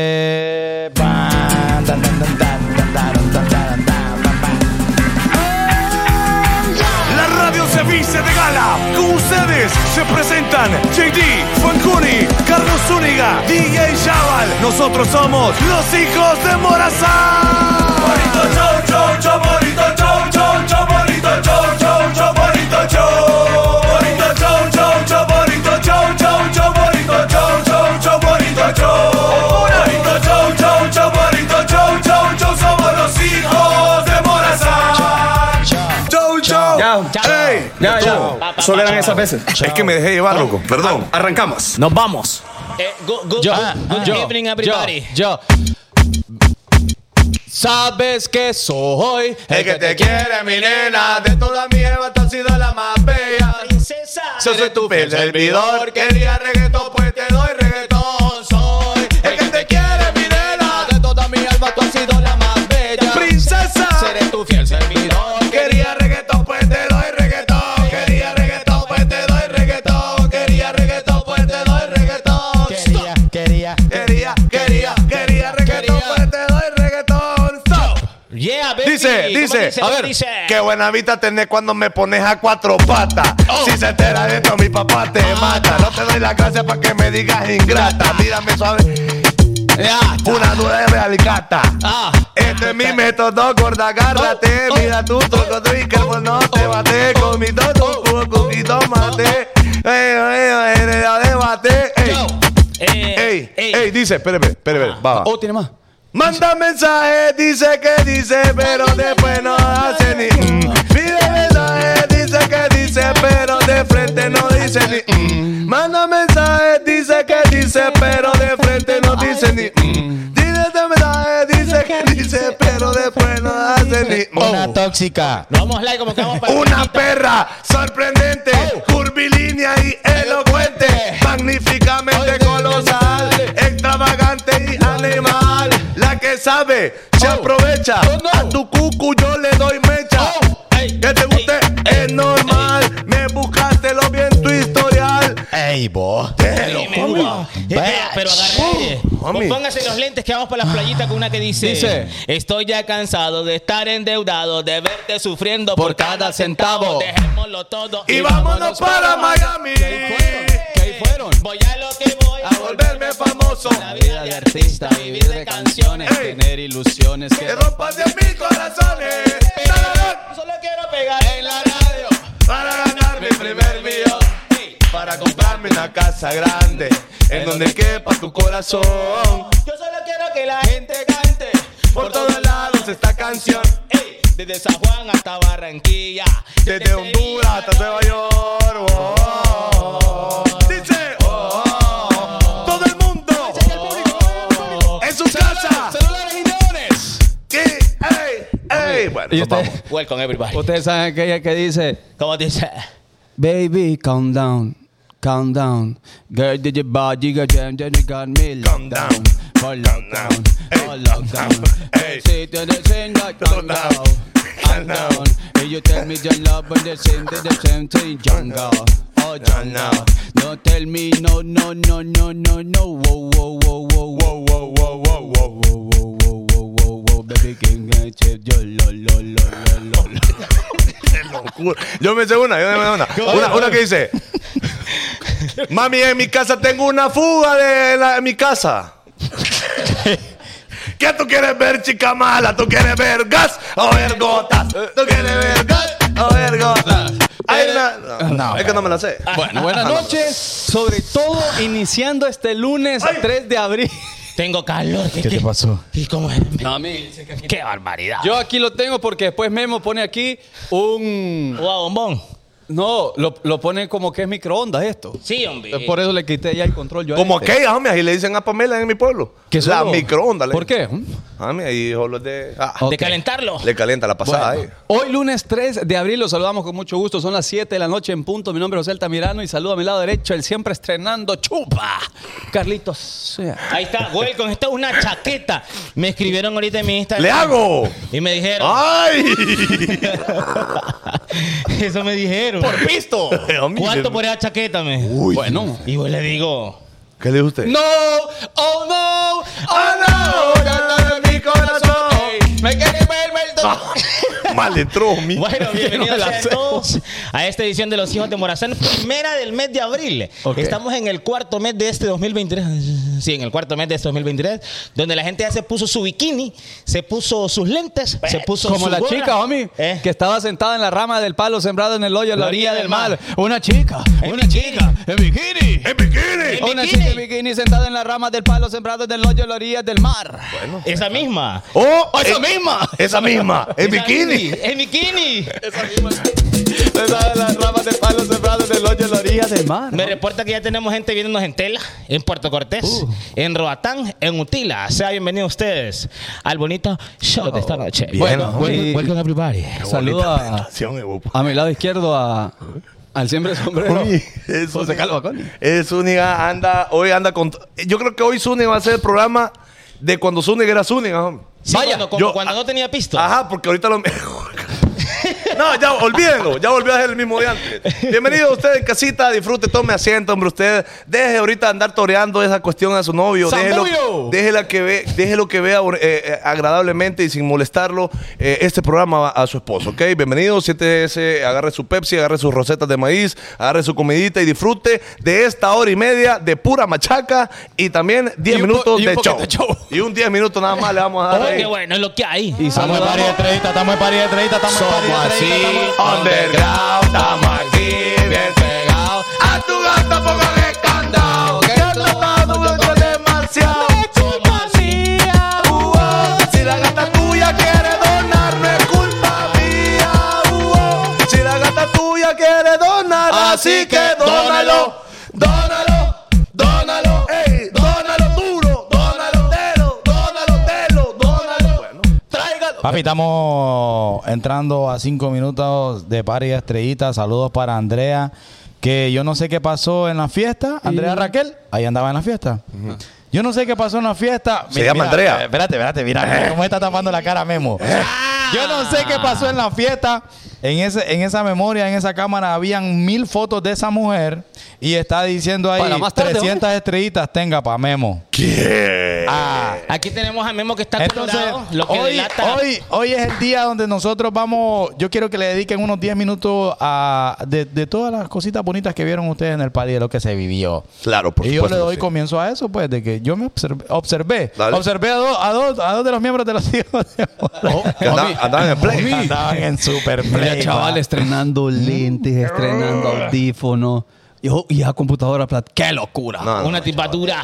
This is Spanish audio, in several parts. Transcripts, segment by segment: Eh, pan, tan, tan, tan, tan, tan, tan, tan, tan, tan, tan, pan. La radio se viste de gala. Con ustedes se presentan JD, Fancuni, Carlos Zúñiga, DJ Chaval. Nosotros somos los hijos de Morazán. Bonito show, show, show, bonito show, show, show, bonito show, show, show, bonito show. Bonito show, show, show, bonito show, show, show, bonito show, show, show, bonito show. Bonito show, show, show, bonito show, show, show, somos los hijos de Morazán. Show, show. Ya, Ey. ya, Todo. ya. Solo eran esas veces. Es que me dejé llevar, loco. Ah. Perdón. Ah, Arrancamos. Nos vamos. Eh, go- go- Yo, ah, good yo, evening, everybody. Yo, yo. Sabes que soy el que te quiere, mi nena. De toda mi Eva, tú has sido la más bella. Princesa. Yo soy tu fiel servidor. Quería reggaetón, pues te doy reggaetón. Soy el que te quiere, mi nena. De toda mi alma, tú has sido la más bella. Princesa. Seré tu fiel servidor. Quería reggaetón, pues te doy reggaetón. Quería reggaetón, pues te doy reggaetón. Quería reggaetón, pues te doy reggaetón. Quería, quería. Quería, quería, quería reggaetón, Quería. pues te doy reggaetón. Stop. Yeah, baby. Dice, ¿Cómo dice, ¿Cómo a ver, dice? Qué buena vista tenés cuando me pones a cuatro patas. Si se entera de esto, mi papá te mata. No te doy las gracias para que me digas ingrata. Mírame suave, Ya. una nueva de alicata. Ah. Este es mi método, gorda, agárrate. Mira tu toco tu y que el bol no te bate. Con mi toto, poco y tomate. Ey, ey, ey, ey, ya debate. Ey, Eh, ey, ey. ey, dice, espérame, espérame, va, va. Oh, tiene más. Manda mensaje, dice que dice, pero después no hace ni. mm. Pide mensaje, dice que dice, pero de frente no dice ni. mm. Manda mensaje, dice que dice, pero de frente no dice ni. mm. Dice este mensaje, dice que dice, pero después no hace ni. Oh. tóxica. Nos vamos like como que vamos para Una perra sorprendente, curvilínea y elocuente, magníficamente colosal, extravagante y animal. La que sabe se aprovecha, a tu cucu yo le doy mecha. Oh. Ey. Que te guste es normal, me buscaste lo bien tu historial. Ey, vos. Te lo Dime, juro. wow. Eh, Pero agarre. Pues homie. Póngase los lentes que vamos para las playitas con una que dice, Dice. Estoy ya cansado de estar endeudado, de verte sufriendo por, Por cada centavo. Dejémoslo todo. Y vámonos para Miami. ¿Qué ahí fueron? Voy a lo que voy. A volverme famoso. La vida de artista, vivir de canciones. Ey. tener ilusiones Que rompas de mis corazones. Tararán, Solo quiero pegar en la radio. Para ganar mi primer millón. Ey. Para comprarme una casa grande En donde quepa tu corazón Yo solo quiero que la gente cante Por todos lados esta canción Ey, desde San Juan hasta Barranquilla, Desde Honduras hasta Nueva York oh, oh, oh. Dice oh, oh, oh. Todo el mundo En su casa ¡Celulares y neones! ¿Qué? ¡Ey! ¡Ey! Bueno, ¿Y nos usted? vamos Welcome everybody. Ustedes saben aquella que dice, ¿Cómo dice? Baby, calm down, calm down. Girl, did your body go jam, jam, you got me Calm locked down, for down, lockdown, for ey, lockdown. down, ey. Say to the same like Calm calm down, down, calm calm down. down. And you tell me your love, but the same thing, the same thing, jungle, oh Calm down. jungle. Don't tell me no, no, no, no, no, no. Whoa, whoa, whoa, whoa, whoa. Wow, wow, wow, wow, wow. Whoa, whoa, whoa, whoa, whoa, whoa, baby, can I take your lo, lo, lo, lo, lo, lo? Qué locura. Yo me sé una, yo me sé una. Una, una que dice: Mami, en mi casa tengo una fuga de, la- de mi casa. ¿Qué tú quieres ver, chica mala? ¿Tú quieres ver gas o ver gotas? ¿Tú quieres ver gas o ver gotas? Hay una- No, es que no me la sé. Bueno, buenas noches. Sobre todo iniciando este lunes 3 de abril. Tengo calor. ¿Qué, te pasó? ¿Y cómo es? ¡Qué barbaridad! Yo aquí lo tengo porque después Memo pone aquí un. Guau, bombón. No, lo, lo pone como que es microondas esto. Sí, hombre. Por eso le quité ya el control yo. a Como este. aquella, homie, ahí le dicen a Pamela en mi pueblo. Que la solo- microondas. le ¿Por dicen. qué? Homie, ahí solo de. ah, De Ok. calentarlo. Le calienta la pasada Bueno, ahí. hoy lunes 3 de abril los saludamos con mucho gusto. Son las 7 de la noche en punto. Mi nombre es José Altamirano y saludo a mi lado derecho, el siempre estrenando Chupa, Carlitos. Sea. Ahí está, welcome. Esta es una chaqueta. Me escribieron ahorita en mi Instagram. ¡Le hago! Y me dijeron. ¡Ay! Ah. Eso me dijeron. ¡Por pisto! ¿Cuánto por esa chaqueta, me? Bueno, Y yo le digo. ¿Qué le dijo usted? No, oh no, oh no, ya está en mi corazón. Me quiere verme Ah. el dolor. Mal entró, mi. Bueno, bienvenidos la a sé. todos a esta edición de Los Hijos de Morazán, primera del mes de abril. Ok. Estamos en el cuarto mes de este 2023. Sí, en el cuarto mes de este 2023, donde la gente ya se puso su bikini, se puso sus lentes, se puso Eh, Como su la gorra. chica, homie, Eh, que estaba sentada en la rama del palo sembrado en el hoyo a la orilla del mar. Una chica, En una chica, en bikini. ¡En bikini! Una bikini. chica en bikini sentada en la rama del palo sembrado en el hoyo a la orilla del mar. Esa misma. ¡Oh! ¡Esa eh, misma! ¡Esa misma! ¡En bikini! En bikini. Sentada en la rama del palo sembrado en el hoyo a la orilla del mar. Me reporta que ya tenemos gente viéndonos en Tela, en Puerto Cortés, Uh. en Roatán, en Utila. Sea bienvenido ustedes al bonito show de esta noche. Oh, Bien, ¿no? Sí. everybody. Saludo Bonita a, presentación, eh, guapo. a mi lado izquierdo a, al siempre sombrero. Homie, es José Zúñiga- Calvo Aconi. Es Zúñiga, anda, hoy anda con. Yo creo que hoy Zúñiga va a ser el programa de cuando Zúñiga era Zúñiga, homie. Sí, Vaya, cuando, como yo- ah, cuando no tenía pisto. Ajá, porque ahorita lo. No, ya olvídenlo, ya volvió a ser el mismo de antes. Bienvenido a usted en casita, disfrute, tome asiento, hombre, usted deje ahorita andar toreando esa cuestión a su novio, déjelo, ¡Zambullo! déjela que ve, déjelo que vea eh, eh, agradablemente y sin molestarlo eh, este programa va a su esposo, ¿ok? Bienvenido, 7S, agarre su Pepsi, agarre sus rosetas de maíz, agarre su comidita y disfrute de esta hora y media de pura machaca y también 10 Y un po- minutos y un de poquito show. de show. Y un 10 minutos nada más le vamos a dar. Oye, ahí. Oh, qué bueno, es lo que hay. Estamos en pari de 30, estamos en pari de 30, estamos en pari de 30. estamos- underground, estamos aquí bien pegados. A tu gato pongan el candado, que yo no mando un otro demasiado. Uh, oh, Si la gata tuya quiere donar, no es culpa mía. Uh, oh, Si la gata tuya quiere donar, así que dónalo, dónalo, dónalo, ey, dónalo duro, dónalo entero, dónalo entero, dónalo. Bueno, tráigalo. Papi, estamos entrando a 5 minutos de pari de estrellitas. Saludos para Andrea, que yo no sé qué pasó en la fiesta. Andrea Raquel, ahí andaba en la fiesta. Yo no sé qué pasó en la fiesta. Se llama Andrea. Eh. eh, Espérate, espérate, mira, mira cómo está tapando la cara Memo. Yo no sé qué pasó en la fiesta. En, ese, en esa memoria, en esa cámara, habían mil fotos de esa mujer y está diciendo ahí Para más tarde, 300 estrellitas tenga pa' Memo. ¿Qué? Ah, Aquí tenemos a Memo que está entonces, colorado, lo que hoy, delata. hoy, hoy es el día donde nosotros vamos. Yo quiero que le dediquen unos 10 minutos a, de, de todas las cositas bonitas que vieron ustedes en el party de lo que se vivió. Claro, por y yo supuesto. le doy que sí. comienzo a eso, pues, de que yo me observ- observé. Dale. Oh, Observé a dos, a, dos, a dos de los miembros de los hijos de Morazán. Que andaban, andaban en play. Andaban en super Mira, play. chaval, pa. estrenando lentes, estrenando audífonos. Y, oh, y a computadora plata. ¡Qué locura! No, no, Una tipatura.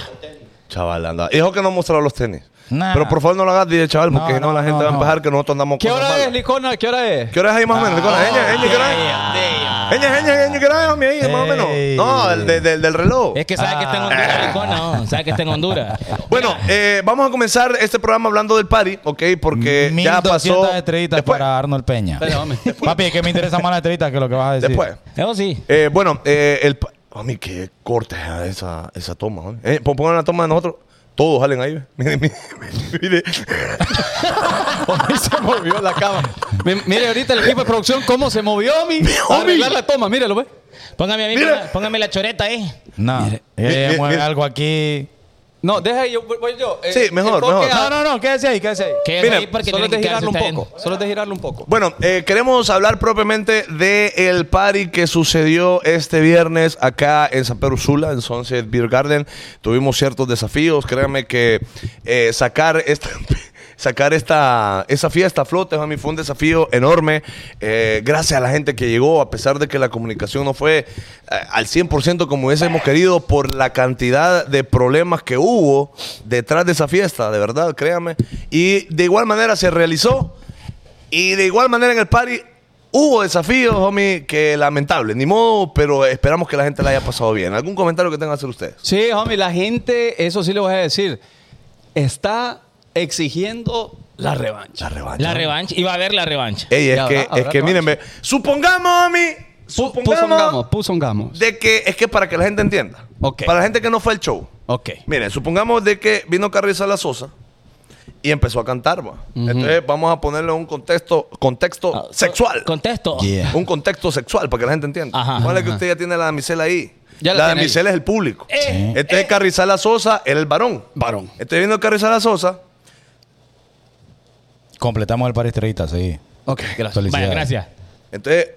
Chaval, anda. Dijo que no mostraba los tenis. Nah. Pero por favor no lo hagas, dile chaval, porque No, si no, no, la gente no, va a no. empezar que nosotros andamos ¿Qué cosas hora malas. es, Licona? ¿Qué hora es? ¿Qué hora es ahí más o menos? Ah, Nicolás? Eña, eña, ¿Qué hora es? Damn. Eña, eña, eña, ¿qué hora es, homie, ahí, más o menos? Ey. No, el de- del del reloj. Es que sabe que está en Honduras, Ah. Licona, ¿no? Sabe que está en Honduras. Bueno, eh, vamos a comenzar este programa hablando del party, ¿ok? Porque ya 1200 pasó. estrellitas después, para Arnold Peña. Espera, hombre. Papi, es que me interesa más la estrellita que lo que vas a decir. Después. Eso sí. Eh, bueno, eh, el. pa- Mami, qué corta es esa, esa toma, ¿eh? Eh, pon- Pongan la toma de nosotros. Todos salen ahí. ve. Mire, mire, mire. Hombre, se movió la cama. Mi- mire ahorita el equipo de producción cómo se movió, mi. homie. Arreglar la toma, míralo, ve. Póngame a mí, Mira. ponga- póngame la choreta ahí. No. Eh, mire, mueve mire. algo aquí. No, deja ahí, yo voy voy yo. Eh, Sí, mejor, enfoque mejor. No, no, no, quédese ahí, quédese ahí. Que es Mira, ahí porque solo es tienen que de quedarse girarlo un ustedes. poco. Solo es de girarlo un poco. Bueno, eh, queremos hablar propiamente del party que sucedió este viernes acá en San Pedro Sula, en Sunset Beer Garden. Tuvimos ciertos desafíos. Créanme que eh, sacar esta. Sacar esta, esa fiesta a flote, mí fue un desafío enorme. Eh, gracias a la gente que llegó, a pesar de que la comunicación no fue eh, al 100% como hubiésemos querido, por la cantidad de problemas que hubo detrás de esa fiesta, de verdad, créanme. Y de igual manera se realizó. Y de igual manera en el party hubo desafíos, homie, que lamentable. Ni modo, pero esperamos que la gente la haya pasado bien. ¿Algún comentario que tengan que hacer ustedes? Sí, homie, la gente, eso sí le voy a decir, está exigiendo la revancha. revancha. La revancha. Y va a haber la revancha. Ey, es Ya, que, habrá es que revancha. miren, ve, supongamos, homie, Pu- Puso un gamo, supongamos puso un gamo. de que es que para que la gente entienda. Ok. Para la gente que no fue al show. Ok. Miren, supongamos de que vino Carrizal La Sosa y empezó a cantar. va. Entonces vamos a ponerle un contexto, contexto Ah, sexual. Contexto. Yeah. un contexto sexual para que la gente entienda. Ajá, Ponle ajá, que usted ya tiene la damisela ahí. Ya la la tiene ahí. damisela es el público. Este Eh, Entonces Carrizala Sosa era el varón. Este Varón. Estoy viendo Carrizala Sosa. Completamos el par estrellitas, sí. Ok, gracias. Vaya, Felicidades. gracias. Entonces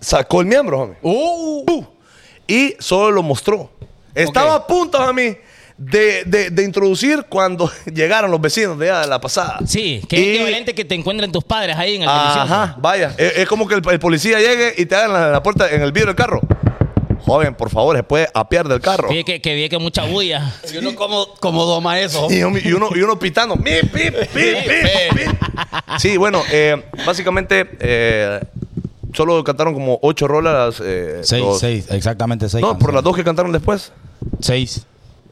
sacó el miembro, homie. Uh, y solo lo mostró. Estaba a punto, mí de, de- de introducir cuando llegaron los vecinos de allá de la pasada. Sí, qué Y- equivalente que te encuentren tus padres ahí en el Ajá, vaya. Es, es como que el, el policía llegue y te hagan la, la puerta en el vidrio del carro. Joven, por favor, se puede apiar del carro. Vi que, que vi que mucha bulla. yo no como, como doma eso. Y, un- y uno, y uno pitando. "Mi, pi, pi, pi, pi". Sí, bueno, eh, básicamente eh, solo cantaron como ocho rolas. eh, Seis, los- seis, exactamente seis. No, por las canciones. dos que cantaron después. Seis.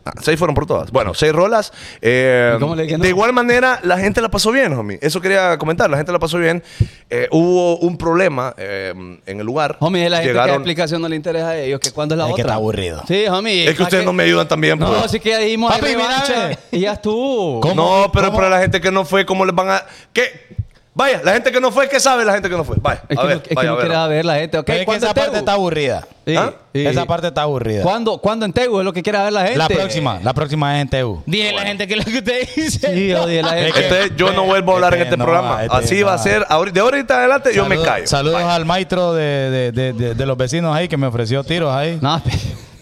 Ah, seis fueron por todas. Bueno, seis rolas. Eh, ¿Y cómo le dije no? De igual manera, la gente la pasó bien, homie. Eso quería comentar. La gente la pasó bien. Eh, hubo un problema eh, en el lugar. Homie, es la gente que la Llegaron- explicación no le interesa a ellos, que cuándo es la Es que otra. está aburrido. Sí, homie. Es que ustedes no me ayudan también. No, pues. sí que ya dijimos. Papi, hay mira, revancha. ve. Y ya estuvo. ¿Cómo? No, pero ¿Cómo? para la gente que no fue, ¿cómo les van a...? ¿Qué? Vaya, la gente que no fue, ¿qué sabe la gente que no fue? Vaya, Es a que, ver, no, es que vaya, no a ver. quería ver la gente. ok, Pero es que ¿Cuándo esa en Tegu? parte está aburrida. Sí, ¿Ah? sí. Esa parte está aburrida. ¿Cuándo, cuándo en Tegu es lo que quiere ver la gente? La próxima, la próxima es en TU. Dije la gente que es lo que usted dice. Sí, yo dije la Es gente. que- Entonces, yo no vuelvo a hablar en Este, este no, programa. este, Así va a no. ser. ahorita- De ahorita en adelante, yo me Saludos- callo. Saludos al maestro de, de- de- de- de los vecinos ahí que me ofreció tiros ahí. No, pe-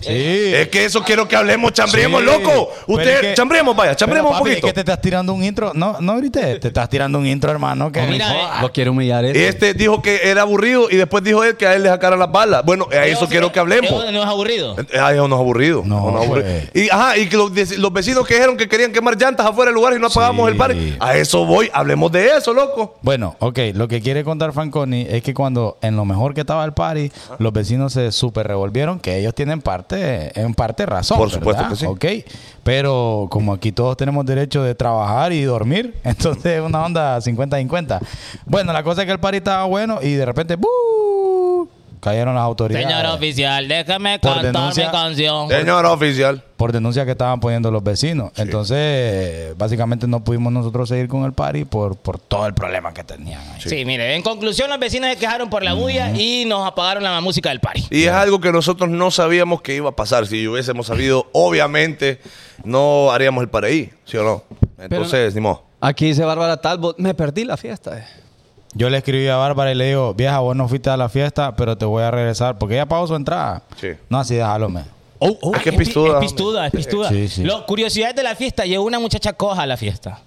Sí. Es que eso quiero que hablemos, Eh, chambriemos, Sí. loco. Pero Usted, es que- chambriemos, vaya, chambriemos un Pero, papi, poquito. Es que te estás tirando un intro. No, no grites. Te estás tirando un intro, hermano. Que Mira, Joder. eh, lo quiero humillar. Y Este. Este dijo que era aburrido y después dijo él que a él le sacaran las balas. Bueno, a eso Yo, quiero sí, que hablemos. yo No es aburrido. Ah, eso no es aburrido. No, Eso no es aburrido. pues. Y, ajá, y que los, dec- los vecinos que dijeron que querían quemar llantas afuera del lugar y no apagamos Sí. el bar. A eso voy, hablemos de eso, loco. Bueno, ok, lo que quiere contar Fanconi es que cuando en lo mejor que estaba el party, los vecinos se super revolvieron, que ellos tienen parte, en parte razón. Por supuesto ¿verdad? que sí. Ok, pero como aquí todos tenemos derecho de trabajar y dormir, entonces es una onda 50-50. Bueno, la cosa es que el party estaba bueno y de repente ¡bu! cayeron las autoridades. Señor oficial, déjame Por cantar denuncia- mi canción. Señor oficial. por denuncia que estaban poniendo los vecinos. Entonces, básicamente no pudimos nosotros seguir con el party por, por todo el problema que tenían. ahí. Sí. mire, en conclusión, los vecinos se quejaron por la bulla y nos apagaron la música del party. Y es algo que nosotros no sabíamos que iba a pasar. Si hubiésemos sabido, obviamente, no haríamos el paraí, ¿sí o no? Entonces, ni modo. Aquí dice Bárbara Talbot, me perdí la fiesta. eh. Yo le escribí a Bárbara y le digo, vieja, vos no fuiste a la fiesta, pero te voy a regresar. Porque ella pagó su entrada. Sí. No, así déjalo, me. Oh, oh, Ah, qué es pi- pistuda, Es hombre. pistuda, es pistuda. Sí, sí. Lo- curiosidad de la fiesta, llegó una muchacha coja a la fiesta.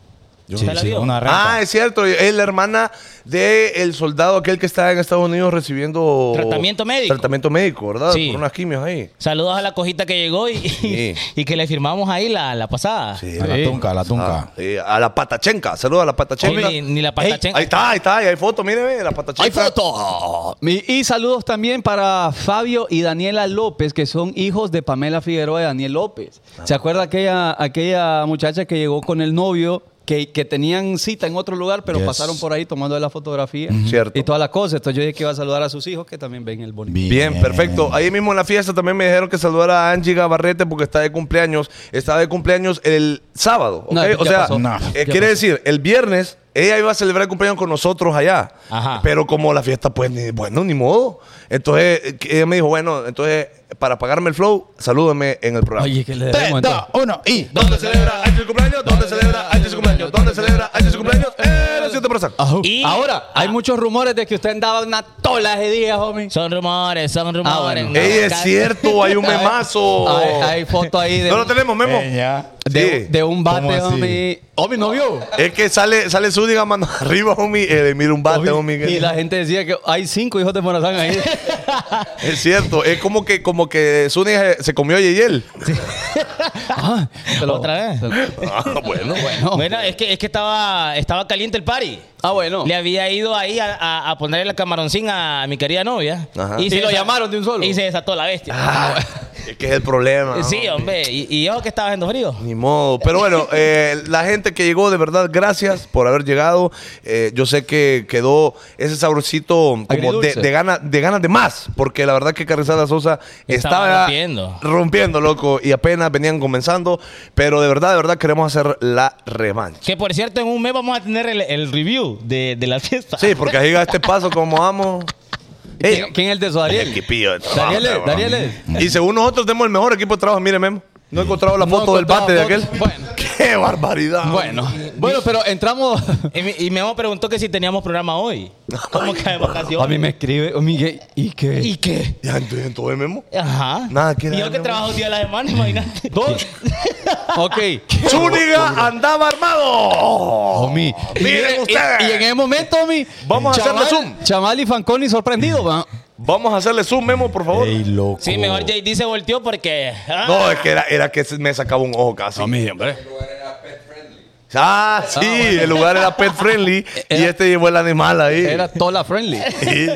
Sí, ¿Usted la sí, vio? una rata. Ah, es cierto. Es la hermana del soldado aquel que está en Estados Unidos recibiendo... Tratamiento médico. Tratamiento médico, ¿verdad? Sí. Por unas quimios ahí. Saludos a la cojita que llegó y, Sí. y que le firmamos ahí la, la pasada. A la tunca, a la Ah, tunca. sí, a la patachenca. Saludos a la Sí, patachenca. ni, ni la pasta Ahí está, ahí está, ahí hay foto, míreme, la patachenca. foto! Y, y saludos también para Fabio y Daniela López, que son hijos de Pamela Figueroa y Daniel López. ¿Se Ah. acuerda aquella, aquella muchacha que llegó con el novio? Que, que tenían cita en otro lugar, pero Yes. pasaron por ahí tomando la fotografía Cierto. y toda la cosa. Entonces yo dije que iba a saludar a sus hijos que también ven el bonito. Bien, perfecto. Ahí mismo en la fiesta también me dijeron que saludara a Angie Gabarrete porque está de cumpleaños. Está de cumpleaños el sábado. ¿ok? No, ya o sea, pasó. No. eh, Ya quiere pasó. decir, el viernes ella iba a celebrar el cumpleaños con nosotros allá. Ajá. Pero como la fiesta, pues, ni- bueno, ni modo. Entonces eh, ella me dijo, bueno, entonces para pagarme el flow, salúdeme en el programa. Oye, que le Tres, debemos dos, entonces. uno y. ¿Dónde celebra Angie su cumpleaños? ¿Dónde celebra Angie su cumpleaños? ¿Dónde celebra Angie su cumpleaños? En el 7%. Ajú. Y- Ahora, hay Ah. muchos rumores de que usted andaba una tola ese día, homie. Son rumores, son rumores. Ah, bueno. No, Ey, es ca- cierto, hay un memazo. Hay, hay foto ahí de, No lo tenemos, Memo. Peña. de, Sí. de un ¿Cómo bate, así? homie. Homie, ¿no vio? Es que sale, sale Zúñiga mano arriba, homie. Eh, mira un bate, homie. Y la gente decía que hay cinco hijos de Morazán ahí. Es cierto. Es como que, como que Zúñiga eh, se, se comió a Yeyel. Te lo- ¿Otra vez? te lo- Ah, bueno. Bueno, es que, es que estaba, estaba caliente el party. Ah, bueno. Le había ido ahí a, a- a ponerle el camaroncín a mi querida novia. Ajá. Y se lo desa- llamaron de un solo. Ah, Y se desató la bestia. Ah, Es que es el problema. sí, ¿no? hombre. Y, y yo que estaba haciendo frío. Ni modo. Pero bueno, eh, la gente que llegó, de verdad, gracias por haber llegado. Eh, yo sé que quedó ese saborcito como de, Agridulce. de ganas de ganas de más, porque la verdad que Carrizada Sosa Estaba estaba rompiendo. rompiendo, loco, y apenas venían comenzando. Pero de verdad, de verdad, queremos hacer la revancha. Que por cierto, en un mes vamos a tener el, el review de, de la fiesta. Sí, porque ahí llega este paso como amo. Ey, ¿Quién quién es el de eso, Dariel? Eh. el equipillo de trabajo, Darieles, cabrón. Darieles. Y según nosotros tenemos el mejor equipo de trabajo. Mire, Memo. No he encontrado la Mm. No he foto del bate de encontrado aquel. foto. Bueno. ¡Qué barbaridad! Bueno, bueno, pero entramos. Y, mi- y mi mamá preguntó que si teníamos programa hoy. ¿Cómo que de vacaciones? A mí me escribe, oh, Miguel, ¿y qué? ¿Y qué? Ya, entonces, entonces, Memo. Ajá. Nada que y yo darle, que ¿no? trabajo un día a la semana, imagínate. Dos. Ok. Zúñiga andaba armado. Omi. Oh, Miren Oh, Y- y- ustedes. Y, en el momento, Omi. Vamos a Chamal- hacerle zoom. Chamal y Fanconi sorprendido, va. Vamos a hacerle zoom, Memo, por favor. Ey, loco. Oh. Sí, mejor JD se volteó porque. ah, No, es que era, era que se- me sacaba un ojo casi. hombre. Ah, sí, bueno. el lugar era pet friendly y Era- este llevó el animal ahí. Era Tola Friendly. Sí.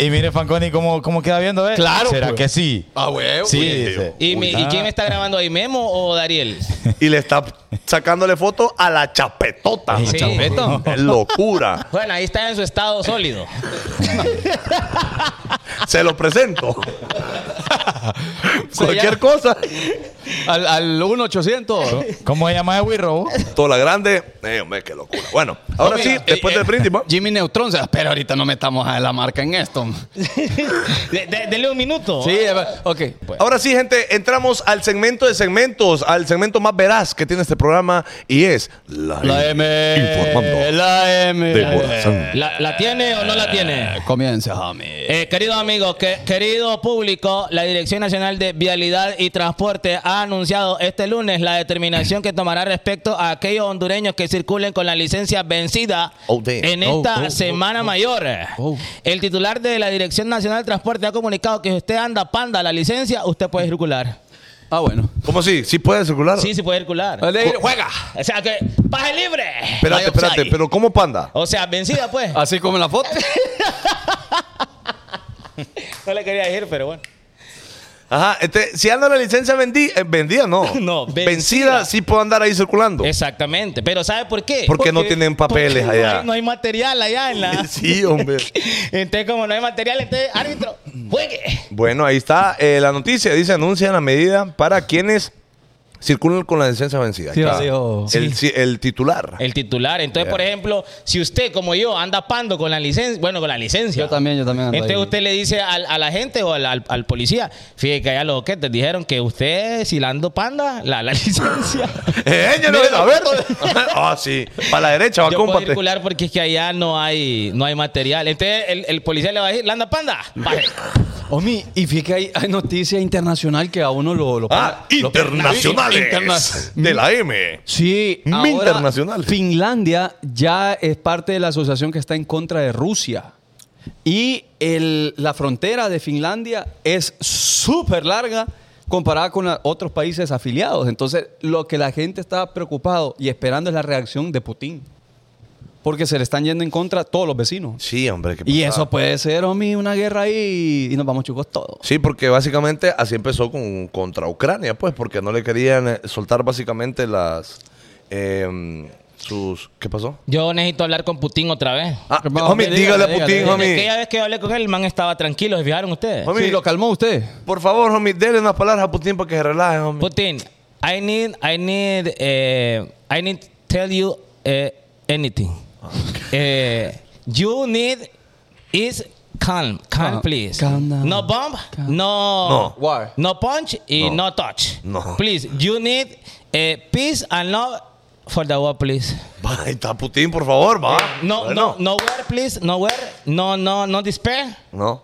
Y mire Fanconi cómo, cómo queda viendo, ¿eh? Claro, ¿Será pues. que sí? Ah, huevo. Sí, uy, dice. ¿Y, mi- Uy, ¿y ah. quién me está grabando ahí, Memo o Dariel? Y le está sacándole foto a la chapetota. Sí. Chapeta. Es locura. Bueno, ahí está en su estado sólido. Se lo presento. Se Cualquier llama- cosa. Al, al 1-800. ¿Cómo se llama el Wirro? Toda la grande. Eh, hombre, qué locura. Bueno, ahora Omi, sí, eh, después eh, del brindis, ¿va? Jimmy Neutron, se- pero ahorita no metamos a la marca en esto. De- de- dele un minuto. Sí, eh, ok. Ahora sí, gente, entramos al segmento de segmentos, al segmento más veraz que tiene este programa y es la, La M. informando La M. de corazón. ¿La, la tiene o no la Eh, tiene? Comienza, Jami. Eh, queridos amigos, que- querido público, la Dirección Nacional de Vialidad y Transporte ha anunciado este lunes la determinación que tomará respecto a aquellos hondureños que circulen con la licencia vencida Oh, damn. en Oh, esta oh, oh, Semana Mayor. oh. El titular de la Dirección Nacional de Transporte ha comunicado que si usted anda panda la licencia, usted puede circular. Ah, bueno. ¿Cómo sí? ¿Sí puede circular? Sí, sí puede circular. Vale, Juega. O sea que, paje libre. Espérate, Ay, espérate, ay. pero Ah. ¿cómo panda? O sea, vencida pues. Así como en la foto. No le quería decir, pero bueno. Ajá, este, si anda la licencia vendí, eh, vendida, no. No, vencida. vencida. sí puedo andar ahí circulando. Exactamente. Pero ¿sabe por qué? Porque no tienen papeles porque no allá. hay- No hay material allá en la. Sí, hombre. Entonces, como no hay material, entonces, árbitro, juegue. Bueno, ahí está eh, la noticia. Dice, anuncian la medida para quienes circulan con la licencia vencida. Sí, Ahí está. así, oh. el, ci- el titular. El titular. Entonces, Ya. por ejemplo, si usted, como yo, anda pando con la licencia, bueno, con la licencia. Yo también, yo también ando Entonces, ahí. usted le dice al- a la gente o al, al- al policía, fíjate que allá los te dijeron que usted, si la ando panda, la, la licencia. Eh, yo no Mira, a ver. Ah, sí. Para la derecha, va, Yo puedo cómpate. circular porque es que allá no hay, no hay material. Entonces, el, el policía le va a decir, la anda panda, baje. Omi, y fíjate que hay, hay noticia internacional que a uno lo. lo Ah, lo- internacionales. Interna- de la M. Sí, Mi ahora internacional. Finlandia ya es parte de la asociación que está en contra de Rusia. Y el- la frontera de Finlandia es súper larga comparada con la- otros países afiliados. Entonces, lo que la gente está preocupado y esperando es la reacción de Putin. Porque se le están yendo en contra todos los vecinos. Sí, hombre. qué Y pasada. eso puede ser, Omi, una guerra ahí y nos vamos chucos todos. Sí, porque básicamente así empezó con, contra Ucrania, pues, porque no le querían eh, soltar básicamente las. em, sus. ¿Qué pasó? Yo necesito hablar con Putin otra vez. Ah, Vamos, homie, dígale, dígale a dígale, Putin, dígale. homie. Aquella vez que yo hablé con él, el man estaba tranquilo, ¿se fijaron ustedes? Homie. Sí, lo calmó usted. Por favor, homie, dele unas palabras a Putin para que se relaje, homie. Putin, I need, I need, eh, I need tell you eh, anything. Eh, you need is calm, calm, Calm, please. Uh, calm down. No bomb, Calm. no, No. War. no punch, y No. no, touch. No. Please, you need eh, peace and love for the world, please. Va, ahí está Putin, por favor, va. No, Bueno. no, nowhere, please, nowhere, no, no, no despair, No.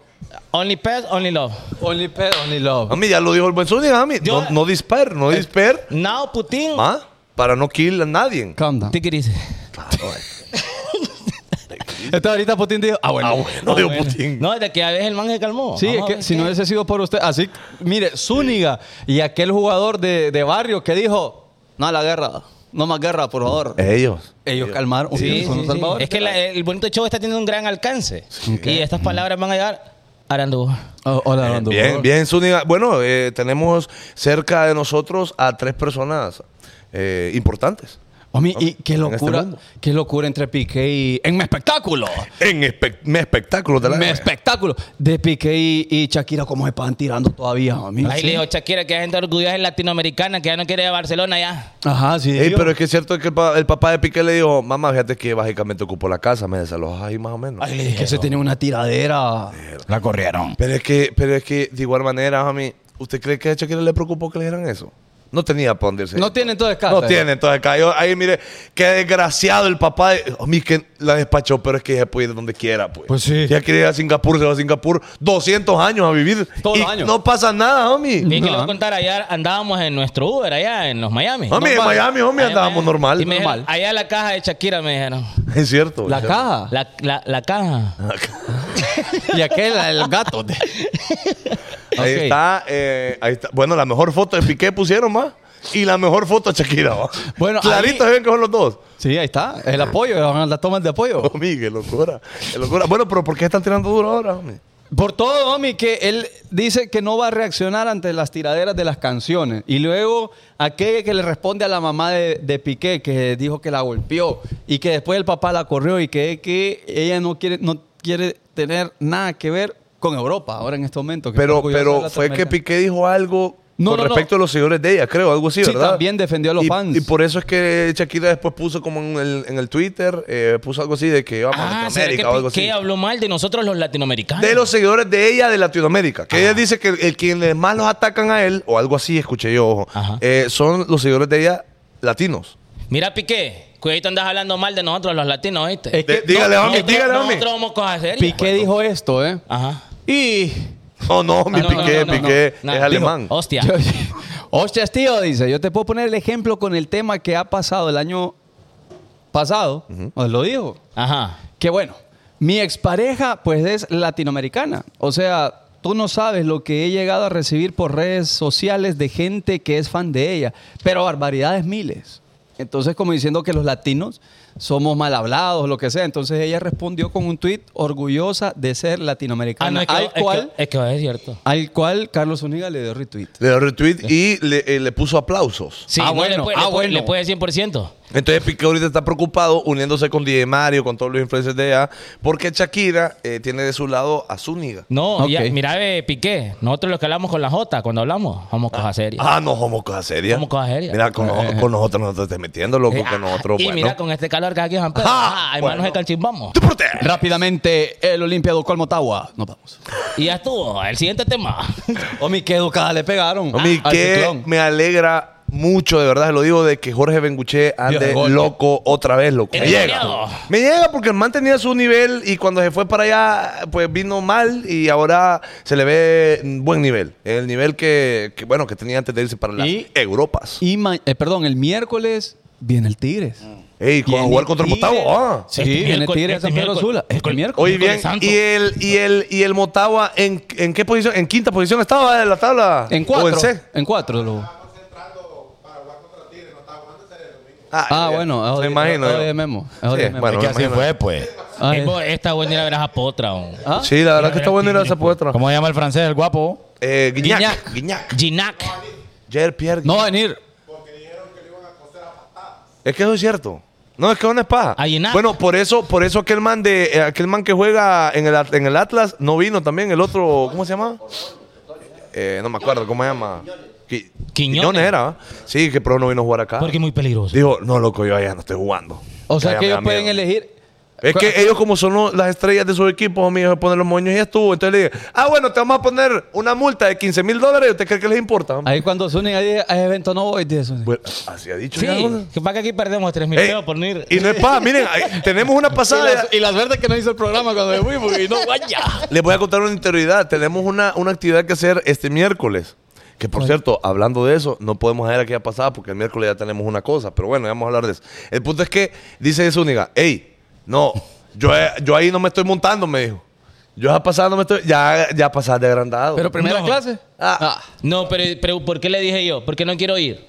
only peace, only love. Only pet, only love. Homie, ya lo dijo el buen Zúñiga, homie. Yo- no, no disper, no disper. Now, Putin, ¿Ah? Para no kill a nadie. Calm down. take it easy. Claro, eh. Entonces, ahorita Putin dijo, ah, bueno. Ah, bueno, dijo Putin. No, desde que a veces el man se calmó. Sí, Vamos a es que ver si qué. no hubiese sido por usted, así, mire, Zúñiga y aquel jugador de, de barrio que dijo, no a la guerra. No más guerra, por favor. Ellos. Ellos calmaron. Sí, unieron con sí, El sí. Salvador. Es que la- el bonito show está teniendo un gran alcance. Y estas palabras van a llegar a Arandú. Oh, hola, Orlando, por Bien, favor. bien, Zúñiga. Bueno, eh, tenemos cerca de nosotros a tres personas eh, importantes. Homie, y qué En este locura, mundo. qué locura entre Piqué y... ¡En mi espectáculo! En espe- me espectáculo de la eh. Mi espectáculo. De Piqué y, y Shakira, cómo se estaban tirando todavía, homie. Ahí le dijo Shakira que hay gente orgullosa latinoamericana que ya no quiere ir a Barcelona ya. Ajá, sí. Ey, digo. pero es que es cierto que el, pa- el papá de Piqué le dijo, mamá, fíjate que básicamente ocupó la casa, me desalojas ahí más o menos. Ay, le dije que se tenía una tiradera. La corrieron. Pero es que, pero es que de igual manera, a mí, ¿usted cree que a Shakira le preocupó que le dieran eso? No tenía para dónde irse. No tiene entonces casa. No tiene, entonces acá yo- ahí mire, qué desgraciado el papá de, a mí que la despachó, pero es que ella puede ir donde quiera, pues. Pues sí. Si ella quiere ir a Singapur, se va a Singapur 200 años a vivir. Todos y los años. No pasa nada, homie. Y que No. les contar, allá andábamos en nuestro Uber, allá en los Miami. Homie, en normal. Miami, homie, Allá en Miami. andábamos normal. Ah. Y me dijeron, Normal. allá la caja de Shakira me dijeron. Es cierto. La es cierto. caja. La, la, la caja. Y aquel, el gato. Ahí Ok. está, eh, ahí está. Bueno, la mejor foto de Piqué pusieron más. Y la mejor foto de Shakira. ¿va? Bueno, Clarito ahí- se ven que son los dos. Sí, ahí está. El apoyo, las tomas de apoyo. Homie, qué Oh, locura. Qué locura. Bueno, pero ¿por qué están tirando duro ahora, homie? Por todo, Omi, que él dice que no va a reaccionar ante las tiraderas de las canciones. Y luego aquella que le responde a la mamá de, de Piqué, que dijo que la golpeó y que después el papá la corrió y que, que ella no quiere, no quiere tener nada que ver con Europa ahora en este momento. que está Pero, orgullosa de pero la fue que Latinoamérica. Piqué dijo algo No, con no, no. respecto a los seguidores de ella, creo, algo así, Sí, ¿verdad? también defendió a los Y- fans. Y por eso es que Shakira después puso como en el, en el Twitter, eh, puso algo así de que vamos a Ah, ¿será que Latinoamérica o algo así. Piqué habló mal de nosotros los latinoamericanos? De los seguidores de ella de Latinoamérica. Ah. Que ella dice que el, quienes más los atacan a él, o algo así, escuché yo, ojo, Ajá. eh, son los seguidores de ella latinos. Mira, Piqué, cuidadito andas hablando mal de nosotros los latinos, ¿viste? Es que De- Eh, dígale, homie, Nosotros- dígale, homie. Nosotros somos cosas serias. Piqué dijo esto, ¿eh? Ajá. Y. No, no, mi Ah, no, no, Piqué, no, no, Piqué no. es Nah, alemán. dijo, Hostia. Yo- Hostias, tío, dice. Yo te puedo poner el ejemplo con el tema que ha pasado el año pasado. Os lo digo. Ajá. Que bueno, mi expareja pues es latinoamericana. O sea, tú no sabes lo que he llegado a recibir por redes sociales de gente que es fan de ella, pero barbaridades miles. Entonces, como diciendo que los latinos somos mal hablados, lo que sea. Entonces ella respondió con un tuit orgullosa de ser Ah, no, latinoamericana. es que, al, es que- cual, es que es cierto. al cual Carlos Zúñiga le dio retweet. Le dio retweet y le, eh, le puso aplausos. Sí, Ah, no, bueno, le puede, ah, le puede- bueno. le puede 100%. Entonces Piqué ahorita está preocupado uniéndose con DJ Mario, con todos los influencers de ella, porque Shakira eh, tiene de su lado a Zúñiga. No, Ok. ya- mira, eh, Piqué, nosotros los que hablamos con la J cuando hablamos, somos cosas serias. Ah, no, somos cosas serias. Somos cosas serias. Mira, con, nos- con nosotros no te estés metiendo, loco, Eh, que ah, nosotros, y bueno. mira, con este calor que aquí en San Pedro, Ah, ah, hermanos bueno. de Calchimbamos. ¡Deporte! Rápidamente, el Olimpia educó al Motagua. Nos vamos. Y ya estuvo, el siguiente tema. Omi, qué educada le pegaron. Homie, Ah, al que Ciclón. me alegra mucho, de verdad, se lo digo, de que Jorge Benguche Dios, ande el gol. loco otra vez, loco. Me El llega. goleado. Me llega porque el man tenía su nivel y cuando se fue para allá, pues vino mal y ahora se le ve buen nivel. El nivel que, que, bueno, que tenía antes de irse para las Y- Europas. Y ma- eh, perdón, el miércoles viene el Tigres. Ey, ¿cómo Viene Mm. jugar contra el Tigres. Motagua? Ah. Sí, Este viene miércoles, Tigres a este San Pedro miércoles. Sula. Este Miércoles. miércoles. Oye, bien, Santo. ¿y el, y el, y el Motagua en, en qué posición? ¿En quinta posición estaba de la tabla? En ¿O en cuatro. C? En cuatro. lo- Ah, Ah, ya. bueno. me imagino. yo. Memo. Sí, bueno, Es que así imagino. fue, pues. Eh, bo, Esta buena ir a ver a Zapotra. o- ¿Ah? Sí, la verdad que está bueno ir a esa poetra. ¿Cómo se llama el francés, el guapo? Eh, Guiñac. Guiñac. Guiñac. Ginac. Jair Pierre. No va a venir. Es que eso es cierto. No, es que es una espada. A Guiñac. Bueno, por eso, por eso aquel man de, eh, aquel man que juega en el, At- en el Atlas no vino también. El otro, ¿cómo se llama? Eh, no me acuerdo, ¿cómo se llama? Qui- Quiñones. era. ¿va? Sí, que pero no vino a jugar acá. Porque es muy peligroso. Dijo, no, loco, yo allá no estoy jugando. O sea Allá que me da ellos pueden miedo. elegir. Es que ellos, como son los- las estrellas de su equipo, amigos, se ponen los moños y estuvo. Entonces le dije, ah, bueno, te vamos a poner una multa de 15 mil dólares. ¿Usted cree que les importa? Ahí cuando Zúñiga dice, a ese evento no voy, dice Zúñiga. Bueno, así ha dicho. Sí, ya, bueno. que para que aquí perdemos 3 mil Ey, pesos por no ir. Eh, Y no es paja, miren, ahí tenemos una pasada. y las verdes que no hizo el programa cuando me fui, porque no, vaya. Les voy a contar una interioridad. Tenemos una, una actividad que hacer este miércoles. Que por cierto, hablando de eso, no podemos hacer aquella pasada porque el miércoles ya tenemos una cosa. Pero bueno, ya vamos a hablar de eso. El punto es que dice Zúñiga, hey, no, yo, eh, yo ahí no me estoy montando, me dijo. Yo esa pasada no me estoy. Ya, ya pasada de agrandado. Pero primera No. clase. Ah. No, pero, pero ¿por qué le dije yo? Porque no quiero ir.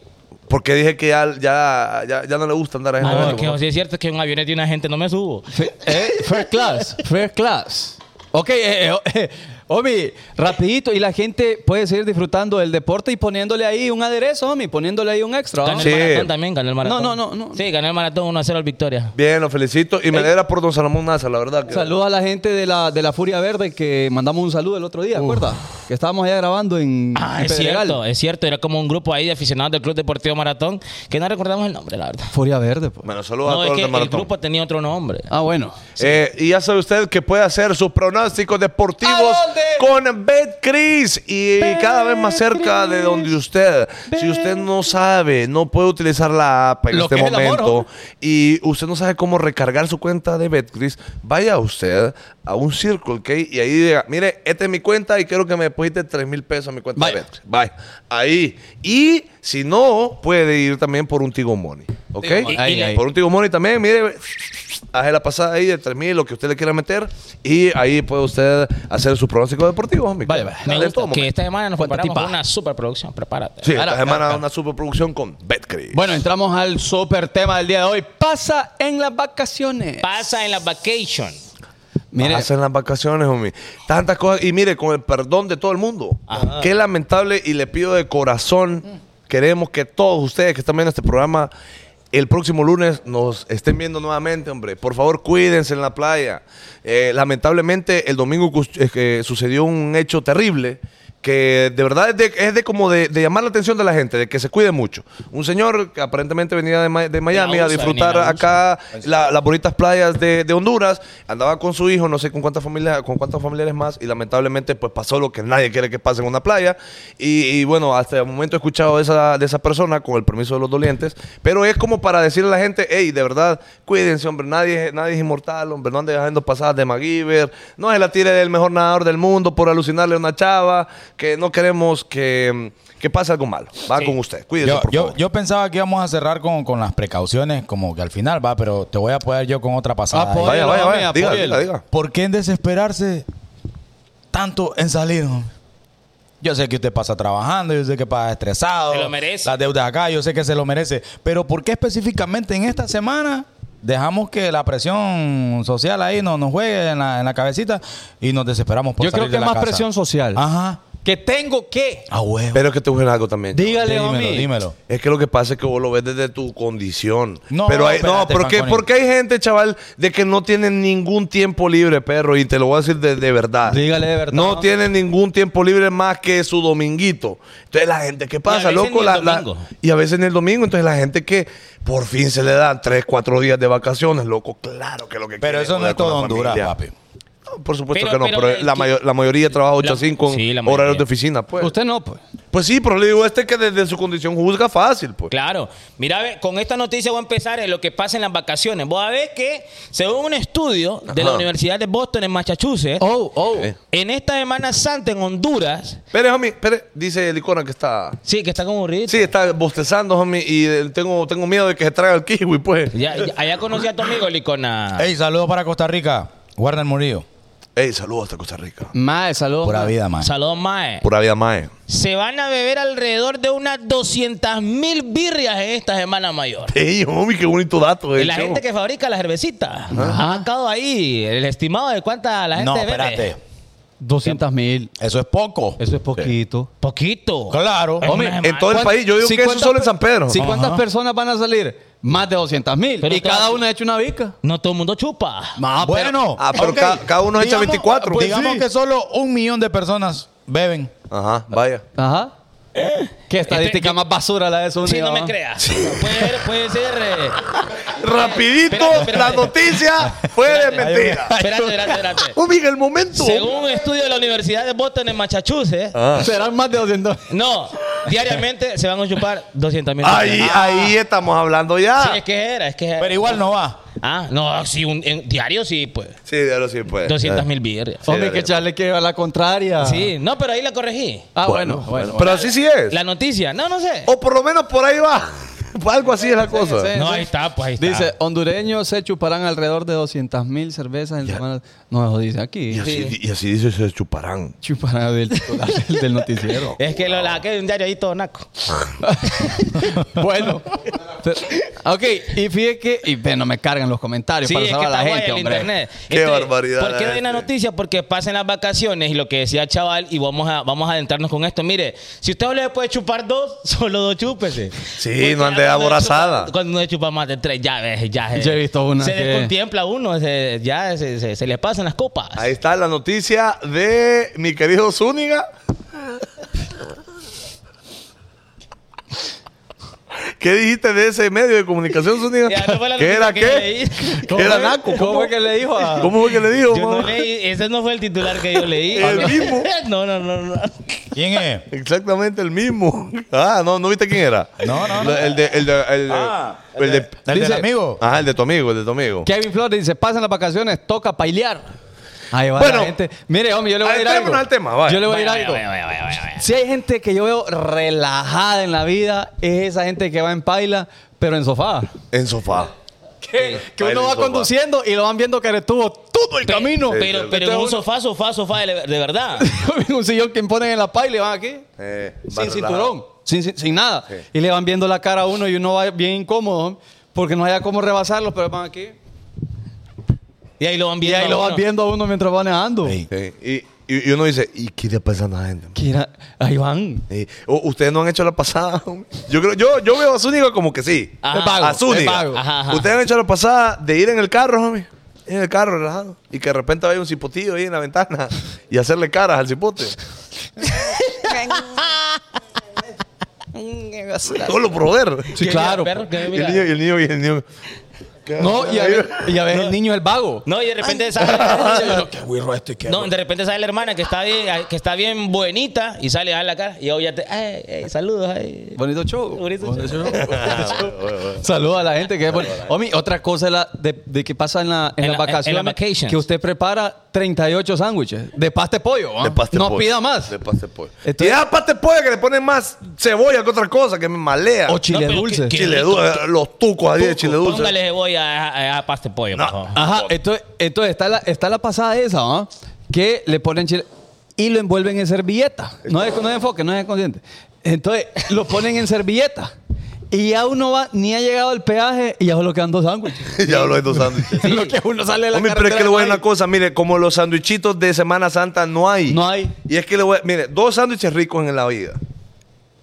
Porque dije que ya, ya, ya, ya no le gusta andar a gente. Ah, de no, esto, que ¿no? o sea, es cierto que en un avionete de una gente no me subo. ¿Eh? First class, first class. Ok, eh, eh, eh, Omi, rapidito, y la gente puede seguir disfrutando del deporte y poniéndole ahí un aderezo, Omi, poniéndole ahí un extra. ¿no? Gané Sí. el maratón también, gané el maratón. No, no, no, no. Sí, gané el maratón 1 a 0 al Victoria. Bien, lo felicito. Y me alegra por don Salomón Nasa, la verdad. que- Saludos a la gente de la, de la Furia Verde que mandamos un saludo el otro día, ¿acuerdas? Que estábamos allá grabando en, Ah, en es Pedregal. cierto, es cierto. Era como un grupo ahí de aficionados del Club Deportivo Maratón que no recordamos el nombre, la verdad. Furia Verde, pues. Bueno, saludos No, a es todos que los de el Maratón. grupo tenía otro nombre. Ah, bueno. Eh, y ya sabe usted que puede hacer sus pronósticos deportivos con BetCris y cada vez más cerca de donde usted. Si usted no sabe, no puede utilizar la app en Lo este que es el amor, momento ¿no? y usted no sabe cómo recargar su cuenta de BetCris, vaya usted a un Circle K y ahí diga, mire, esta es mi cuenta y quiero que me deposite 3 mil pesos a mi cuenta de Vaya. BetCris. Vaya, ahí. Y si no, puede ir también por un Tigo Money, ¿ok? Tigo Money. Ahí, Y- y- ahí. Por un Tigo Money también, mire, hace la pasada ahí de 3000, lo que usted le quiera meter, y ahí puede usted hacer su pronóstico deportivo, amigo. Vaya, vaya. Me De gusta todo que momento. esta semana nos Cuenta preparamos tipa. con una superproducción. Prepárate. Sí, esta Ahora, semana ahora. una superproducción con Betcris. Bueno, entramos al super tema del día de hoy. Pasa en las vacaciones. Pasa en la vacation. Mire, Hacen las vacaciones, homie. Tantas cosas. Y mire, con el perdón de todo el mundo. Qué lamentable. Y le pido de corazón. Queremos que todos ustedes que están viendo este programa el próximo lunes nos estén viendo nuevamente, hombre. Por favor, cuídense en la playa. Eh, lamentablemente, el domingo cus- eh, que sucedió un hecho terrible que de verdad es de, es de como de, de llamar la atención de la gente, de que se cuide mucho. Un señor que aparentemente venía de, Ma- de usa, Miami a ni la disfrutar usa. acá la- las bonitas playas de, de Honduras. Andaba con su hijo, no sé con cuántas familias, con cuántos familiares más, y lamentablemente pues pasó lo que nadie quiere que pase en una playa. Y, y, bueno, hasta el momento he escuchado de esa, de esa persona, con el permiso de los dolientes, pero es como para decirle a la gente, hey, de verdad, cuídense, hombre, nadie, nadie es inmortal, hombre, no anden haciendo pasadas de MacGyver, no se la tire del mejor nadador del mundo por alucinarle a una chava, que no queremos que, que pase algo malo. Va con usted, cuídense, Yo, por yo- favor. yo pensaba que íbamos a cerrar con, con las precauciones, como que al final va, pero te voy a apoyar yo con otra pasada. Apoya. vaya, vaya, vaya, Apóyelo, diga, apóyelo. diga, diga. ¿Por qué en desesperarse tanto en salir? hombre? Yo sé que usted pasa trabajando, yo sé que pasa estresado. Se lo merece. Las deudas acá, yo sé que se lo merece. Pero ¿por qué específicamente en esta semana dejamos que la presión social ahí no, nos juegue en la, en la cabecita y nos desesperamos por yo creo salir que de es la más casa? Ah. presión social. Ajá. Que tengo que. A huevo. Pero que te busquen algo también. Dígale, dímelo, Omi. dímelo. Es que lo que pasa es que vos lo ves desde tu condición. No, pero hay, no, espérate, porque, Fanconi. porque hay gente, chaval, de que no tienen ningún tiempo libre, perro, y te lo voy a decir de, de verdad. Dígale de verdad. No, tienen ningún tiempo libre más que su dominguito. Entonces la gente, ¿qué pasa, veces ni loco? el La- la- domingo. y a veces en el domingo, entonces la gente que por fin se le dan tres, cuatro días de vacaciones, loco, claro que lo que Pero quiere eso es no es joder con todo la Honduras, familia. papi. No, por supuesto Pero- que no, pero pero, el la, que- mayo- la mayoría trabaja 8 a la- 5 sí, la horarios mayoría. de oficina, pues. Usted no, pues. Pues sí, pero le digo a este que desde su condición juzga fácil, pues. Claro. Mira, ve, con esta noticia voy a empezar en lo que pasa en las vacaciones. Vos a ver que, según un estudio de la Ajá. Universidad de Boston en Massachusetts, Oh, oh. en esta Semana Santa en Honduras, Espere, homie, espere. Dice el icona que está. sí, que está como aburrido. Sí, está bostezando, homie, y eh, tengo, tengo miedo de que se traiga el kiwi, pues. Ya, ya- allá conocí a tu amigo Licona. Ah. Ey, saludos para Costa Rica. Warner Murillo. Ey, saludos hasta Costa Rica. Mae, saludos. Pura mae. vida, man. Saludos, Mae. Pura vida, Mae. Se van a beber alrededor de unas 200 mil birrias en esta Semana Mayor. Ey, homie, qué bonito dato, eh. Y la gente que fabrica la cervecita. Ha sacado ahí el estimado de cuánta la gente Ah. No, bebe. espérate. 200 mil. Eso es poco. Eso es poquito. Poquito. Claro. Es Homie, una en todo el semana. país. Yo digo que eso 50 solo en San Pedro. ¿Sí cuántas personas van a salir? Más de 200 mil. Pero Y claro. cada una ha hecho una bica. No todo el mundo chupa. Más, bueno, Ah, pero ok. ca- cada uno echa 24. Pues pues digamos sí. que solo un millón de personas beben. Ajá, vaya. Ajá. Qué estadística Este- más basura la de su Sí, unidad, no me ¿va? creas. Puede ser, puede ser. eh, Rapidito, espérate, espérate. la noticia fue de Espérate. mentira. Espérate, espérate, espérate. Homie, en el momento. Según un estudio de la Universidad de Boston en Massachusetts, Ah. Serán más de 200 no, diariamente se van a chupar 200 mil. Ahí, ah. ahí estamos hablando ya. Ah. Sí, es que era, es que era. Pero igual no va. Ah, no, sí, un, en- diario sí, pues. Sí, de lo sí, pues. 200 mil birrias. Sí, Hombre, dale. que echarle que a la contraria. Sí, no, pero ahí la corregí. Ah, Bueno, bueno, bueno. Pero así sí es. Oh, La noticia, no, no sé. O por lo menos por ahí va. Algo así es la cosa. sí. No, ahí está, pues ahí está. Dice, hondureños se chuparán alrededor de 200 mil cervezas en Ya. semana. No, eso dice aquí. Y, así, y así dice, se chuparán. Chuparán del, del noticiero. Es que lo oh. laqué de un diario ahí todo naco. Bueno. ok, y fíjate que. Y ve, no me cargan los comentarios para salvar a la guay gente, el hombre. internet. Qué barbaridad ¿Por qué la doy una gente. noticia? Porque pasan las vacaciones y lo que decía Chaval, y vamos a, vamos a adentrarnos con esto. Mire, si usted le puede chupar dos, solo dos chúpese. Sí, Porque no ande ya cuando aborazada. chupa- Cuando no chupa más de tres, ya ves, ya se- Yo he visto una Se que- descontempla uno, se- ya se, se- se le pasan las copas. Ahí está la noticia de mi querido Zúñiga. ¿Qué dijiste de ese medio de comunicación, Zúñiga? Ya, no fue la noticia ¿Qué era que qué? leí. ¿Qué era Naco? ¿Cómo fue que le dijo a.? ¿Cómo fue que le dijo? Yo no mamá? leí, ese no fue el titular que yo leí. El mismo. No, no, no, no. ¿Quién es? Exactamente el mismo. Ah, no, ¿no viste quién era? No, no, no. El de... El de, el de- el de- Dice- ¿El del amigo? Ajá, el de tu amigo, el de tu amigo. Kevin Flores dice: pasan las vacaciones, toca pailear. Ahí va Bueno. la gente. Mire, hombre, yo le voy a decir algo. Adentrémonos al tema, vaya. Yo le voy a Vaya, decir vaya, algo. vaya, vaya, vaya, vaya. Si hay gente que yo veo relajada en la vida, es esa gente que va en paila, pero en sofá. En sofá. Que, que Paila uno en va sofá. conduciendo y lo van viendo que estuvo todo el Pe- camino. Pero, pero en un sofá, sofá, sofá, de, de verdad. un sillón que ponen en la paila y van aquí. Eh, sin más cinturón, sin, sin- sin nada. Y le van viendo la cara a uno y uno va bien incómodo porque no haya cómo rebasarlo, pero van aquí. Y ahí lo van Y viendo. ahí lo a van uno. viendo a uno mientras van andando. Ey. relajado. Sí, Y, y- y uno dice, ¿y qué le pasa a la gente? Que era- ahí van. Sí. O- Ustedes no han hecho la pasada. hombre. Yo creo, yo, yo veo a Zúñiga como que sí. Ajá. Es vago, a Zúñiga. es vago. Ajá, ajá. Ustedes han hecho la pasada de ir en el carro, homie. Ir en el carro, relajado. Y que de repente vaya un cipotillo ahí en la ventana y hacerle caras al cipote. Todo lo brother. Sí, ¿Qué claro. mira, perro? Y ¿Qué el mira? niño, y el niño, y el niño. No, y a, ver- y a ver, el niño es vago. No, y de repente sale. no, de repente sale la hermana que está bien, que está bien buenita y sale a la cara. Y obviamente, ay, ay, saludos. ay. Bonito show. Bonito Saluda a la gente que es bonito. Omi, otra cosa de, la- de- de que pasa en la, en En las la- vacaciones, en las vacations. que usted prepara 38 sándwiches de pasta de pollo. ¿ah? De paste no pollo. pida más. De paste pollo. Entonces- y da paste pollo que le ponen más cebolla que otra cosa, que me malea. O chile No, pero dulce. que- Chile dulce, los tucos ahí de chile dulce. Póngale cebolla a, a, a paste pollo, No. por favor. Ajá, entonces, entonces está, la, está la pasada esa, ¿no? Que le ponen chile y lo envuelven en servilleta. No es, no es enfoque, no es consciente. Entonces, lo ponen en servilleta. Y ya uno va, ni ha llegado al peaje y ya solo quedan dos sándwiches. ya hablo de dos sándwiches. lo que uno sale de la Hombre, pero es carretera que le voy a decir no una cosa, mire, como los sándwichitos de Semana Santa no hay. No hay. Y es que le voy a, mire, dos sándwiches ricos en la vida.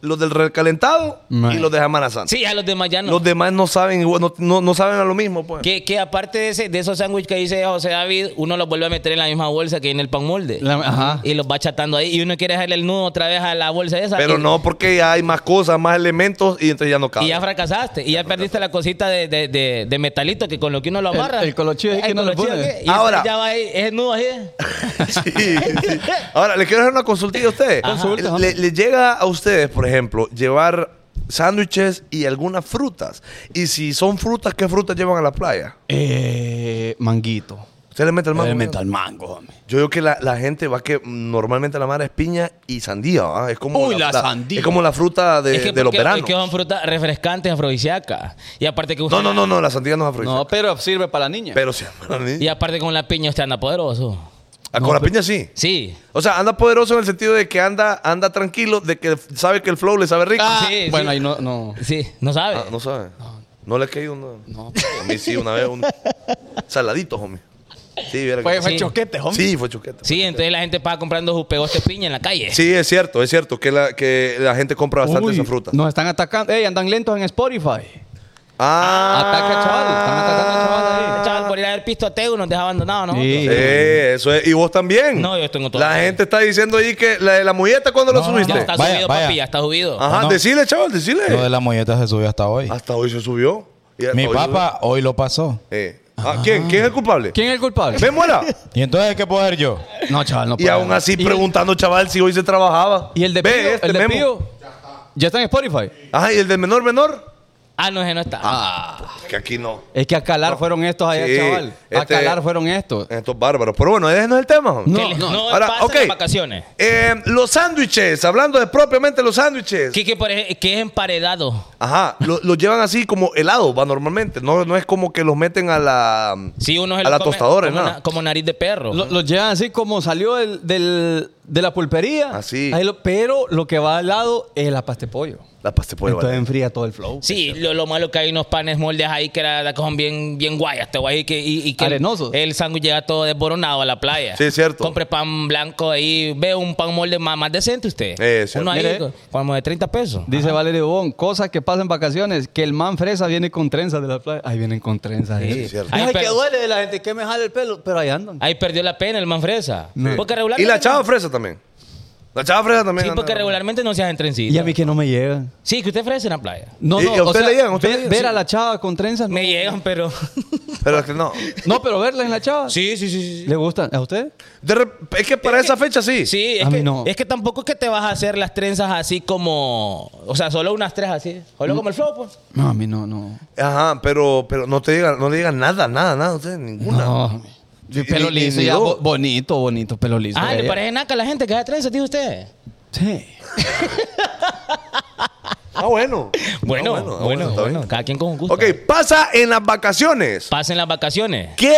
Los del recalentado No hay. y los de Semana Santa. Sí, a los demás ya no. Los demás no saben, igual, no, no- no saben a lo mismo, pues. que, que aparte de, ese, de esos sándwiches que dice José David, uno los vuelve a meter en la misma bolsa que en el pan molde. La- ajá. Y los va chatando ahí. Y uno quiere dejarle el nudo otra vez a la bolsa esa. Pero Y- no, porque ya hay más cosas, más elementos y entonces ya no cabe. Y ya fracasaste. Y ya perdiste la cosita de, de, de, de metalito que con lo que uno lo El- amarra. el colochillo ahí que uno le colochillo pone. que- Y Ahora. Ahora. Ya va ahí, ¿eh? es nudo así. Sí, sí. Ahora, le quiero hacer una consultilla a ustedes. Ajá. Consulta, Le, le llega a ustedes, por ejemplo, llevar sándwiches y algunas frutas. Y si son frutas, ¿qué frutas llevan a la playa? Eh, manguito. Usted le mete el mango. Elemento al mango, hombre. Yo digo que la, la gente va que mm, normalmente la madre es piña y sandía, ¿va? Es como Uy, la sandía. Es como la fruta de, es que de los porque- veranos. Es que son frutas refrescantes, afrodisíacas. Y aparte que No, no, no, no, la sandía no es afrodisíaca. No, pero sirve para la niña. pero sí, para mí. Y aparte con la piña usted anda poderoso. Ah, con la piña sí. Sí. O sea, anda poderoso en el sentido de que anda anda tranquilo, de que sabe que el flow le sabe rico. Ah, sí, bueno, sí. ahí no, no. Sí, no sabe. Ah, no sabe. No le ha caído uno. No. A mí sí, una vez un saladito, homie. Sí, viera que- Fue, fue Sí. choquete, hombre. Sí, fue choquete. Sí, entonces la gente paga comprando sus pegotes de piña en la calle. Sí, es cierto, es cierto que la, que la gente compra bastante Uy, esa fruta. Nos están atacando. Ey, andan lentos en Spotify. Ah, Ataca, chaval. Están atacando a chaval ahí. Chaval, por ir a ver pisto a Tegu nos deja abandonados, ¿no? Sí. Eh, eso es. ¿Y vos también? No, yo tengo todo. La gente está diciendo ahí que la de la muñeca cuando lo No, subiste. Ya está Vaya, subido, vaya. papi, ya está subido. Ajá, No. decile, chaval, decile. Lo de la molleta se subió hasta hoy. Hasta hoy se subió. Y hasta Mi Ah, hoy papá hoy lo pasó. subió. Eh. Ah, ¿Quién? ¿Quién es el culpable? ¿Quién es el culpable? ¿Ve muera? ¿Y entonces qué puedo hacer yo? No, chaval, no Y aún podemos. así preguntando, chaval, si hoy se trabajaba. ¿Y el de Ve Pío? este ¿El de memo. Pío? Ya está en Spotify. Ajá, ¿y el de menor menor? Ah, no, ese no está. Que aquí no. Es que a calar fueron estos allá, Sí, chaval. A este- calar fueron estos. Estos bárbaros. Pero bueno, ese no es el tema. Que No, le- no. no Ahora, pasan ok. las vacaciones. Eh, los sándwiches, hablando de propiamente los sándwiches. Que, que por ej- que es emparedado. Ajá, lo- los llevan así como helados, va normalmente. No, no es como que los meten a la, Sí, uno se a lo la come tostadora, como, nada. na- como nariz de perro. Lo- Los llevan así como salió del, del- de la pulpería. Así. Ahí lo- pero lo que va al lado es la pasta de pollo. La pasta de pollo, Entonces vale. enfría todo el flow. Sí, lo, lo malo que hay unos panes moldes ahí que la, la cojan bien, bien guayas, te voy a decir que, y, y que el, Arenosos. el sándwich llega todo desboronado a la playa. Sí, es cierto. Compre pan blanco ahí, ve un pan molde más, más decente usted. Eh, es cierto. Uno ahí, Mire. co- como de 30 pesos. Dice Valerio Bon, cosas que pasan en vacaciones, que el man fresa viene con trenzas de la playa. Ahí vienen con trenzas. Sí, eh. es cierto. Ay, Ay, que pero- duele de la gente que me jala el pelo, pero ahí andan. Ahí perdió la pena el manfresa. Porque Y regularmente la chava fresa también. La chava fresa también. Sí, anda- porque regularmente no se hacen trencitas. Y a mí que no me llegan. Sí, que usted fresa en la playa. No, ¿Y- no, y a usted le llegan? ¿A usted ver, le llegan? ver Sí. a la chava con trenzas. no. Me llegan, pero... Pero es que no. No, pero verla en la chava. sí, sí, sí, sí. ¿Le gustan? ¿A usted? De rep- es que para Es esa que- fecha sí. Sí, es, A mí que, no. es que tampoco es que te vas a hacer las trenzas así como. O sea, solo unas tres así. Solo como el flow, pues. No, a mí no, no. Ajá, pero, pero no te digan, no le digan nada, nada, nada, ustedes, ninguna. No. Ni- Pelo ni- liso, ni ya, dos. bo- bonito, bonito, pelo liso. Ah, le Ella- parece naca a la gente que hace trenzas, dice usted. Sí. Ah, bueno. Bueno, Ah, bueno, ah, bueno, está bien. cada quien con un gusto. Ok, pasa en las vacaciones. Pasen las vacaciones. que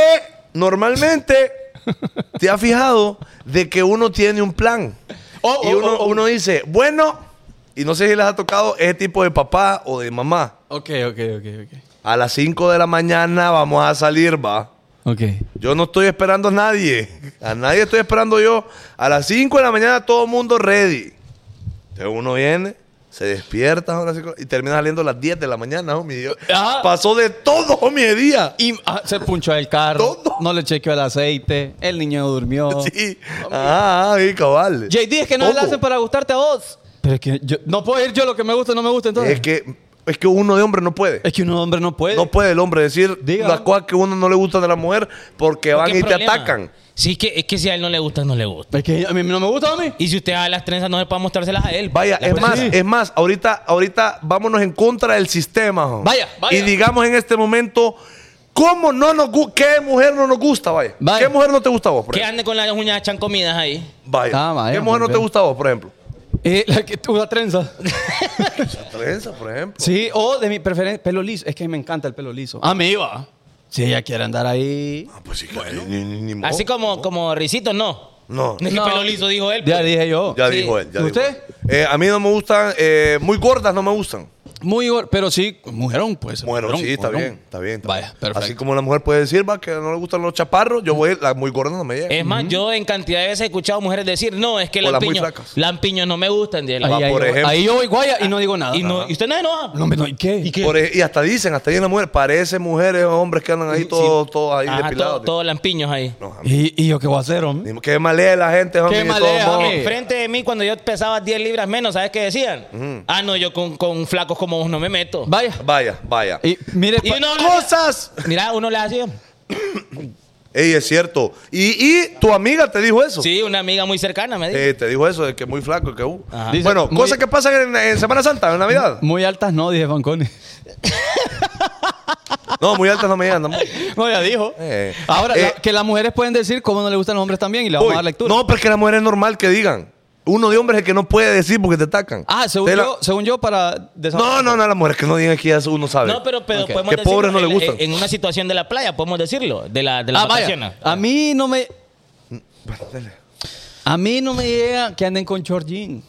normalmente te has fijado de que uno tiene un plan. Oh, y oh, uno, oh, oh. uno dice, bueno, y no sé si les ha tocado ese tipo de papá o de mamá. Ok, ok, ok, A las 5 de la mañana vamos a salir, va. ok. Ok. Yo no estoy esperando a nadie. A nadie estoy esperando yo. A las 5 de la mañana todo el mundo ready. Entonces uno viene, se despierta a las cinco- y termina saliendo a las 10 de la mañana, homie. Yo- Ajá. Pasó de todo, homie, de día. Y ah, se punchó el carro. Todo. No le chequeó el aceite. El niño durmió. Sí. Ah, ah, sí, cabal. JD, Oh. es que no le Todo. hacen para gustarte a vos. Pero es que yo no puedo ir yo lo que me gusta no me gusta entonces. Es que, es que uno de hombre no puede. Es que un hombre no puede. No puede el hombre decir Diga. las cosas que uno no le gustan de la mujer porque van ¿Qué y te problema? atacan. Sí, es que, es que si a él no le gusta, no le gusta. Es que a mí no me gusta a mí. Y si usted hace las trenzas, no se puede mostrárselas a él. Pues, Vaya, Las es trenzas- más, eh, es más, ahorita, ahorita vámonos en contra del sistema. jo. Vaya, vaya. Y digamos en este momento, ¿cómo no nos gu- ¿Qué mujer no nos gusta, vaya? Vaya. ¿Qué mujer no te gusta a vos, por Que ejemplo? ande con las uñas chancomidas ahí. Vaya. Ah, vaya, ¿Qué mujer no muy te bien. gusta a vos, por ejemplo? Eh, la que usa trenza. La trenza, por ejemplo. sí, o de mi preferencia, pelo liso. Es que me encanta el pelo liso. A mí va. Si ella quiere andar ahí. Ah, pues sí, que- ni- ni- ni modo. Así como, como risitos, no. No. Es que No. pelo liso, dijo él. pues. Ya dije yo. Ya Sí. dijo él. ya dijo ¿Usted? él. Eh, a mí no me gustan, eh, muy gordas no me gustan. Muy gor- pero sí, mujerón, pues. Bueno, mujerón, sí, está mujerón. bien, está bien. está Vaya, bien. perfecto. Así como la mujer puede decir, va, que no le gustan los chaparros, yo voy, la muy gorda no me llega. Es más, yo en cantidad de veces he escuchado mujeres decir, no, es que O las muy lampiños, flacas. lampiños no me gustan. dije, Ahí, Va, ahí por yo- ejemplo. ahí yo voy guaya y no digo nada. y, no, y usted no se enoja. No, hombre, no, ¿y qué? ¿Y qué? Por ej- y hasta dicen, hasta ahí en la mujer, parece mujeres, hombres que andan ahí todos todos ahí Ajá, todo- depilados. todos lampiños ahí. No, a mí- ¿Y, y yo qué voy a hacer, hombre? ni- que malea la gente, homie, de Qué todos malea, modos. homie. Enfrente de mí, cuando yo pesaba 10 libras menos, ¿sabes qué decían? Ah, no, yo con, con flacos como vos no me meto. Vaya. Vaya, vaya. Y mire, Y pa- uno le- ¡Cosas! Mira, uno le hacía. Ey, es cierto. Y, y tu amiga te dijo eso. Sí, una amiga muy cercana me dijo. Eh, te dijo eso, de que muy flaco, que uh. Ajá. Dice, Bueno, muy- cosas que pasan en, en Semana Santa, en Navidad. muy altas no, dije Fanconi. No, muy altas no me llegan. tampoco. No, ya dijo. Eh, Ahora, eh, la- que las mujeres pueden decir cómo no le gustan los hombres también y le vamos Uy, a dar lectura. No, pero es que la mujer es normal que digan. Uno de hombres es el que no puede decir porque te atacan. Ah, según, Te la- yo, según yo, para No, desahog- no, no, las mujeres que no digan que ya eso uno sabe. No, pero, pero Ok. podemos Que decirlo pobres no le en- gustan. En, una situación de la playa, podemos decirlo. De la, de la Ah, vacaciones. vaya. A mí no me. Dale. A mí no me llega que anden con short jean.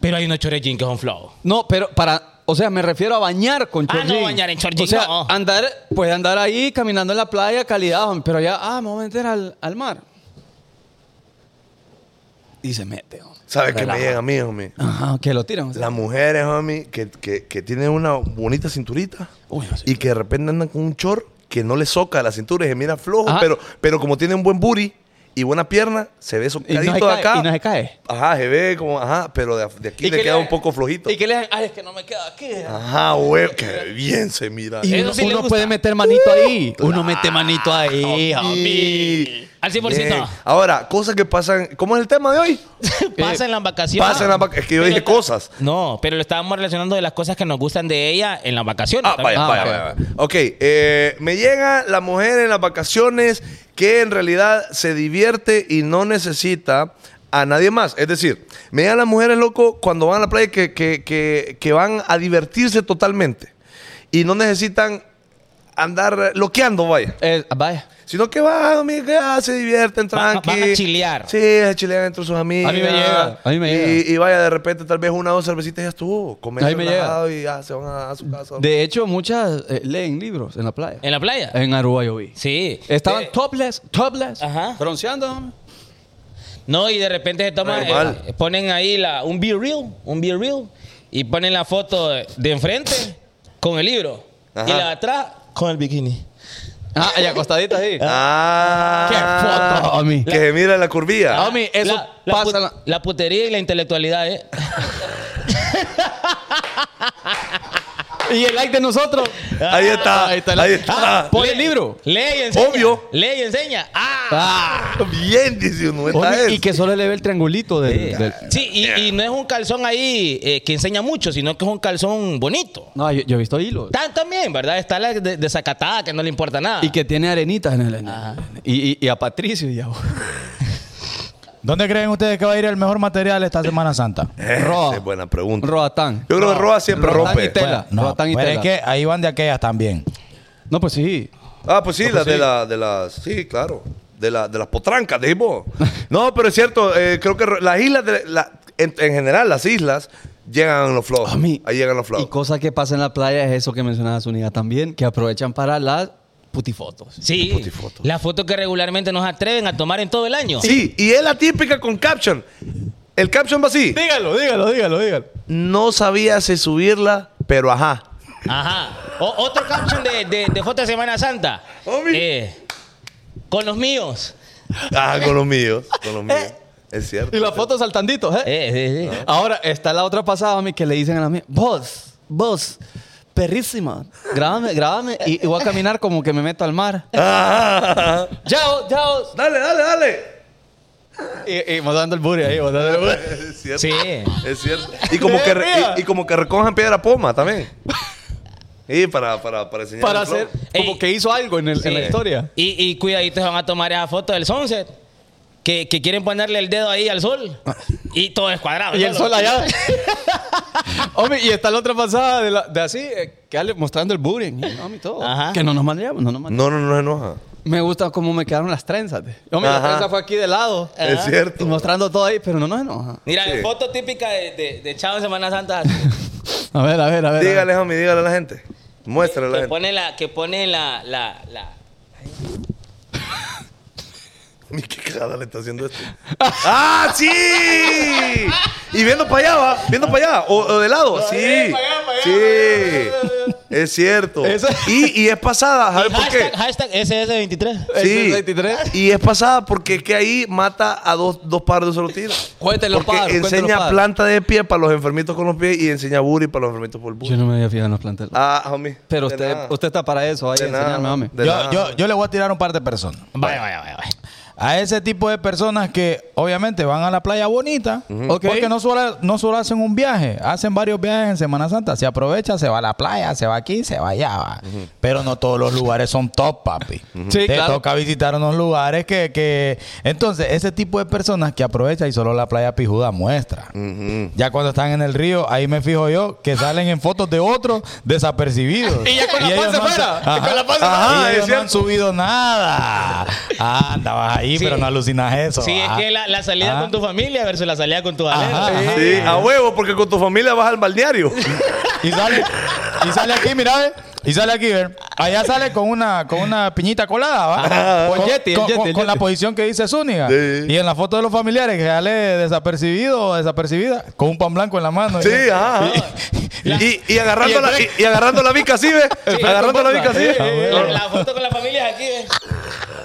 Pero hay unos chorellín que son flojos. No, pero para. O sea, me refiero a bañar con Ah, short no, jean. bañar en short jean, O sea, no. andar, puede andar ahí caminando en la playa, calidad, hombre, pero ya, ah, me voy a meter al, al mar. Y se mete, hombre. ¿Sabes qué me Relaja. llega a mí, homie? Ajá, que lo tiran. o sea. Las mujeres, homie, que, que, que tienen una bonita cinturita Uy, no sé. y que de repente andan con un chor que no le soca a la cintura y se mira flojo, Ajá. pero, pero como tiene un buen booty y buena pierna, se ve Y no se socadito de cae. acá. Y no se cae. Ajá, se ve como, ajá, pero de, de aquí ¿Y le qué queda le- un poco flojito. Y que le ay, es que no me queda aquí. Ajá, güey, que bien se mira. Y Eso uno, sí le uno gusta. Uh, puede meter manito ahí. Uno mete manito ahí, homie. Y Al 100%. Bien. Ahora, cosas que pasan. ¿Cómo es el tema de hoy? Eh, Pasan las vacaciones. Pasan las vacaciones. Es que yo dije cosas. No, pero lo estábamos relacionando de las cosas que nos gustan de ella en las vacaciones. Ah, vaya, Ah, vaya, ok. vaya, vaya. Ok, eh, me llega la mujer en las vacaciones que en realidad se divierte y no necesita a nadie más. Es decir, me llegan las mujeres, loco, cuando van a la playa que, que- que- que van a divertirse totalmente y no necesitan andar loqueando, vaya. Eh, vaya. Sino que van, ah, mira, se divierten, Va- va- tranqui. van a chilear. Sí, a chilear entre sus amigos. A mí me llega, a mí me Y, y vaya, de repente, tal vez una o dos cervecitas y ya estuvo. Comer A mí me llega. relajado y ya se van a, a su casa. De hecho, muchas eh, leen libros en la playa. ¿En la playa? En Aruba yo vi. Sí. Eh. Estaban Eh, topless, topless, Ajá. bronceando. hombre. No, y de repente se toman, Normal. eh, ponen ahí la, un be real, un be real, y ponen la foto de, de enfrente con el libro Ajá. y la de atrás con el bikini. Ah, y acostaditas ahí. Ah, ¡Qué foto, homie! Que se mira la curvilla. Ah, homie, eso La- la pasa. put- la- la putería y la intelectualidad, ¿eh? Y el like de nosotros. Ahí está. Ahí está. Pon Ah, el libro. Lee y enseña. Obvio. Lee y enseña. Ah. Ah. Bien, dice uno. esta Homie, es. y que solo le ve el triangulito del. del- Sí, y, y no es un calzón ahí eh, que enseña mucho, sino que es un calzón bonito. No, yo, yo he visto hilos. Tan- También, ¿verdad? Está la de- desacatada que no le importa nada. Y que tiene arenitas en el. en el- y, y- y a Patricio y a. ¿Dónde creen ustedes que va a ir el mejor material esta Semana Santa? Esa Roa. es buena pregunta. Roatán. Yo creo que Roa siempre Roatán rompe. y Tela. Bueno, no, Roatán y pero Tela. es que ahí van de aquellas también. No, pues sí. Ah, pues sí, Ah, pues las de, sí. la, de las. Sí, claro. De, la, de las potrancas, digo. No, pero es cierto, eh, creo que ro- las islas, de la- en, en general, las islas llegan los flojos. Homie, Ahí llegan los Y flojos. cosa que pasa en la playa es eso que mencionaba Zúñiga también, que aprovechan para las putifotos. Sí, la foto que regularmente nos atreven a tomar en todo el año. Sí, y es la típica con caption. El caption va así. Dígalo, dígalo, dígalo, dígalo. No sabía si subirla, pero ajá. Ajá. O- otro caption de, de, de foto de Semana Santa. Homie. Eh, con los míos. Ah, con los míos. Con los míos. Es cierto. Y las fotos saltanditos, ¿eh? Eh, eh, eh. Ahora está la otra pasada, mami, que le dicen a la mía, vos, vos, perrísima, grábame, grábame, y, y voy a caminar como que me meto al mar. Ah, ¡Chao, chao! dale, dale, dale. Y, y dando el booty ahí, botando el booty. Es cierto. Sí. Es cierto. Y como, que, re- y, y como que recojan piedra poma también. Y para, para, para enseñar. Para el flow. hacer, como Ey. que hizo algo en, el- en la Sí. historia. Y, y cuidadito se van a tomar esa foto del sunset. Que, que quieren ponerle el dedo ahí al sol. Y todo es Ah, cuadrado. Y el solo. sol allá. Hombre, y está la otra pasada de, la- de así, eh, que Ale mostrando el booty. y, homie, todo. Ajá. Que no nos manejamos, no nos manejamos. No, no, no se enoja. Me gusta cómo me quedaron las trenzas. de- Hombre, la Ajá. trenza fue aquí de lado. Es Y cierto. mostrando todo ahí, pero no nos enoja. Mira, Sí. la foto típica de, de, de Chavo en Semana Santa. A ver, a ver, a ver. a ver. Dígale, homie, dígale a la gente. Muéstrale a la que gente. pone la. Que pone la, la, la- Mi qué cagada le está haciendo esto. ¡Ah, sí! Y viendo para allá, va. Viendo para allá. O, o de lado. eh, Sí. Sí. Es cierto. Eso- Y, y es pasada. ¿Sabes por qué? hashtag, hashtag SS23. Ese Sí. es 23. Y es pasada porque es que ahí mata a dos, dos paros de un solo tiro. Cuéntelo, Porque par, cuéntelo, enseña par. planta de pie para los enfermitos con los pies y enseña booty para los enfermitos por el booty. Yo no me había fijado en los planteles. Ah, homie. pero de usted, nada. usted está para eso, vaya, De nada, enseñarme, mami. de Yo, nada. yo, yo le voy a tirar un par de personas. Vaya, vaya, vaya, vaya. A ese tipo de personas que obviamente van a la playa bonita, Ok. porque no solo, no solo hacen un viaje, hacen varios viajes en Semana Santa. Se aprovecha, se va a la playa, se va aquí, se va allá. va. Pero no todos los lugares son top, papi. Sí, Te claro. toca visitar unos lugares que, que... Entonces, ese tipo de personas que aprovecha y solo la playa pijuda muestra. Ya cuando están en el río, ahí me fijo yo que salen en fotos de otros desapercibidos. Y ya con la ellos panza no han- fuera, y Ajá. con la panza Ajá, fuera. ellos Es no han cierto. subido nada. Ah, andabas ahí, Sí. pero no alucinas eso. Sí, es ah. que la, la salida Ah. con tu familia versus la salida con tu Ajá. alero. Sí, a huevo, porque con tu familia vas al balneario. Y sale, y sale aquí, mira, ve. Y sale aquí, ver. Allá sale con una, con una piñita colada, ¿va? Con Yeti, el con, Yeti, con- el con la Yeti. posición que dice Zúñiga. Sí. Y en la foto de los familiares que sale desapercibido o desapercibida, con un pan blanco en la mano. Sí, ah. ajá. ajá. Y, y agarrando, la, y, y agarrando la bica así, ¿ves? Agarrando la bica así. Ah, La, bueno. la foto con la familia es aquí, eh. ¿ves?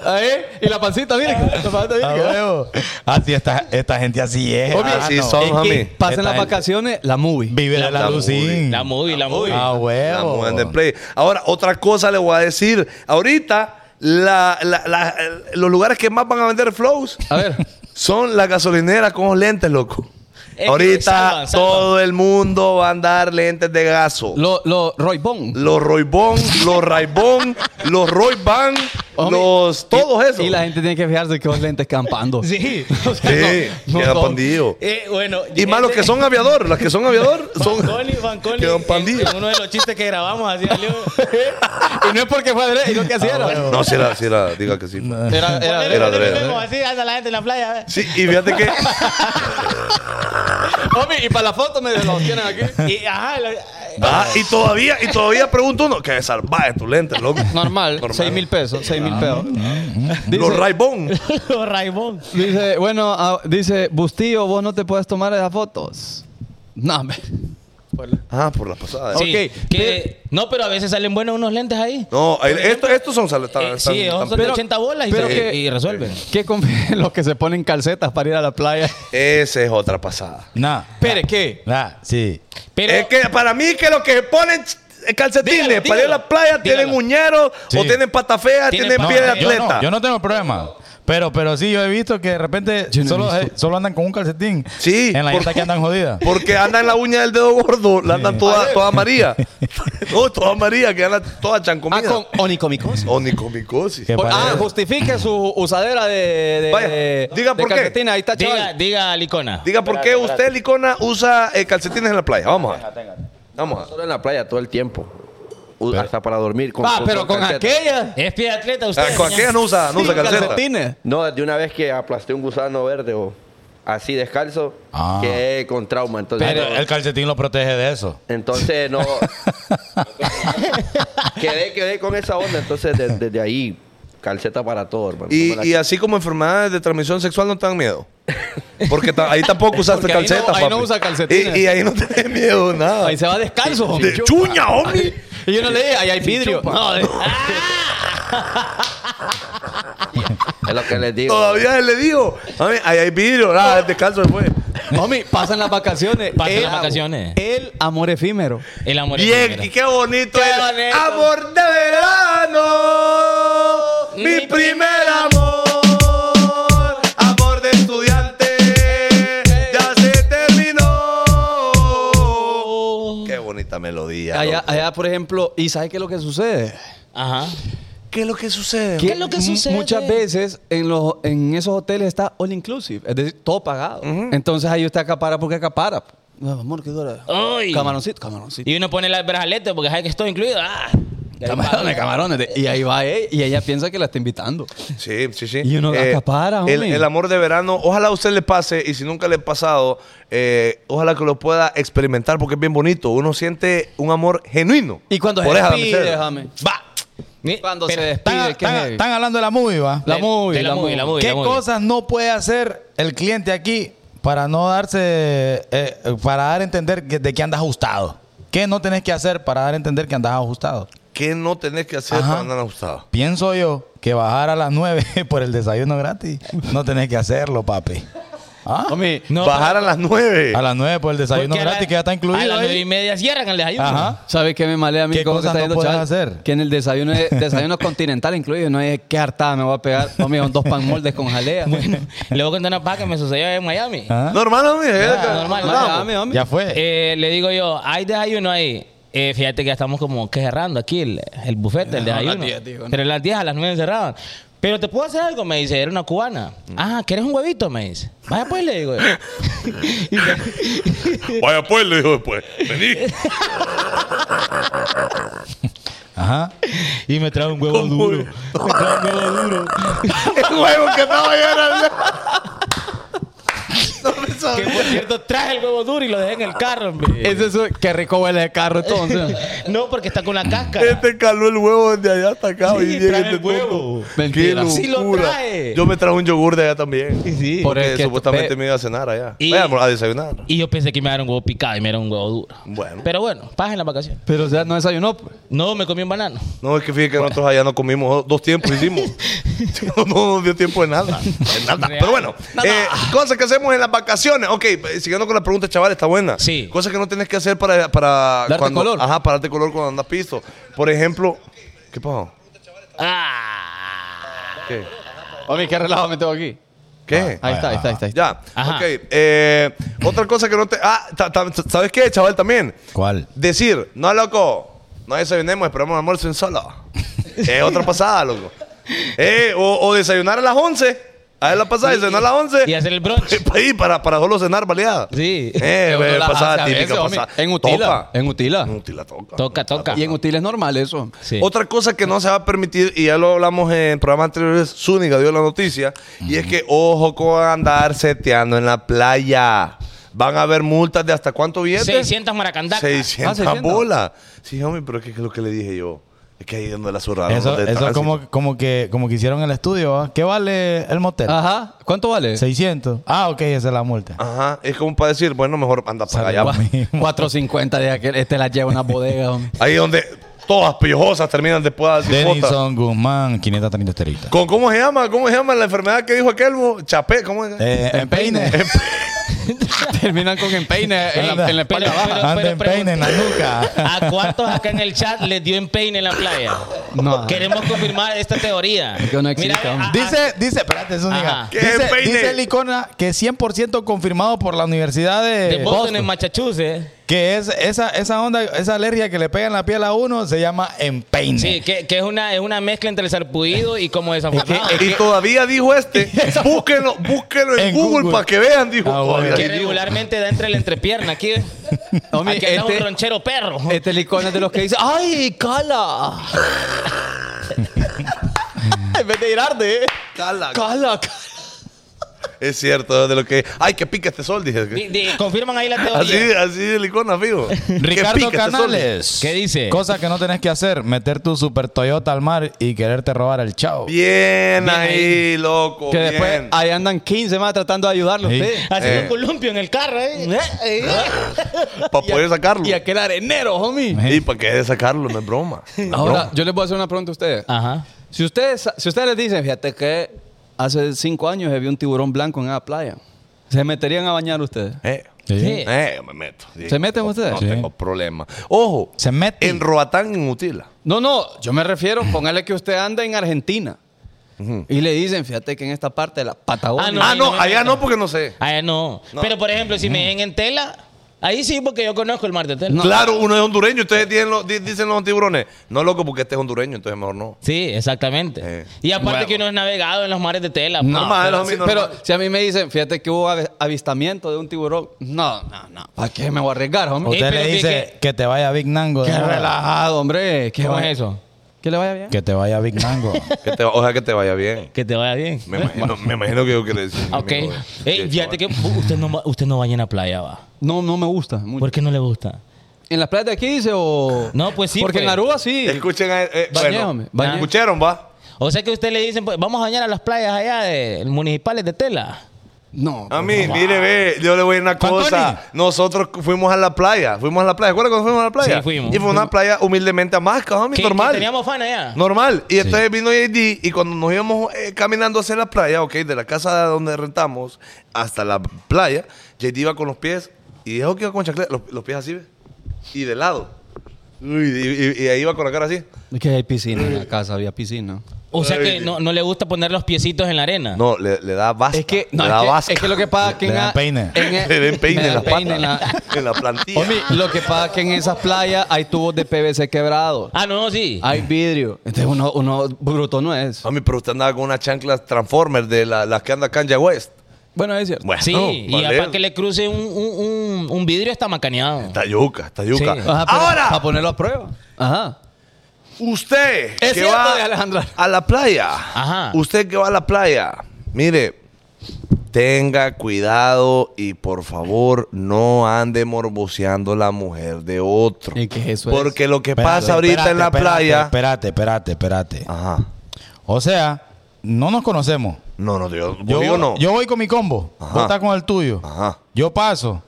Ahí, y la pancita, miren. la pancita, Ah, A miren. huevo. Así esta, esta gente así es. Obvio. Ah, Así no. son, Es que homie. Pasen esta las gente vacaciones, la movie. Vive la, la La lucín. La movie, la movie. Ah, La huevo. mujer del play. Ahora, otra cosa le voy a decir. Ahorita la- la- la- los lugares que más van a vender flows A ver. son las gasolineras con los lentes, loco. Es que Ahorita salvan, salvan. todo el mundo va a andar lentes de gaso. Lo, lo, Roy Bond. los Roybón, los Raibón, los Roy Ban, Homie, los todos y- esos. Y la gente tiene que fijarse que los lentes campando. Sí. Sí, quedan pandillos. Eh, bueno, Y más los que son aviador, las que son aviador son Fanconi, Fanconi. quedan en, pandillos. en uno de los chistes que grabamos hacía Leo. y no es porque fue Andrés, y Ah, lo que hacía era. No, si era, si era, diga que sí. Era, ¿eh? era Era Ponele, ponele, adrede. como así anda la gente en la playa. ¿eh? ¿ves? Sí, y fíjate que Homie, y para la foto me los tienen aquí. Y, ajá, lo- eh, ah, y todavía y todavía pregunto uno, que salvaje tu lente, loco. Normal, Normal. 6 mil pesos, 6 Ah. mil pesos. Los Raibón. los Raimond. Dice, bueno, ah, dice, Bustillo, vos no te puedes tomar esas fotos. No, hombre. Ah, por la pasada. Sí, Ok, que- no, pero a veces salen buenos unos lentes ahí. No, ahí- esto- estos son sal- están- Eh, están- sí, son están- de pero- 80 bolas y, pero se- que- y resuelven. ¿Qué confían los que se ponen calcetas para ir a la playa? Esa es otra pasada. Nah. Espere, ¿qué? Nah, sí. Pero, es que para mí que los que ponen ch- calcetines Dígalo, para ir a dígalo. la playa tienen Dígalo. uñeros o Sí. tienen pata fea, Tienen tienen pata pie de fea. Yo atleta. no, yo no tengo problema. Pero, pero sí, yo he visto que de repente Yo no he solo, visto. eh, solo andan con un calcetín. Sí, En la por- dieta que andan jodidas. Porque anda en la uña del dedo gordo, la andan toda, toda amarilla. No, toda amarilla, que anda toda Ah, chancomida. con onicomicosis. Onicomicosis. Que Por- ah, parece- justifique su usadera de, de, Vaya, de- diga de por qué. calcetina. Ahí está, diga, chaval. diga Licona. Diga, ¿por qué usted, Licona, usa eh, calcetines en la playa? Vamos a ver. Vamos a ver. Solo en la playa todo el tiempo. U- Hasta para dormir. Con, Ah, pero con calcetas. aquella. Es pie de atleta usted. Ah, Con señor. aquella no usa, no usa calceta. calcetines. No, de una vez que aplasté un gusano verde o así descalzo, Ah. quedé con trauma. Entonces, Pero no- el calcetín lo protege de eso. entonces no. quedé, quedé con esa onda. Entonces, de- desde ahí, calceta para todo, hermano. Como Y, la- y así como enfermedades de transmisión sexual no te dan miedo. Porque ta- ahí tampoco usaste Porque ahí no- calcetas, ahí no papi. usa calcetines. Y, y ahí no te da miedo nada. Ahí se va a descanso. homie. De chuña, homie. Y yo no le dije, ahí hay vidrio. No, de- es lo que les digo. Todavía le digo. Mami, Ahí hay vidrio, Oh. nada, descanso después. Homie, pasan las vacaciones. Pasan El las amor. vacaciones. El amor efímero. El amor es Bien, primero. y qué bonito Qué es. bonito. Amor de verano, mi, Mi primer amor. Amor de estudiante, ya se Oh. terminó. Qué bonita melodía. Allá, loco. allá, por ejemplo, ¿y sabes qué es lo que sucede? Ajá. ¿Qué es lo que sucede? Que es lo que mu- sucede? Muchas veces en, los, en esos hoteles está all inclusive, es decir, todo pagado. Entonces ahí usted acapara porque acapara. No, amor, ¿qué dura? Ay. Camaroncito, camaroncito. Y uno pone las brazaletes porque sabe que estoy incluido. Ah. Camarones, camarones. de- Y ahí va ella y ella piensa que la está invitando. Sí, sí, sí. Eh, Y uno acapara, el, hombre. el amor de verano, ojalá a usted le pase, y si nunca le ha pasado, eh, ojalá que lo pueda experimentar porque es bien bonito. Uno siente un amor genuino. Y cuando se Por esa despide, damisela. déjame. Va. Cuando se Pero- despide, ¿qué Están, es? están hablando de la movie, ¿va? La de- movie, de la la movie, la movie. movie, ¿Qué la movie. cosas no puede hacer el cliente aquí para no darse, eh, para dar a entender que- de que andas ajustado? ¿Qué no tenés que hacer para dar a entender que andas ajustado? ¿Qué no tenés que hacer Ajá. para andar ajustado? Pienso yo que bajar a las 9 por el desayuno gratis, no tenés que hacerlo, papi. ¿Ah? Homie, No, Bajar a las nueve. A las 9 por el porque desayuno a la- gratis que ya está incluido. A las ahí. nueve y media cierran el desayuno. Ajá. ¿Sabe qué me malea a mí? ¿Qué ¿Cómo cosas te está no yendo, puedes chaval? hacer? Que en el desayuno, desayuno continental incluido, no es qué hartada me voy a pegar. No, mira, son dos pan moldes con jalea. Bueno, le voy a contar una paja que me sucedió en Miami. Ajá. Normal, hombre. eh, Ah, que- normal, nos normal, vamos. Dame, homie. Ya fue. Eh, le digo yo, hay desayuno ahí. Eh, fíjate que ya estamos como que cerrando aquí el, el buffet, el No, a las desayuno. 10, digo, no. Pero a las 10, a las 9 cerraban. Pero te puedo hacer algo, me dice, era una cubana. Mm. Ah, ¿quieres un huevito? Me dice. Vaya pues, le digo yo. Y me- Vaya pues, le dijo después. Vení. Ajá. y me trae un huevo duro. Me trae un huevo duro. El huevo que estaba llorando. Que por cierto, traje el huevo duro y lo dejé en el carro, hombre. Es eso, qué rico huele de carro entonces. No, porque está con la cáscara. Este caló el huevo desde allá hasta acá. Sí, y llega trae este el huevo. tonto. Mentira. Qué Sí lo locura. trae. Yo me traje un yogur de allá también. Sí, Por Porque el que supuestamente pe- me iba a cenar allá. Y- Vaya, a desayunar. Y yo pensé que me dieron un huevo picado y me dieron un huevo duro. Bueno. Pero bueno, paja en la vacación. Pero o sea, no desayunó. pues. No, me comí un banano. No, es que fíjate que nosotros allá no comimos dos- dos tiempos, hicimos. no, no nos dio tiempo de nada. De nada. Real. Pero bueno, eh, cosas que hacemos en las vacaciones. Ok, eh, siguiendo con la pregunta, chaval, está buena. Sí. Cosas que no tienes que hacer para. para Darte cuando- color. Ajá, para darte color cuando andas pisto. Por ejemplo, ¿qué pasó? Ah. ¿Qué? Oye, qué relajo me tengo aquí. Ah, ¿Qué? Ahí está, ahí está, ahí está. ahí está. Ya, Ajá. ok. eh, otra cosa que no te... Ah, ta- ta- ¿sabes qué, chaval? También. ¿Cuál? Decir, no, loco, no desayunemos, esperamos el almuerzo en solo. Es otra pasada, loco. Eh, o, o desayunar a las 11. A ver la pasada, desayunar a las 11. Y hacer el brunch. Ahí para, para solo cenar baleada. Sí. Eh, Uno güey, la hace pasada a típica, veces, homie. pasada. En Utila. Topa. En Utila. En Utila toca. Toca, toca. Y en Utila es normal eso. Sí. Otra cosa que no se va a permitir, y ya lo hablamos en programas anteriores, Zúñiga dio la noticia, y es que ojo con andar seteando en la playa. Van a haber multas de hasta cuánto billetes? 600 maracandacas. 600 Ah, 600. bolas. Sí, homie, pero es que es lo que le dije yo. Es que ahí donde la zurraron. Eso, los de eso tránsito. como, como, que, como que hicieron el estudio, ¿va? ¿Qué vale el motel? Ah, Ajá. ¿Cuánto vale? 600. Ah, ok, esa es la multa. Ajá, es como para decir, bueno, mejor anda para Sale allá. pues. guay. mismo. 450 de aquel. Este la lleva a una bodega. hombre. Ahí donde todas piojosas terminan después de hacer botas. Denison Guzmán, 530 esteritas. ¿Con ¿Cómo se llama? ¿Cómo se llama la enfermedad que dijo aquel? mo? Chapé, ¿cómo es? Eh, en peine. Terminan con empeine en la, en la espalda Pero- baja. pero- Anda en peine en la nuca. ¿A cuántos acá en el chat les dio empeine en la playa? No. Queremos confirmar esta teoría. Que no existe, Mira, hombre. a- a- Dice, dice, espérate, es Ajá. única. ¿Qué Dice, peine? dice Licona que 100% confirmado por la Universidad de, de Boston, en Massachusetts. que es esa, esa onda, esa alergia que le pega en la piel a uno se llama empeine. Sí, que, que es, una, es una mezcla entre el sarpullido y como eh, desafortunado. Y todavía dijo este, búsquenlo, búsquenlo en, En Google Google. para que vean, dijo. Ah, Todavía bueno. que dijo. regularmente da entre la entrepierna aquí. Homie, aquí anda un este- ronchero perro. Este licón es de los que dice, ¡ay, cala! en vez de ir arde, ¿eh? Cala. cala, cala. Es cierto, de lo que. Ay, que pica este sol, dije. Di- di- confirman ahí la teoría. Así, así de licona, fijo. Que pica Ricardo este sol. Canales. ¿Qué dice? Cosa que no tenés que hacer, meter tu super Toyota al mar y quererte robar el chavo. Bien, ahí, loco. Que bien. después ahí andan 15 más tratando de ayudarlo a Sí. usted. Haciendo Eh. columpio en el carro, ¿eh? Eh, eh. Para poder sacarlo. Y aquel arenero, homie. Y para que de sacarlo, no es broma. No es Ahora, broma. yo les voy a hacer una pregunta a ustedes. Ajá. Si ustedes, si ustedes les dicen, fíjate que hace 5 años había un tiburón blanco en la playa, ¿se meterían a bañar ustedes? Eh, Sí. eh, me meto. sí. ¿Se meten ustedes? No Sí. tengo problema. Ojo, Se mete. en Roatán, en Utila. No, no, yo me refiero, póngale que usted anda en Argentina y le dicen, fíjate que en esta parte de la Patagonia. Ah, No, ah, ahí no, no me allá meto. no, porque no sé. Ah, no. Pero, por ejemplo, si me ven en tela, ahí sí, porque yo conozco el mar de tela. Claro, uno es hondureño, ustedes tienen los- di- dicen los tiburones. No, loco, porque este es hondureño, entonces mejor no. Sí, exactamente. Eh. Y aparte Bueno. que uno es navegado en los mares de tela. No, pues. Normal, pero, homie, si, normal. pero si a mí me dicen, fíjate que hubo ave- avistamiento de un tiburón. No, no, no. ¿Para qué me voy a arriesgar, hombre? Usted Ey, le pero dice que- que te vaya Big Nango. Qué de nuevo. relajado, hombre. ¿Qué ¿Cómo va- es eso? Que le vaya bien. Que te vaya Big Nango. Que te- ojalá que te vaya bien. Que te vaya bien. Me imagino, me imagino que yo quiero decir. mi Ok. amigo. Ey, Sí, fíjate que chaval. uh, usted no, va- usted no vaya en la playa, va. No, no me gusta mucho. ¿Por qué no le gusta? ¿En las playas de aquí dice o...? No, pues sí, Porque pues. en Aruba sí. Escuchen a. eh, Bañé, bueno, hombre, bañé. ¿Escucharon, va? O sea que usted le dicen, pues, vamos a bañar a las playas allá de municipales de tela. No. A mí, mire, ve, yo le voy a decir una Juan cosa. Nosotros fuimos a la playa. Fuimos a la playa. ¿Recuerdas cuando fuimos a la playa? Sí, fuimos. Y fue una playa humildemente a Masca, homie, Que- normal. que teníamos fan allá. Normal. Y entonces vino JD y cuando nos íbamos eh, caminando hacia la playa, ok, de la casa donde rentamos hasta la playa, JD iba con los pies y dijo que iba con chancleta, los, los pies así, ¿ve? y de lado. Uy, y, y- y ahí iba con la cara así. Es que hay piscina en la casa, había piscina. O sea que Ay. no, no le gusta poner los piecitos en la arena. eh, No, le, le da basta. Es que, no, le es da que, vasca. es que lo que pasa es que Le dan a- peine. en a- Le den peine me en dan la peine pata. en la- En la plantilla. Homie, lo que pasa es que en esas playas hay tubos de PVC quebrados. Ah, no, sí. Hay vidrio. Entonces uno, uno bruto no es. Homie, pero usted andaba con una chancla Transformer de la- las que anda Kanye West. Bueno, es cierto. Bueno, sí, y vale. para que le cruce un, un- un- un vidrio está macaneado. Está yuca, está yuca. Sí. Ajá, pero Para Ahora, ponerlo a prueba. Ajá. usted Es que cierto, va de Alejandra. a la playa, Ajá. usted que va a la playa, mire, tenga cuidado y por favor no ande morboseando la mujer de otro. ¿Y qué es eso? Porque lo que Espérate, pasa ahorita espérate, en la espérate, playa... Ah. Espérate, espérate, espérate. Ajá. O sea, no nos conocemos. No, no, Dios. Yo, Yo, digo no. yo voy con mi combo. Ajá. Vos estás con el tuyo. Ajá. Yo paso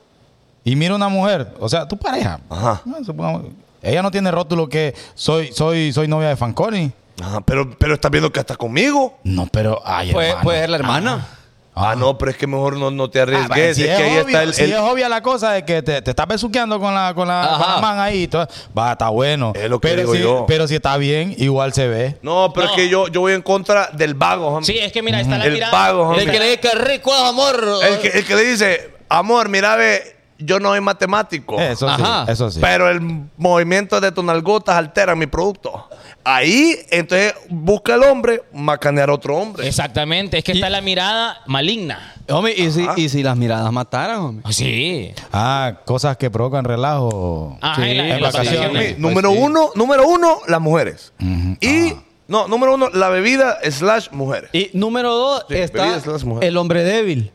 y miro una mujer. O sea, tu pareja. Ajá. Ah, supongamos- Ella no tiene rótulo que soy, soy, soy novia de Fanconi. Ajá, pero, pero estás viendo que estás conmigo. No, pero ay, Puede, hermano. puede ser la hermana. Ah, Ah, no, pero es que mejor no, no te arriesgues. Ah, bueno, si es, es que ahí obvio, está el, si el- es obvia la cosa de que te, te estás besuqueando con la, con la, con la Ajá. man ahí. y todo, va, está bueno. Es lo que pero digo si, yo. Pero si está bien, igual se ve. No, pero No. es que yo, yo voy en contra del vago, homie. Sí, es que mira, está la El mirada. vago, homie. el que le dice que rico es amor. El que, el que le dice, amor, mira, ve, yo no soy matemático. Eso Ajá. sí, eso sí. Pero el movimiento de tus nalgotas altera mi producto. Ahí, entonces, busca el hombre, macanear a otro hombre. Exactamente, es que está la mirada maligna. Homie, ¿y si, y si las miradas mataran, homie? Sí. ah, cosas que provocan relajo. Ah. Ajá, Ah, en la- en en las vacaciones. vacaciones. Sí, número Pues sí. uno, número uno, las mujeres. Y, Ah. no, número uno, la bebida slash mujeres. Y número dos Sí, está bebidas las mujeres. el hombre débil.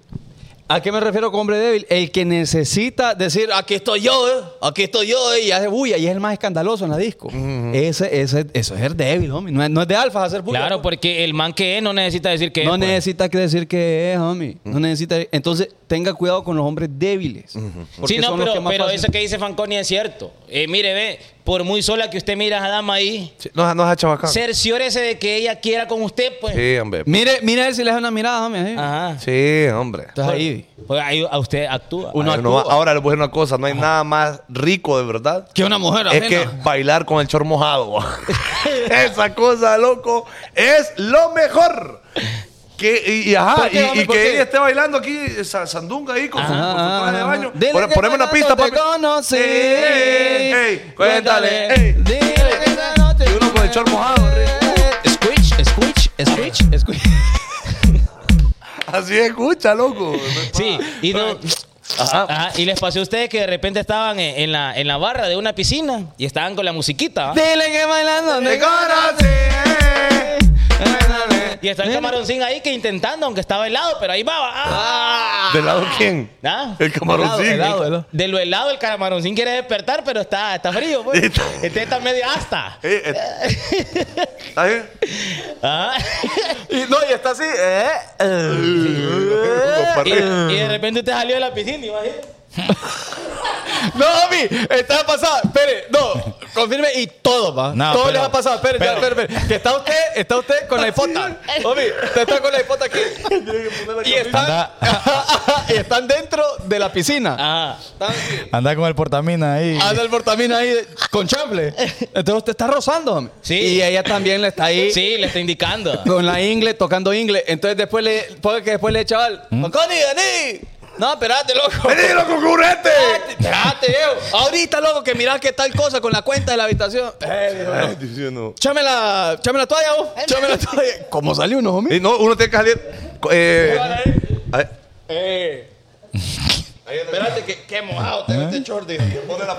¿A qué me refiero con hombre débil? El que necesita decir, aquí estoy yo, eh, aquí estoy yo, eh, y hace bulla, y es el más escandaloso en la disco. ese, ese, eso es el débil, homie. No es, no es de alfa hacer bulla. Claro, porque el man que es no necesita decir que No es. pues. necesita que decir que es, homie. No necesita. Entonces, tenga cuidado con los hombres débiles. porque Sí, no, son los pero, que más pero fácil- eso que dice Fanconi es cierto. Eh, mire, ve, por muy sola que usted mira a esa dama ahí, Sí, No, no es achabacán. cerciórese de que ella quiera con usted, pues. Sí, hombre. Mire, mire a ver si le da una mirada, homie. ahí. Ajá. Sí, hombre. Estás ahí. Pues ahí a usted actúa. Uno Ahora, no va- ahora les voy a decir una cosa, no hay nada más rico de verdad. Que una mujer Es ajena. que bailar con el chor mojado. va. Esa cosa, loco, es lo mejor. Que, y, y ajá, ¿Por qué, y- y, hombre, por que qué? ella esté bailando aquí, esa sandunga ahí con su, con su Ajá, traje de ajá. baño. Dile Pon- que poneme una pista, bailando papi. te conocí. Ey, ey, ey, cuéntale. Cuéntale. ey. Dile que esa noche- Y uno con el chor mojado. re. Squish, squish, squish, squish. Así escucha, loco. Sí, y, no- Ajá, y les pasó a ustedes que de repente estaban en, en la, en la barra de una piscina y estaban con la musiquita. ¿va? Dile que bailando Te te conocí, eh, cuéntale. Y está el camaroncín ahí que intentando, aunque estaba helado, pero ahí va. va. Ah. ¿Del lado quién? ¿Ah? El camaroncín. Helado, helado, helado. De lo helado, el camaroncín quiere despertar, pero está, está frío, pues. Está- Este está medio hasta. Ey, eh, ¿Está bien? Ajá. Y no, y está así. eh, eh. Para Y, arriba. y de repente usted salió de la piscina, imagínate. No, mami, está pasada. Espere, no, confirme y todo, va. No, todo pero- les ha pasado. Espere, ya, pero- espere, espere. Que está usted, está usted con la hipota. Mami, usted está con la hipota aquí. Y están, y están dentro de la piscina. Ajá. Están Anda con el portamina ahí. Ah, anda el portamina ahí con chamble. Entonces usted está rozando, mami. Sí. Y ella también le está ahí. Sí, le está indicando. Con la ingle, tocando ingle. Entonces después le, porque después le chaval, Mm. Connie, vení. No, espérate, loco. ¡Vení, loco, currete! Espérate, espérate, yo. Ahorita, loco, que mirás que tal cosa con la cuenta de la habitación. Eh, Ay, Dios mío, no. Chame la, chame la toalla, vos. Chame la toalla. ¿Cómo salió uno, homie? Y no, uno tiene que salir. co- Eh, a ver, Eh. espérate que, mojado ¿Eh? te este short. dije, Se pone, la-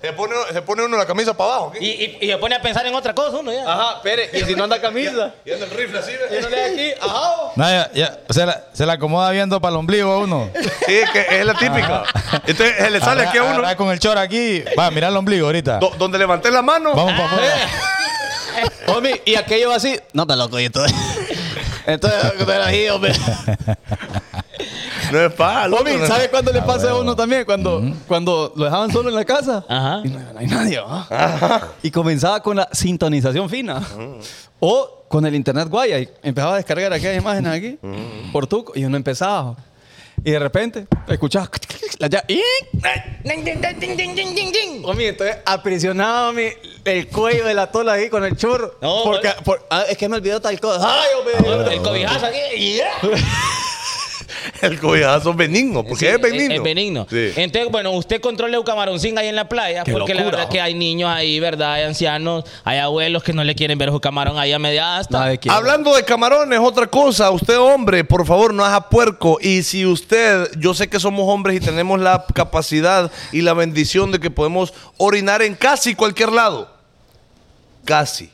se, pone, se pone uno la camisa para abajo. ¿qué? Y, y, y se pone a pensar en otra cosa uno Ah. ya. Ajá, espere. ¿Y si no anda camisa? Y anda el rifle así, ¿Y no ¿ves? le da aquí? Ajá, vos. No, ya- ya, se, la, se la acomoda viendo para el ombligo a uno. Sí, es que es la típica. Entonces se le sale Agarra- aquí a uno. agarra con el chor aquí. Va, mira el ombligo ahorita. do- donde levanté la mano. Vamos para afuera. Homie, y aquello así. No te loco, y esto. Entonces, pero ahí, hombre. No es para, loco, no Homie, es- ¿sabe cuándo le pasa a uno también? Cuando, cuando lo dejaban solo en la casa. Ajá. Y no, no hay nadie, ¿va? Y comenzaba con la sintonización fina. O con el internet guaya. Y empezaba a descargar aquellas imágenes aquí. Por tuco. Y uno empezaba. Y de repente, escuchaba. La ya- ¡Y! Homie, entonces aprisionaba homie, el cuello de la tola ahí con el churro. No, porque, hombre. por- ah, es que me olvidó tal cosa. ¡Ay, hombre! El cobijazo aquí. yeah. El cobijazo es benigno. Porque Sí, es benigno. Es benigno. Sí. Entonces, bueno, usted controle un camaroncín ahí en la playa, porque la verdad es que hay niños ahí, ¿verdad? Hay ancianos, hay abuelos que no le quieren ver su camarón ahí a media asta. Nadie quiere. Hablando de camarones, otra cosa, usted hombre, por favor no haga puerco. Y si usted, yo sé que somos hombres y tenemos la capacidad y la bendición de que podemos orinar en casi cualquier lado. Casi.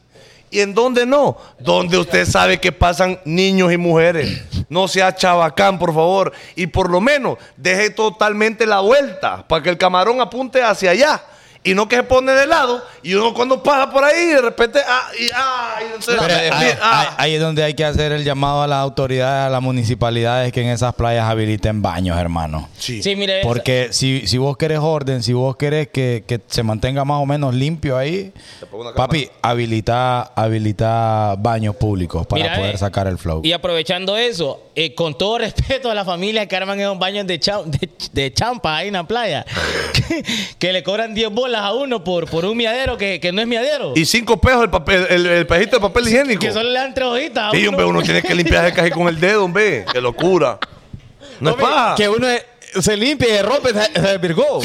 ¿Y en dónde no? Donde usted sabe que pasan niños y mujeres. No sea chabacán, por favor. Y por lo menos deje totalmente la vuelta para que el camarón apunte hacia allá. y no que se pone de lado y uno cuando pasa por ahí de repente ah, y ah, y entonces- Pero ah, ahí, ah. ahí- ahí es donde hay que hacer el llamado a las autoridades, a las municipalidades que en esas playas habiliten baños, hermano. Sí, mire. esa- Porque si, si vos querés orden, si vos querés que, que se mantenga más o menos limpio ahí, pongo una papi, habilita, habilita baños públicos para Mira, poder eh, sacar el flow. Y aprovechando eso, eh, con todo respeto a la familia que arman esos baños de, cha- de, de champa ahí en la playa, que, que le cobran 10 bolas a uno por, por un miadero que, que no es miadero. y cinco pesos el papel el, el pejito de papel higiénico que solo le dan tres hojitas. a Sí, hombre, uno tiene que limpiar el cajón con el dedo, hombre. Qué locura. No es paja. Que uno eh, se limpia y se rompe, se, se virgó.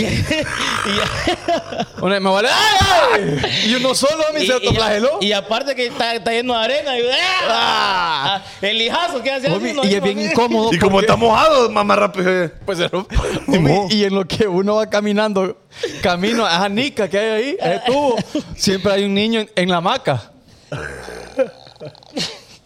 Uno me vale. ¡Ay! Y uno solo a mí se autoflageló. y aparte que está, está lleno de arena. Y, ¡Ah! El lijazo que hace Homie, y es bien incómodo. y como porque- está mojado, mamá rápido. eh. Pues se rompe. Homie, modo. y en lo que uno va caminando, camino a esa nica que hay ahí, a ese tubo, siempre hay un niño en, en la hamaca.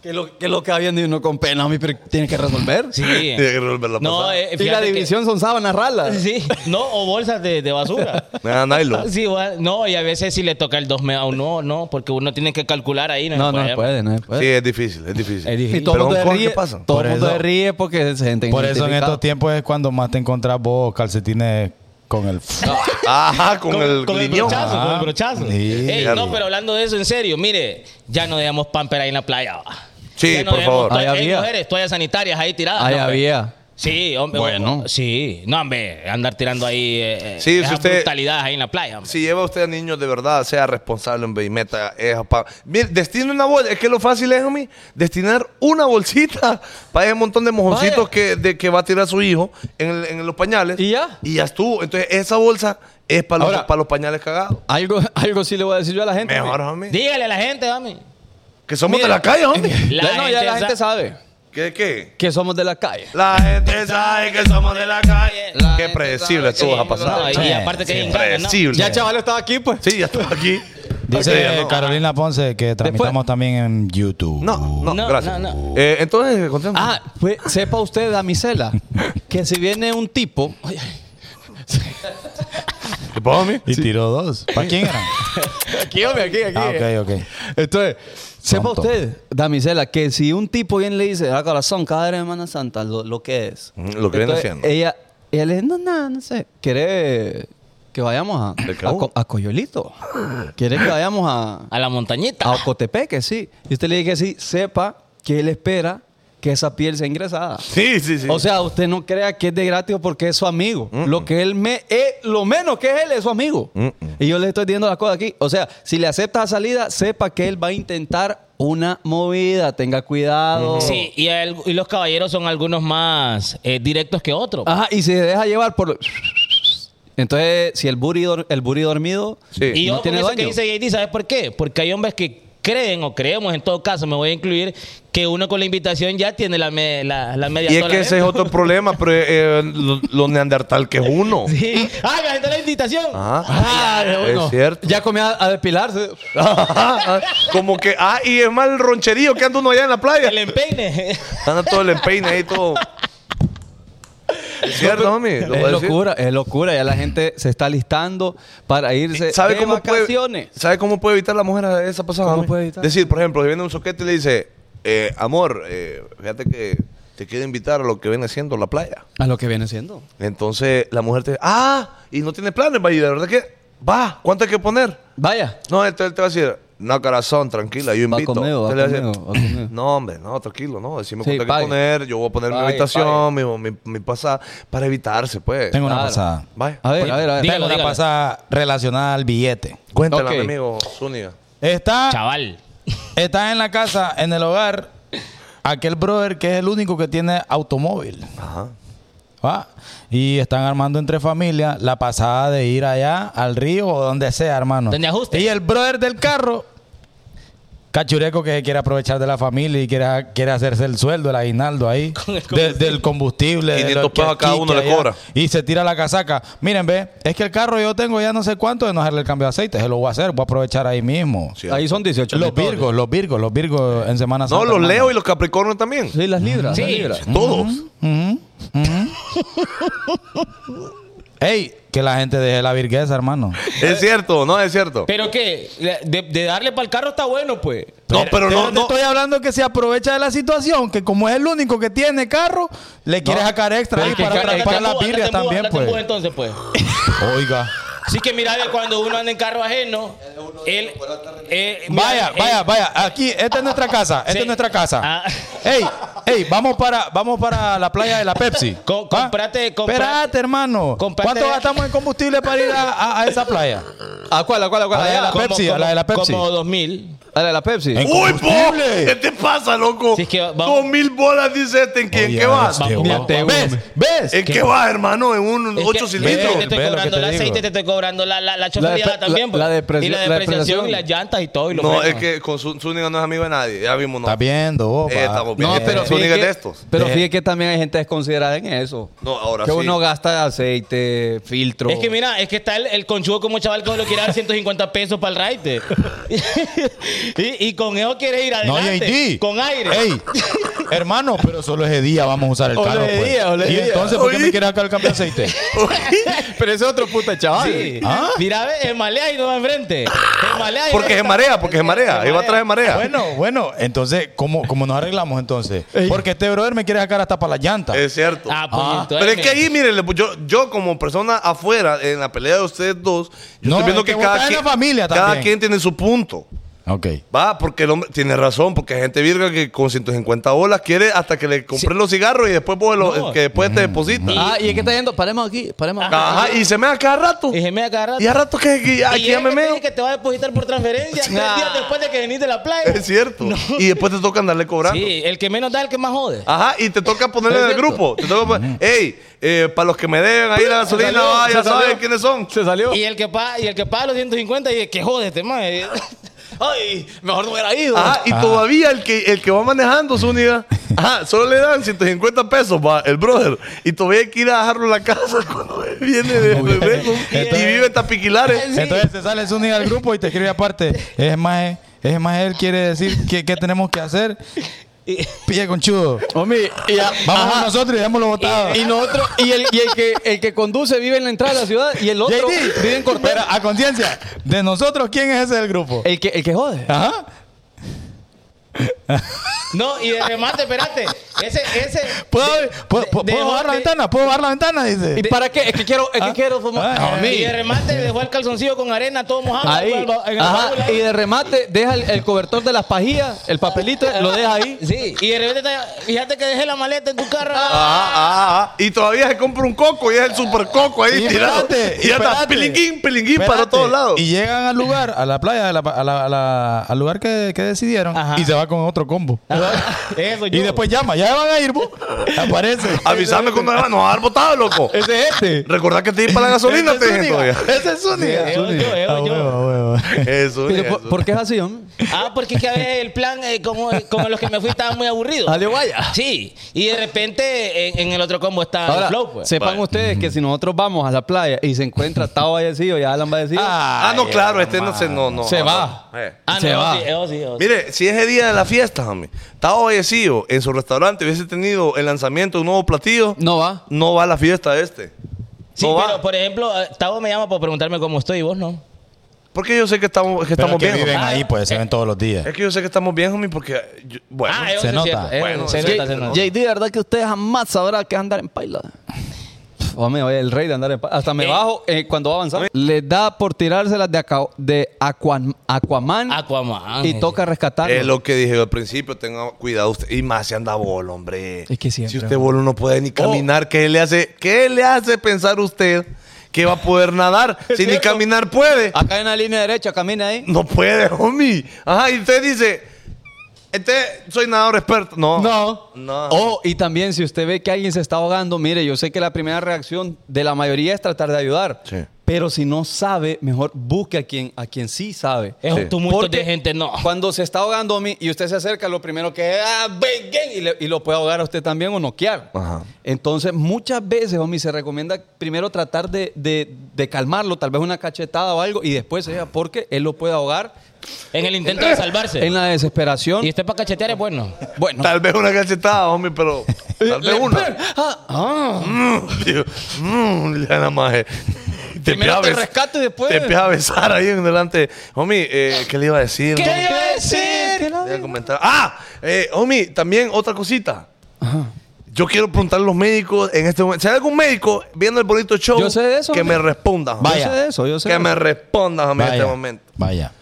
Que lo, que lo que habían de uno con pena, homie, pero tiene que resolver. Sí. Tiene que revolverla No, pasada. eh, y la fíjate que- división son sábanas ralas. Sí, no, o bolsas de, de basura. Me da nylon. Sí, bueno, no, y a veces si le toca el 2 a uno, no, porque uno tiene que calcular ahí. No, no se se puede, no se Sí, puede. es difícil, es difícil. Es difícil. Y todo el Pero mundo se Hong Kong, ríe, ¿qué pasa? Todo Por el mundo eso- se ríe porque se sienten Por eso en identificados. estos tiempos es cuando más te encontrás vos calcetines con el... Ajá, con, pues. el, con el guiñón. brochazo, con el Ah, brochazo. sí. Ey, no, pero hablando de eso, en serio, mire, ya no dejamos pamper ahí en la playa. va. Sí, Ya no por dejamos favor. to- Ahí ey, había. mujeres, toallas sanitarias ahí tiradas. Ahí no, hombre. había. Sí, hombre. Bueno. o- Sí, no, hombre, andar tirando ahí eh, eh, Sí, si esas usted- brutalidades ahí en la playa. hombre. Si lleva usted a niños de verdad, sea responsable, hombre, y meta esa pa- Mire, destine una bolsa. Es que lo fácil es, homie, destinar una bolsita para ese montón de mojoncitos Vaya. que, de, que va a tirar su hijo en, el- en los pañales. ¿Y ya? Y ya estuvo. Entonces, esa bolsa es para los, Ahora- para los pañales cagados. Algo, algo sí le voy a decir yo a la gente. Mejor, homie. homie. Dígale a la gente, mami. Que somos Mira. de la calle, hombre. La ya no, ya gente la sa- gente sabe ¿Qué, qué? que somos de la calle. La gente sabe que somos de la calle. La qué gente predecible sabe que estuvo a somos de la pasar. No, y, y aparte que Sí, hay engaño, ¿no? Predecible. Ya chaval estaba aquí, pues. Sí, ya estuvo aquí. Dice Ok, ya no. Carolina Ponce que tramitamos también en YouTube. No, no, No, gracias. no, no. Eh, entonces, contemos. Ah, pues sepa usted, damisela, que si viene un tipo. Ay, ay, ¿Qué pasó, homie? Y tiró dos. ¿Para quién eran? Aquí, hombre, aquí, aquí. ah, ok, ok. Entonces, sepa Tonto. usted, damisela, que si un tipo bien le dice a corazón cada día de Semana Santa, lo, lo que es. Mm, lo que viene Entonces, siendo. Ella, ella le dice, no, no, no sé. Quiere que vayamos a, ¿De qué? a, Co- a Coyolito. Quiere que vayamos a, A la montañita. Ah, a Ocotepeque, sí. Y usted le dice que sí, sepa que él espera que esa piel sea ingresada. Sí, sí, sí. O sea, usted no crea que es de gratis porque es su amigo. Lo que él me es, lo menos que es él es su amigo. Y yo le estoy diciendo las cosas aquí. O sea, si le aceptas a salida, sepa que él va a intentar una movida. Tenga cuidado. Mm-hmm. Sí, y, el- y los caballeros son algunos más eh, directos que otros. Ah, Ajá, y si se deja llevar por. Entonces, si el buri, dor- el buri dormido Sí. Y no yo con tiene eso dueño. que dice JD, ¿sabes por qué? Porque hay hombres que creen, o creemos en todo caso, me voy a incluir, que uno con la invitación ya tiene la, me- la, la media y es sola que ese es dentro. otro problema, pero eh, lo, lo neandertal que es uno. Sí. ¡Ah, me aceptó la invitación! Ajá. Ah, de Es uno. cierto. Ya comía a, a depilarse. Como que, ah, y es más el roncherío que anda uno allá en la playa. El em- empeine. Anda todo el empeine ahí, todo. Es cierto, homie. Lo voy a es decir. locura, es locura. Ya la gente se está listando para irse ¿Sabe de cómo vacaciones. Puede, ¿Sabe cómo puede evitar la mujer a esa pasada? ¿Cómo mami? puede evitar? Decir, por ejemplo, si viene un soquete y le dice, eh, amor, eh, fíjate que te quiero invitar a lo que viene haciendo la playa. A lo que viene siendo. Entonces la mujer te dice, ah, y no tiene planes, va, y de verdad que, va, ¿cuánto hay que poner? Vaya. No, entonces él te va a decir, no, corazón, tranquila, yo Va invito. conmigo, va Usted le a conmigo, va conmigo. No, hombre, no, tranquilo, no, decime Sí, cuánto hay pague. que poner, yo voy a poner mi Pague, habitación, mi, mi, mi pasada, para evitarse, pues. Tengo una Claro. pasada. Vaya, A ver, a ver, a ver. Dígalo, Tengo una dígalo. pasada relacionada al billete. cuéntala, Ok. mi amigo Zúñiga. Está, Chaval. está en la casa, en el hogar, aquel brother que es el único que tiene automóvil. Ajá. ¿va? Y están armando entre familias la pasada de ir allá al río o donde sea, hermano. Donde ajuste. Y el brother del carro, cachureco que quiere aprovechar de la familia y quiere, quiere hacerse el sueldo, el aguinaldo ahí, Con el de- combustible. del combustible. de 500 lo que pesos a cada aquí, uno que le allá. cobra. Y se tira la casaca. Miren, ve, es que el carro yo tengo ya no sé cuánto de no hacerle el cambio de aceite. Se lo voy a hacer, voy a aprovechar ahí mismo. Sí. Ahí son 18 Los mil virgos, los virgos, los virgos en Semana No, Santa. los hermano. Leo y los Capricornio también. dólares. Sí, las libras. Sí. las libras. Todos. Ujú, ujú. Ey, que la gente deje la virgueza, hermano. Es cierto, no es cierto. ¿Pero qué? De, de darle para el carro está bueno, pues. No, pero Pero no, te no. estoy hablando que se aprovecha de la situación, que como es el único que tiene carro, le quiere sacar extra ahí Es que para ca- es que atrapar embuja, las birrias embuja, también, andate embuja pues. entonces, pues. Oiga. Así que mira, ve, cuando uno anda en carro ajeno, él... eh, mira, Vaya, él- vaya, vaya. Aquí, esta es nuestra casa. Esta Sí. es nuestra casa. Ah. Ey, ey, vamos para, vamos para la playa de la Pepsi. Co- ¿Ah? comprate- comprate- Espérate, hermano. comprate- ¿Cuánto gastamos en combustible para ir a, a- a esa playa? ¿A cuál, a cuál, a cuál? A Allá, la la- como- Pepsi, a la de la como- Pepsi. Como 2000. a la de la Pepsi. En ¡Uy, po! combustible. ¿Qué te pasa, loco? Si es que va- vamos- Dos mil bolas, dice este. ¿En qué, en Oye, qué vas? este, Vamos, güey. vamos, vamos. ¿Ves? ¿Ves? ¿En qué vas, hermano? En un Es que- ocho cilindros. Ve, Te estoy Ve lo que cobrando te el digo. aceite, te estoy cobrando la, la, la chofería depe- también. la- la pues. y la depreciación- la depreciación, depreciación. y las llantas y todo. Y los No, frenos. es que con Zú- Zúñiga no es amigo de nadie. Ya vimos, no. Está viendo, vos. Eh, pa. estamos bien. No, Eh, pero Zúñiga fíjate, es de estos. pero De- fíjate que también hay gente desconsiderada en eso. No, ahora que sí. uno gasta aceite, filtro. Es que mira, es que está el, el conchudo como chaval que le quiere dar 150 pesos para el raite. y, y con eso quiere ir No, adelante. JD. Con aire. Ey, hermano, pero solo ese día vamos a usar el Ole carro. pues. día, ole y día. entonces, ¿por qué Oí. me quieres sacar el cambio de aceite? pero ese otro puta chaval. Sí. ¿Ah? Mira, ve, el malea y no va enfrente. El malea y Porque se marea, porque se marea. Iba atrás de marea. Bueno, bueno, entonces, ¿cómo, cómo nos arreglamos entonces? Porque este brother me quiere sacar hasta para las llantas. Es cierto. Ah, pues Ah. entonces, Pero es que mira. ahí, miren, le- yo, yo como persona afuera, en la pelea de ustedes dos, yo No, estoy viendo es que que vos cada estás en quien, la familia cada también. quien tiene su punto. Ok. Va, porque el hombre tiene razón, porque hay gente virga que con 150 bolas quiere hasta que le compre los cigarros y después vos lo- No. que después te deposita. Ah, y es que está yendo, paremos aquí, paremos aquí. Ajá, y se me da cada rato. Y gemea cada rato. Y a rato que, que- Y aquí es ya que me te meo. dice que te va a depositar por transferencia tres Nah. días después de que venís de la playa. Es cierto. Y después te toca andarle cobrando. Sí, el que menos da, el que más jode. Ajá, y te toca ponerle en el grupo. Te toca poner, hey, para los que me deben ahí la gasolina, salió, va, se ya salió. saben quiénes son. Se salió. Y el que paga, y el que paga los 150 y que jode este man. Ay, mejor no hubiera ido. Ajá, y todavía el que, el que va manejando su unidad, ajá, solo le dan 150 pesos, va, el brother. Y todavía hay que ir a dejarlo en la casa cuando viene de regreso y Entonces- vive en Tapiquilares. Entonces te sale Zuni al grupo y te escribe aparte. Es más, es más, él quiere decir qué, qué tenemos que hacer. Pille conchudo. Homie, y a- Vamos ajá. nosotros y démoslo votado. Y nosotros, y el, y el que el que conduce vive en la entrada de la ciudad y el otro JD, vive en pero Cortés. a conciencia, de nosotros, ¿quién es ese del grupo? El que, el que jode. Ajá. No, y de remate, espérate. Ese, ese. ¿Puedo, de- puedo- de- puedo dejó- bajar la de- ventana? ¿Puedo bajar la ventana? Dice. ¿Y para qué? Es que quiero, es que Ah. quiero fumar. Ah, Homie. Y de remate dejó el calzoncillo con arena todo mojado. Ahí. Ah, en el ba- en el baúl, Ajá. ahí. Y de remate, deja el, el cobertor de las pajillas, el papelito, lo deja ahí. Sí, y de repente, te- fíjate que dejé la maleta en tu carro. Ajá, Ah. ajá, ajá. Y todavía se compra un coco y es el super coco ahí Y tirado. espérate, y ya está espérate. pilinguín, pilinguín para Espérate. todos lados. Y llegan al lugar, a la playa, a la- a la- a la- al lugar que, que decidieron, Ajá. y se va con otro combo. Eso, Y yo. después llama, ya van a ir, vos. Aparece. Avisame cuando me van a dar botado, loco. Ese es este. Recordad que te di para la gasolina, te Ese es dije Zúñiga. todavía. Ese es Zúñiga. Eh, yo, yo, eh, Ah, yo. huevo, huevo. Eso, Pero, eso. ¿por, por qué es así, homie? Ah, porque es que a veces el plan, eh, como, como los que me fui, estaba muy aburrido. Dale, vaya. Sí, y de repente en, en el otro combo está Ahora, el flow, pues. sepan Vale. ustedes que si nosotros vamos a la playa y se encuentra Tao Vallecillo y Alan Vallecillo, Ah, no, claro, este no se, no, no. Se no, va. no. Eh. Ah, se no, va. sí, eso sí, eso sí. Mire, si ese día de la fiesta, homie, estaba Vallecillo en su restaurante, hubiese tenido el lanzamiento de un nuevo platillo, no, no va. va a la fiesta este. Sí, no va. pero por ejemplo, eh, Tavo me llama para preguntarme cómo estoy y vos no. Porque yo sé que estamos, que Pero estamos que bien. viven homie. ahí, pues, se ven todos los días. Es que yo sé que estamos bien, homie, porque yo- bueno. ah, eso se sí es nota. cierto, eso Bueno, se sí, nota, se se nota. nota. JD, de verdad que ustedes jamás sabrá que es andar en paila. Hombre, oye, el rey de andar en paila. Hasta me Eh. bajo eh, cuando va a avanzar. Les da por tirárselas de, aca- de Aquan- Aquaman, Aquaman. y toca rescatar. Es lo que dije yo al principio, tenga cuidado usted. Y más si anda bolo, hombre. Es que siempre, Si usted bolo no puede ni caminar, ¿qué le hace? ¿Qué le hace pensar usted que va a poder nadar si ni caminar puede? Acá hay una línea derecha, camina ahí. No puede, homie. Ajá, y usted dice, este soy nadador experto. No. No. No. Oh, y también si usted ve que alguien se está ahogando, mire, yo sé que la primera reacción de la mayoría es tratar de ayudar. Sí. Pero si no sabe, mejor busque a quien, a quien sí sabe. Es un Sí. tumulto Porque de gente, no. Cuando se está ahogando mi- y usted se acerca, lo primero que es, ah, vengan", y, le- y lo puede ahogar a usted también o noquear. Ajá. Entonces, muchas veces, homie, se recomienda primero tratar de, de- de calmarlo, tal vez una cachetada o algo, y después se porque él lo puede ahogar En el intento de salvarse. en la desesperación. Y este para cachetear es bueno. Bueno, Tal vez una cachetada, homie, pero Tal vez una. Ah, Digo, "Mm", le da la maje. Te Primero empieza a te bes- rescato y después- Te empieza a besar ahí en delante. Homie, eh, ¿qué le iba a decir? ¿Qué no? le iba a decir? Te voy a comentar. Ah, eh, homie, también otra cosita. Yo quiero preguntarle a los médicos en este momento. Si hay algún médico viendo el bonito show, Yo sé de eso, que homie. me responda. homie. Yo sé de eso, yo sé Que de me eso. respondas homie, en Vaya, este momento. Vaya.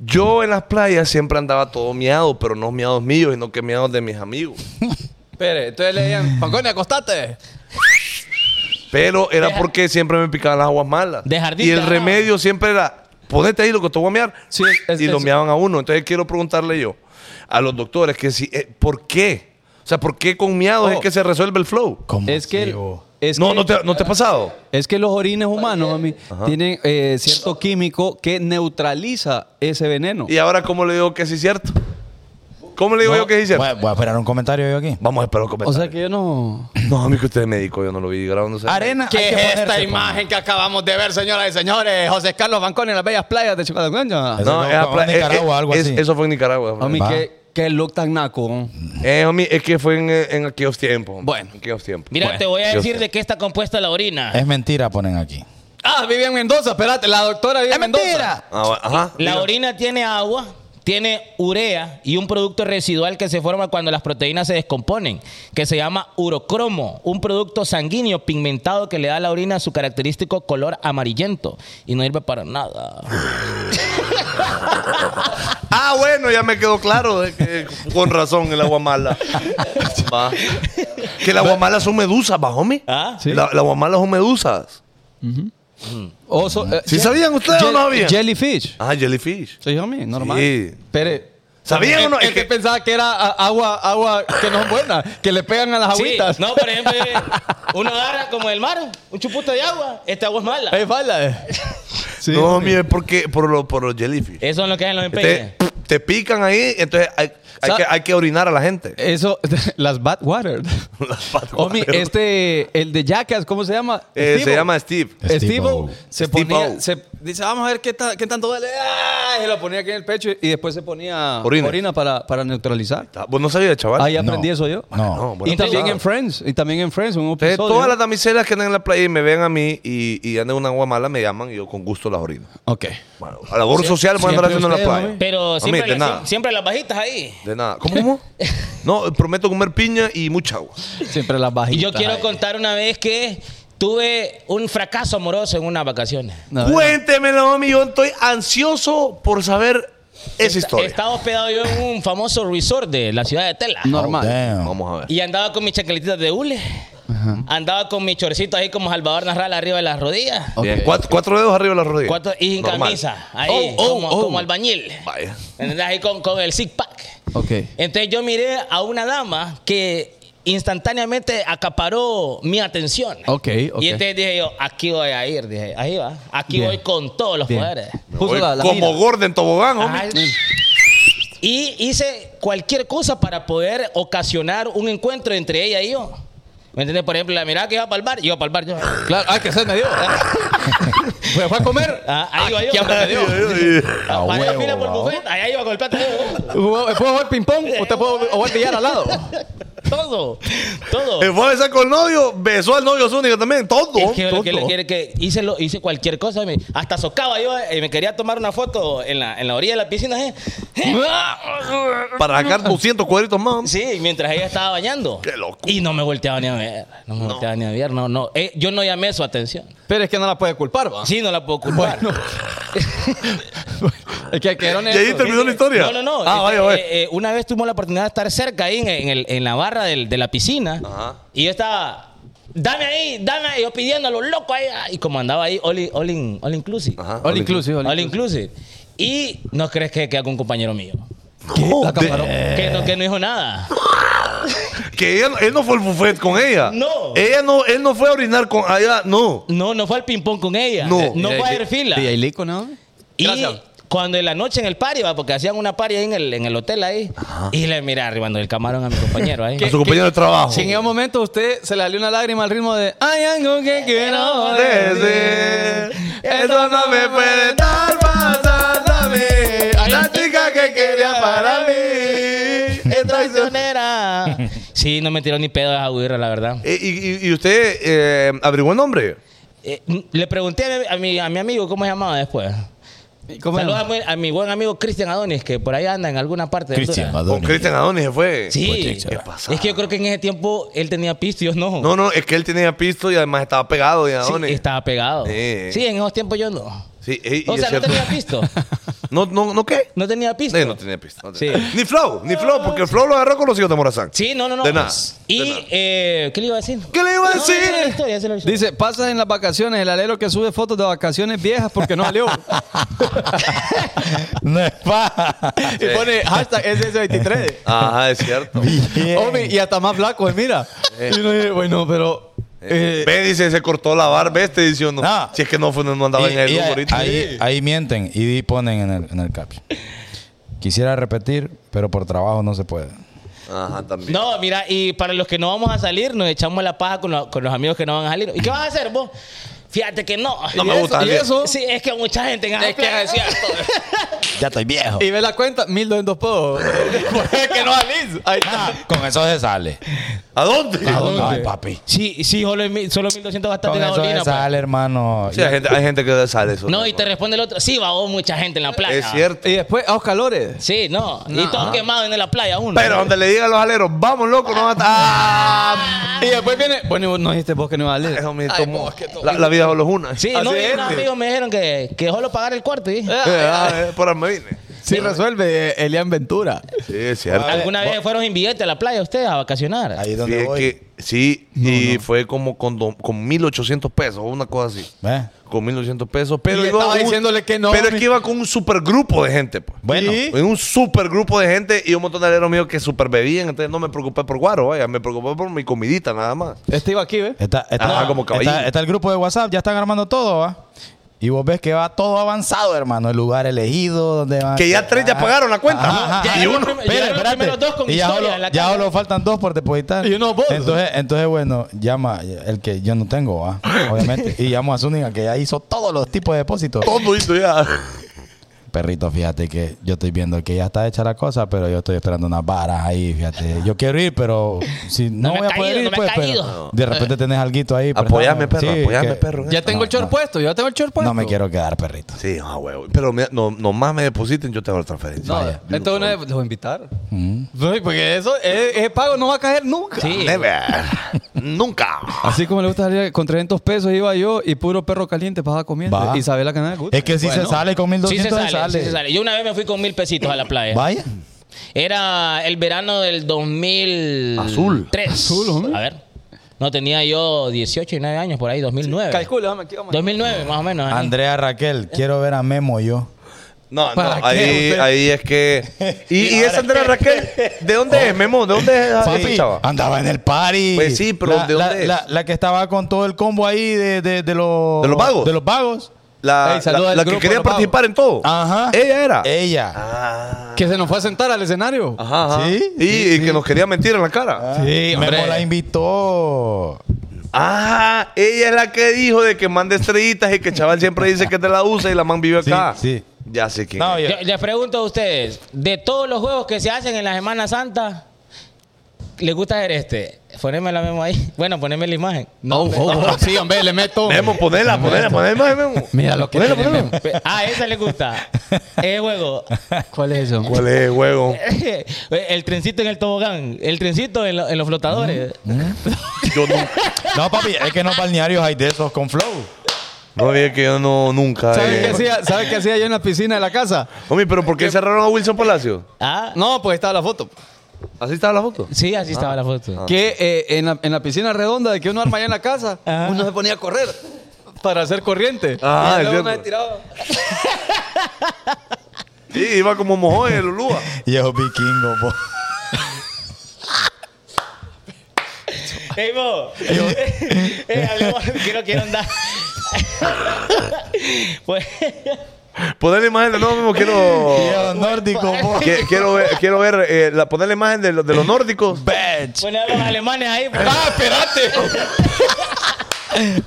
Yo en las playas siempre andaba todo miado, pero no miados míos, sino que miados de mis amigos. Espere, entonces le decían, Fanconi, acostate. Pero era porque siempre me picaban las aguas malas. De jardín y el te agarraban. remedio siempre era, ponete ahí lo que te voy a mear. Sí, es- y lo es- meaban a uno. Entonces quiero preguntarle yo a los doctores que si, eh, ¿por qué? O sea, ¿por qué con miados es Oh. que se resuelve el flow? ¿Cómo Es que, así, el- bo? es no, que- no, te, no te ha pasado. Es que los orines humanos, mami, tienen eh, cierto químico que neutraliza ese veneno. Y ahora, ¿cómo le digo que sí es cierto? ¿Cómo le digo yo que sí es cierto? Voy a, voy a esperar un comentario yo aquí. Vamos a esperar un O comentario. sea que yo no... No, a mí que usted es médico, yo no lo vi grabándose. Arena. hay que ponerse, pues. que acabamos de ver, señoras y señores? Eh, José Carlos Fanconi en las bellas playas de Chicago. Eso No, no, era fue en pla- Nicaragua, eh, algo es- así. Eso fue en Nicaragua. Mami, Va. qué, qué look tan naco. Eh, homie, es que fue en, en aquellos tiempos. Bueno. En aquellos tiempos. Mira, te voy a Yo decir sé. de qué está compuesta la orina. Es mentira, ponen aquí. Ah, Vivian Mendoza, espérate, la doctora Vivian Mendoza. mentira! Ah, bueno, ajá. La Diga. orina tiene agua, tiene urea y un producto residual que se forma cuando las proteínas se descomponen, que se llama urocromo, un producto sanguíneo pigmentado que le da a la orina su característico color amarillento y no sirve para nada. Ah, bueno, ya me quedó claro de que con razón el agua mala. Va. Que el agua mala son medusas, va, homie. Ah, sí. La, la agua mala son medusas. Oso, eh, ¿Sí je- sabían ustedes o je- no sabían? Jellyfish. Ah, jellyfish. Sí, homie, normal. Sí. Pero... ¿Sabían o no? Es, Es que que- pensaba que era ah, agua, agua que no es buena, que le pegan a las Sí, agüitas. no, por ejemplo, eh, uno agarra como el mar, un chupito de agua, esta agua es mala. Es bala. eh. Sí. no, homie, es porque por, lo- por los jellyfish. Eso es lo que hacen los empeños. Te, te pican ahí, entonces hay, hay Sa- que, hay que orinar a la gente. Eso, las Bad Water. Las patas. Homie, este, el de Jackass, ¿cómo se llama? Eh, se Steve-O. llama Steve. Steve-O. Steve-O se Steve-O. ponía, se- dice, vamos a ver qué, ta- qué tanto duele. ¡Ah! Y lo ponía aquí en el pecho y, y después se ponía Orina. orina, para, para neutralizar. Ah, Vos no sabías, chaval. Ahí aprendí No. eso yo. No. Oh, No, y buena también ah. pasada. en Friends, y también en Friends, un Ustedes, episodio. Eh, todas las damiselas que andan en la playa y me ven a mí y, y andan en una agua mala, me llaman y yo con gusto las orino. Ok. Bueno, a labor social voy a andar siempre haciendo en la ustedes, playa. homie. Pero Homie, siempre, las- de nada. siempre las bajitas ahí. De nada. ¿Cómo, cómo? No, eh, prometo comer piña y mucha agua. Siempre las Y bajitas. yo quiero ahí. contar una vez que tuve un fracaso amoroso en unas vacaciones. No, Cuéntemelo, homie. Yo estoy ansioso por saber esa Esta- historia. Estaba hospedado yo en un famoso resort de la ciudad de Tela. Normal. Normal. Vamos a ver. Y andaba con mis chancletitas de hule. Andaba con mi chorcito ahí como Salvador Narral arriba de las rodillas. Bien, cuatro, cuatro dedos arriba de la rodilla. Cuatro- y sin Normal. camisa. Ahí, Oh, oh, como, oh. como albañil. Vaya. ¿Entendés? Ahí con, con el zig pack. ok. Entonces yo miré a una dama que instantáneamente acaparó mi atención. Ok, ok. Y este- entonces dije yo, aquí voy a ir. Dije, ahí va. Aquí Bien. voy con todos los Bien. poderes. Puso Oye, la- la como mira. gordo en tobogán, homie. Ajá. Y hice cualquier cosa para poder ocasionar un encuentro entre ella y yo. ¿Me entiendes? Por ejemplo, la mirada que iba para el bar, iba para el bar yo. Claro, ah, que se me dio. Pues fue a comer. Ah, ahí iba yo. ¿quién me dio? Ah, paré huevo, fila por el ah. buffet, allá iba con el plato. Jugó- ¿Puedo jugar ping-pong? ¿Usted puede jugar billar al lado? Todo, todo. Se fue Eh, a besar con el novio, besó al novio único también, todo. Es que, todo. que- que- que hice, lo- hice cualquier cosa. me- hasta socaba yo. eh, me quería tomar una foto en la, en la orilla de la piscina. eh. Ah. Para sacar 200 cuadritos más. homie. Sí, mientras ella estaba bañando. Qué loco. Y no me volteaba ni a ver. No me volteaba ni a ver. No, no. Eh, yo no llamé su atención. Pero es que no la puede culpar, Ah. ¿va? Sí, no la puedo culpar. Es que quedaron Y ahí terminó la historia. No, no, no. Ah, Este, vaya, vaya. eh, eh, una vez tuvimos la oportunidad de estar cerca ahí en, en el- en la barra del- de la piscina. Ajá. Y yo estaba, dame ahí, dame ahí, yo pidiendo a los locos ahí. ah, Y como andaba ahí, all, in- all in- all inclusive. Ajá. All inclusive, all All inclusive. Y no crees que queda con un compañero mío. No, de- Que, no, que no dijo nada. que ella- él no fue al buffet con ella. No. Ella no, él no fue a orinar con ella, no. No, no fue al ping-pong con ella. No. No fue a hacer fila. Y ahí Lico, ¿no? Y Gracias. cuando en la noche en el party, va, porque hacían una party ahí en el, en el hotel ahí, y le miré arribando el camarón a mi compañero ahí. A su compañero de trabajo. Si en ese momento usted se le salió una lágrima al ritmo de Hay algo que quiero decir. decir Eso no me puede estar pasando a mí. La chica que quería para mí. traicionera. nada. Sí, no me tiró ni pedo esa guirra, la verdad. Eh, y, y- y usted eh, averiguó el nombre? Eh, le pregunté a mi, a mi- a mi amigo cómo se llamaba después. ¿Cómo Saludos era? a mi, a mi buen amigo Cristian Adonis, que por ahí anda en alguna parte. de Cristian Honduras. Con Adonis. Cristian Adonis se fue. Sí, Pues, ¿qué pasa? es que yo creo que en ese tiempo él tenía pisto y yo no. No, no, es que él tenía pisto y además estaba pegado de Sí, Adonis. Sí, estaba pegado. Sí. Sí, en esos tiempos yo no. eh, y O es sea, no cierto. tenía pisto. ¿No, no, no qué? No tenía pisto. Sí, no tenía pisto. no tenía- Sí. Ni Flow, ni Flow, porque Flow lo agarró con los hijos de Morazán. Sí, no, no, no. De nada. Y, de nada. eh, ¿qué le iba a decir? ¿Qué le iba a No, esa era la decir? historia, esa era la historia. Dice, pasas en las vacaciones, el alero que sube fotos de vacaciones viejas porque no salió. No es paja. y pone hashtag SS23. Ajá, es cierto. Bien. Homie, y hasta más flaco, eh, mira. Y uno dice, bueno, pero... eh, Ve, dice, se cortó la barba este, dice uno. Ah. Si es que no, fue, no andaba Y- en el y grupo ahí, ahorita. ahí- ahí mienten y di- ponen en el, en el caption. Quisiera repetir, pero por trabajo no se puede. Ajá, también. No, mira, y para los que no vamos a salir, nos echamos la paja con, lo- con los amigos que no van a salir. ¿Y qué vas a hacer vos? Fíjate que no. No Y me eso- gusta. ¿Y Javier. eso? Sí, es que mucha gente en Es que es Ya estoy viejo. Y ve la cuenta, 1200 pesos. Porque que no salís. Ahí está. Ah, Con eso se sale. ¿A dónde? ¿A dónde? Ay, papi. Sí, sí, solo, en mil- solo 1200 gastaste Con en eso gasolina. se pues. sale, hermano. Sí, hay gente, hay gente que sale eso. No, y te responde el otro. Sí, va vos, mucha gente en la playa. Es cierto. Y después, a los calores. Sí, no. Y todos quemados en la playa uno. Pero donde le digan los aleros, vamos, loco, no va a estar. Ah, Y después viene, bueno, no dijiste vos que no ibas a salir. eso me tomó. la, la vida solo es una. Sí, no, y Así unos es. amigos me dijeron que, que solo pagar el cuarto. ¿sí? Eh, ah, eh, por ahí me vine. Sí, resuelve eh, Elian Ventura. Sí, es cierto. ¿Alguna vez fueron sin billete a la playa ustedes a vacacionar? Ahí es Sí, donde es voy. que, sí y fue como con, do- con 1800 pesos, una cosa así. ¿Ve? Con 1800 pesos, pero Y iba estaba un- diciéndole que no, Pero es mi- que iba con un supergrupo de gente, pues. Bueno. Y- en un supergrupo de gente y un montón de aleros míos que super bebían, entonces no me preocupé por guaro, vaya, me preocupé por mi comidita nada más. Este iba aquí, ¿ves? Está, está- Ajá, Ah, como caballito. está- está el grupo de WhatsApp, ya están armando todo, ¿va? Y vos ves que va todo avanzado, hermano. El lugar elegido, donde Ah, van. Que ya tres ya pagaron la cuenta. Ajá, ajá. Ya Y llegaron uno, los prim- llegaron los primeros dos con y ya historia solo, en la ya casa. solo faltan dos por depositar. Y unos vos. Entonces, entonces, bueno, llama el que yo no tengo, ¿va? obviamente. y llamo a Zúñiga, que ya hizo todos los tipos de depósitos. todo hizo ya. Perrito, fíjate que yo estoy viendo que ya está hecha la cosa, pero yo estoy esperando unas varas ahí, fíjate. Yo quiero ir, pero si No no, me ha voy a poder caído, no ir, me ha pues, pero caído. de repente tenés alguito ahí. Apoyame, préstame. perro, apoyame, que- perro. Ya tengo el short no. puesto, ya tengo el short puesto. No me quiero quedar, perrito. Sí, ah, huevo. Pero mira, no, nomás me depositen, yo te hago la transferencia. No, Vaya. esto es una de. Los voy a invitar. No, Porque eso, eh, ese, ese pago no va a caer nunca. Sí. Never. Nunca. Así como le gusta salir con 300 pesos, iba yo y puro perro caliente pasaba comiendo. Va. Isabela Canal Guti. Es que si se sale con Sí 1200, se se sale, sale. sí se sale. Yo una vez me fui con mil pesitos a la playa. Vaya. Era el verano del 2003. Azul. Azul, A ver. No, tenía yo 18, 19 años, por ahí, 2009. Calcula, dame aquí, vamos. 2009, más o menos. ahí. Andrea Raquel, quiero ver a Memo yo. No, no, ¿Para qué, ahí, usted? ahí es que. ¿Y, y esa Andrea Raquel? ¿De dónde es, Memo? ¿De dónde es Papi, esa chava? andaba en el party. Pues sí, pero la, ¿de la- dónde es? la- la que estaba con todo el combo ahí de, de- de los... ¿De los vagos? De los vagos. La, Ey, saluda la- al la que grupo, quería lo pago. participar en todo. Ajá. Ella era. Ella. Ah. Que se nos fue a sentar al escenario. Ajá, ajá. Sí, Ah. Y, y que nos quería mentir en la cara. Sí, Memo la invitó. Ah, ella es la que dijo de que manda estrellitas y que el chaval siempre dice que te la usa y la man vive acá. Sí, sí. Ya sé que. No, yo- Yo- les pregunto a ustedes, de todos los juegos que se hacen en la Semana Santa, ¿les gusta hacer este? Poneme la memo ahí. Bueno, poneme la imagen. No, oh, oh, sí, hombre, le meto. Memo, ponela, ponela, ponela, más, Memo. Mira lo que Ponela, tiene, ponela. Pe- Ah, esa le gusta. Es juego. ¿Cuál es eso? ¿Cuál es, huevo? El trencito en el tobogán. El trencito en, lo- en los flotadores. Yo no, No, papi, es que no balnearios hay de esos con flow. no dije que yo no, nunca. ¿Sabes eh. qué hacía? ¿Sabes qué hacía yo en la piscina de la casa? Homie, pero ¿por qué cerraron a Wilson Palacio? Ah, No, pues estaba la foto. ¿Así estaba la foto? sí, así estaba la foto. Que eh, en, la, en la piscina redonda de que uno arma allá en la casa, Ajá. uno se ponía a correr para hacer corriente. Ah, Y luego es uno cierto. se tiraba. Sí, iba como mojón en el Ulúa. Y es vikingo, po. Ey, vos. Eh, hablemos, quiero que onda. pues, Poner la imagen de no, Memo, Y quiero. es nórdico, po. que- quiero ver, quiero ver eh, la, poner la imagen de, los- de los nórdicos. Bitch. ponemos a los alemanes ahí. pues.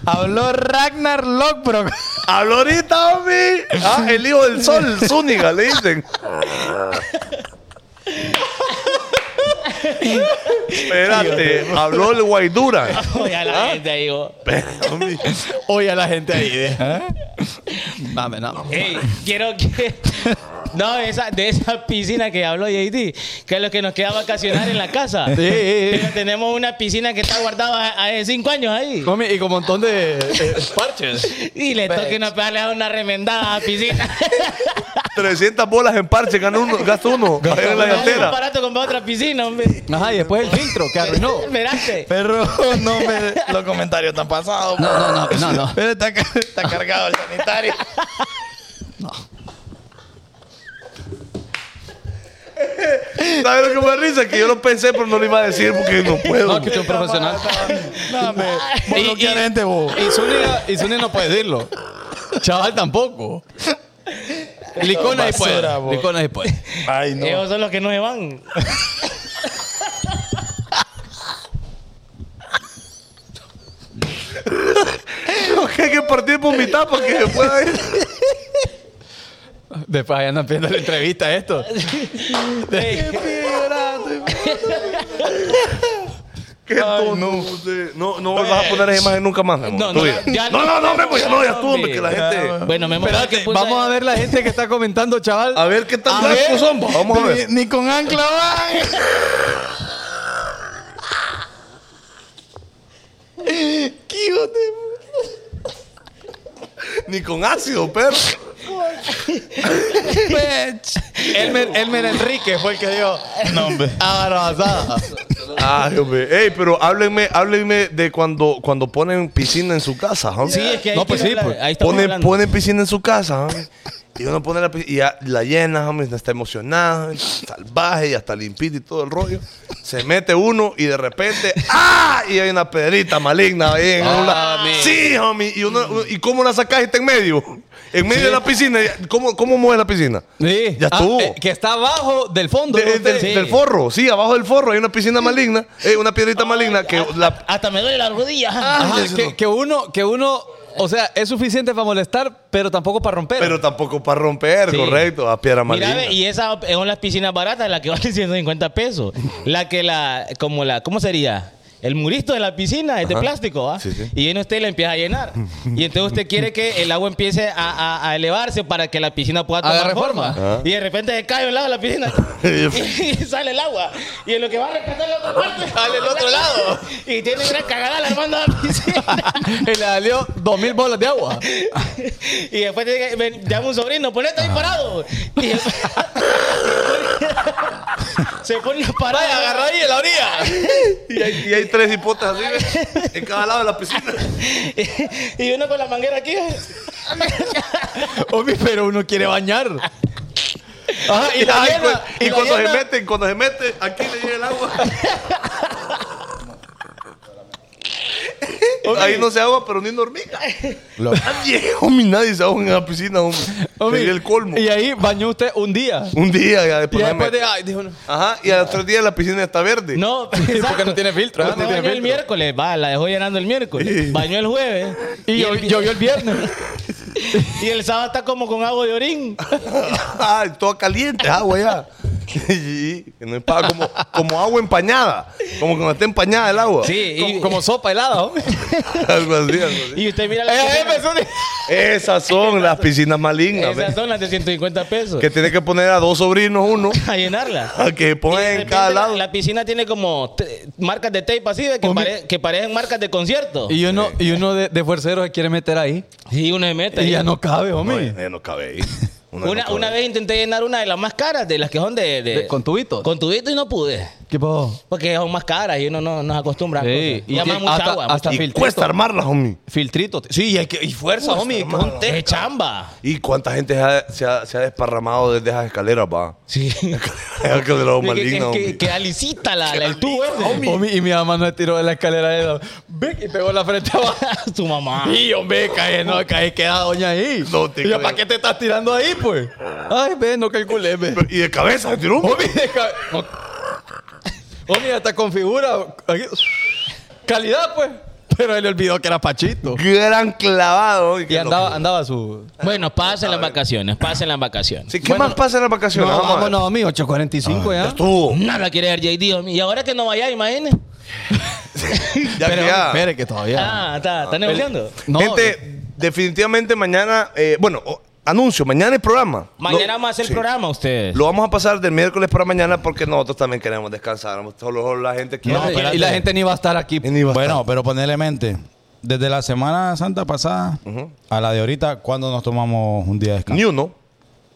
Habló Ragnar Lockbrock. Habló ahorita, homie. Ah, el hijo del sol, Zúñiga, le dicen. Espérate, habló el Guaidura. Oye, a la gente, digo. Pero, mi- Oye a la gente ahí. ¿eh? de- Dame, no. Ey, quiero que. No, esa, de esa piscina que habló JD, que es lo que nos queda vacacionar en la casa. Sí, sí, sí. Pero tenemos una piscina que está guardada hace cinco años ahí. Mami, y con un montón de eh, parches. Y le toca una pegarle a una remendada a la piscina. 300 bolas en parche, ganó uno, gasta uno. Ahí en la un llantera. aparato con otra piscina, hombre. Ajá, y después el filtro que arruinó. Esperaste. Perro, no me. Los comentarios están pasados. No, no, no, no, no. Pero está, ca- está cargado el sanitario. ¿Sabes lo que me da risa? Que yo lo pensé, pero no lo iba a decir porque no puedo. No, que tú un profesional. No, me. Ah. Y- Vos no y- quieres gente, vos. Y Zúñiga, y Zúñiga no puede decirlo. Chaval tampoco. Licona y Basura, puede. vos. Licona Eh, y puede. Ay, no. Ellos son los que no se van. que hay que partir por mitad para que pueda ir. Después ahí andan pidiendo la entrevista a esto. Qué tonto. No, no vas a poner esa imagen nunca más, mi amor. No, Tú no, ya. ya no, no. no, no, Memo, ya no, ya tú, hombre, que la gente. Bueno, me Espérate, vamos a ver la gente que está comentando, chaval. Ah. A ver qué tan A ver. blancos son. Vamos a ver. Ni, ni con ancla van. Ni con ácido, perro. Elmer, Elmer Enrique fue el que dio No, hombre. abarrabasada. Ay, hombre. Ey, pero háblenme, háblenme de cuando, cuando ponen piscina en su casa, ¿ah? Sí, es que ahí No, pues quiero sí, hablar. pues. Ahí estamos Ponen, hablando. ponen piscina en su casa, ¿ah? Y uno pone la piscina y ya la llena, hombre, está emocionada, salvaje y hasta limpita y todo el rollo. Se mete uno y de repente, ¡ah! Y hay una pedrita maligna ahí en Ah, un lado. Sí, homie. Y, uno, uno- ¿Y cómo la sacás? Y está en medio. En medio de la piscina. ¿Cómo, cómo mueve la piscina? Sí. Ya Ah, estuvo. eh, que está abajo del fondo. De- ¿no? del, Sí. del forro, sí, abajo del forro hay una piscina maligna, eh, una piedrita maligna que la. Hasta me duele la rodilla. Ajá, eso que, no. que uno, que uno, o sea, es suficiente para molestar, pero tampoco para romper. Pero tampoco para romper, Sí. correcto, a piedra Mira, maligna. ve, y esas son las piscinas baratas, las que valen 150 pesos. La que la, como la, ¿cómo sería? El murito de la piscina es de Ajá. plástico, ¿ah? Sí, sí. Y viene usted y la empieza a llenar. Y entonces usted quiere que el agua empiece a, a- a elevarse para que la piscina pueda tomar Agarre forma. forma. Y de repente se cae un lado de la piscina y sale el agua. Y en lo que va a rescatar la otra parte, sale el otro lado. Y tiene una cagada la hermana de la piscina. y le salió dos mil bolas de agua. Y después tiene que- ven, llama un sobrino, ponete ahí parado. Y después- se pone una parada. agarra ahí en la orilla. Y hay, y hay tres hipotas así ¿ves? en cada lado de la piscina. y uno con la manguera aquí. Hombre, pero uno quiere bañar. Ajá, Ah, y pues. la Ay, llena, cu- y la cuando se llena. meten, cuando se meten, aquí le llega el agua. Ahí no se agua, pero ni una hormiga. Nadie, homie, nadie se ahoga en la piscina, homie. Hombre, Sería el colmo. Y ahí bañó usted un día. Un día ya Y después. ya no me- después de, ay, dijo, no. Ajá, y a los tres días la piscina está verde. No, Sí, porque exacto. no tiene filtro. No, ¿ah? bañó el miércoles, va, la dejó llenando el miércoles. Bañó el jueves. Y, yo, el, llovió el viernes. y el sábado está como con agua de orín. Ay, todo caliente, agua ya. Y- y no es pa- como, como agua empañada. Como cuando está empañada el agua. Sí, como, y, como sopa helada, hombre. Algo así, algo así. y usted mira la Eh, eh, piscina. me suena- Esas son las piscinas malignas. Esas ¿ves? son las de 150 pesos. Que tiene que poner a dos sobrinos uno A llenarla. a que ponen en cada Repente, lado. La piscina tiene como te- marcas de tape así, de que, pare- que parecen marcas de concierto. Y, Y uno, y uno de, de fuercero se quiere meter ahí. uno se mete. Y ya no cabe, No, hombre. ya no cabe ahí. Una, Una, una vez intenté llenar una de las más caras, de las que son de... de- De- con tubitos. Con tubito y no pude. ¿Qué pasó? Porque son más caras y uno no nos acostumbra. a Sí, cosas. y y además tiene- mucha hasta- agua. hasta mucha- Y filtrito. cuesta armarlas, homie. Filtrito. Sí, y, hay que- y fuerza, hombre. que un Es chamba. ¿Y cuánta gente se ha, se ha- se ha desparramado desde esas escaleras, pa? Sí. Es que de lo Que- maligno, que, homie. que- que alicita la, la- el tubo ese. Homie. y mi mamá no tiró de la escalera de la- Ve, y pegó la frente abajo. Su mamá. Y hombre, cae, no, cae, queda doña ahí. No te Y yo, creo. ¿para qué te estás tirando ahí, pues? Ay, ve, no calculé, ve. Y de cabeza, se tiró un- Homie, deja- no. Oh, Homie, hasta configura. Calidad, pues. Pero él le olvidó que era Oh. Pachito. Gran clavado. Y, Y que andaba, lo- andaba su. Bueno, pasen las vacaciones, pasen las vacaciones. Sí, ¿Qué más pasa en las vacaciones? No, Vamos a ver. vámonos, mi 845 ya. Estuvo. Nada quiere ver JD. homie. Y ahora que no vaya, imagínate. Ya Pero, que ya. espere que todavía. Ah, está, está negociando. No, Gente, definitivamente mañana, eh, bueno, o- anuncio, mañana el programa. Mañana Lo- vamos a hacer sí. programa ustedes. Lo vamos a pasar del miércoles para mañana porque nosotros también queremos descansar. Solo la gente quiere. No, y- y la gente ni va a estar aquí. Bueno, pero ponele mente. Desde la Semana Santa pasada a la de ahorita, ¿cuándo nos tomamos un día de descanso? Ni uno.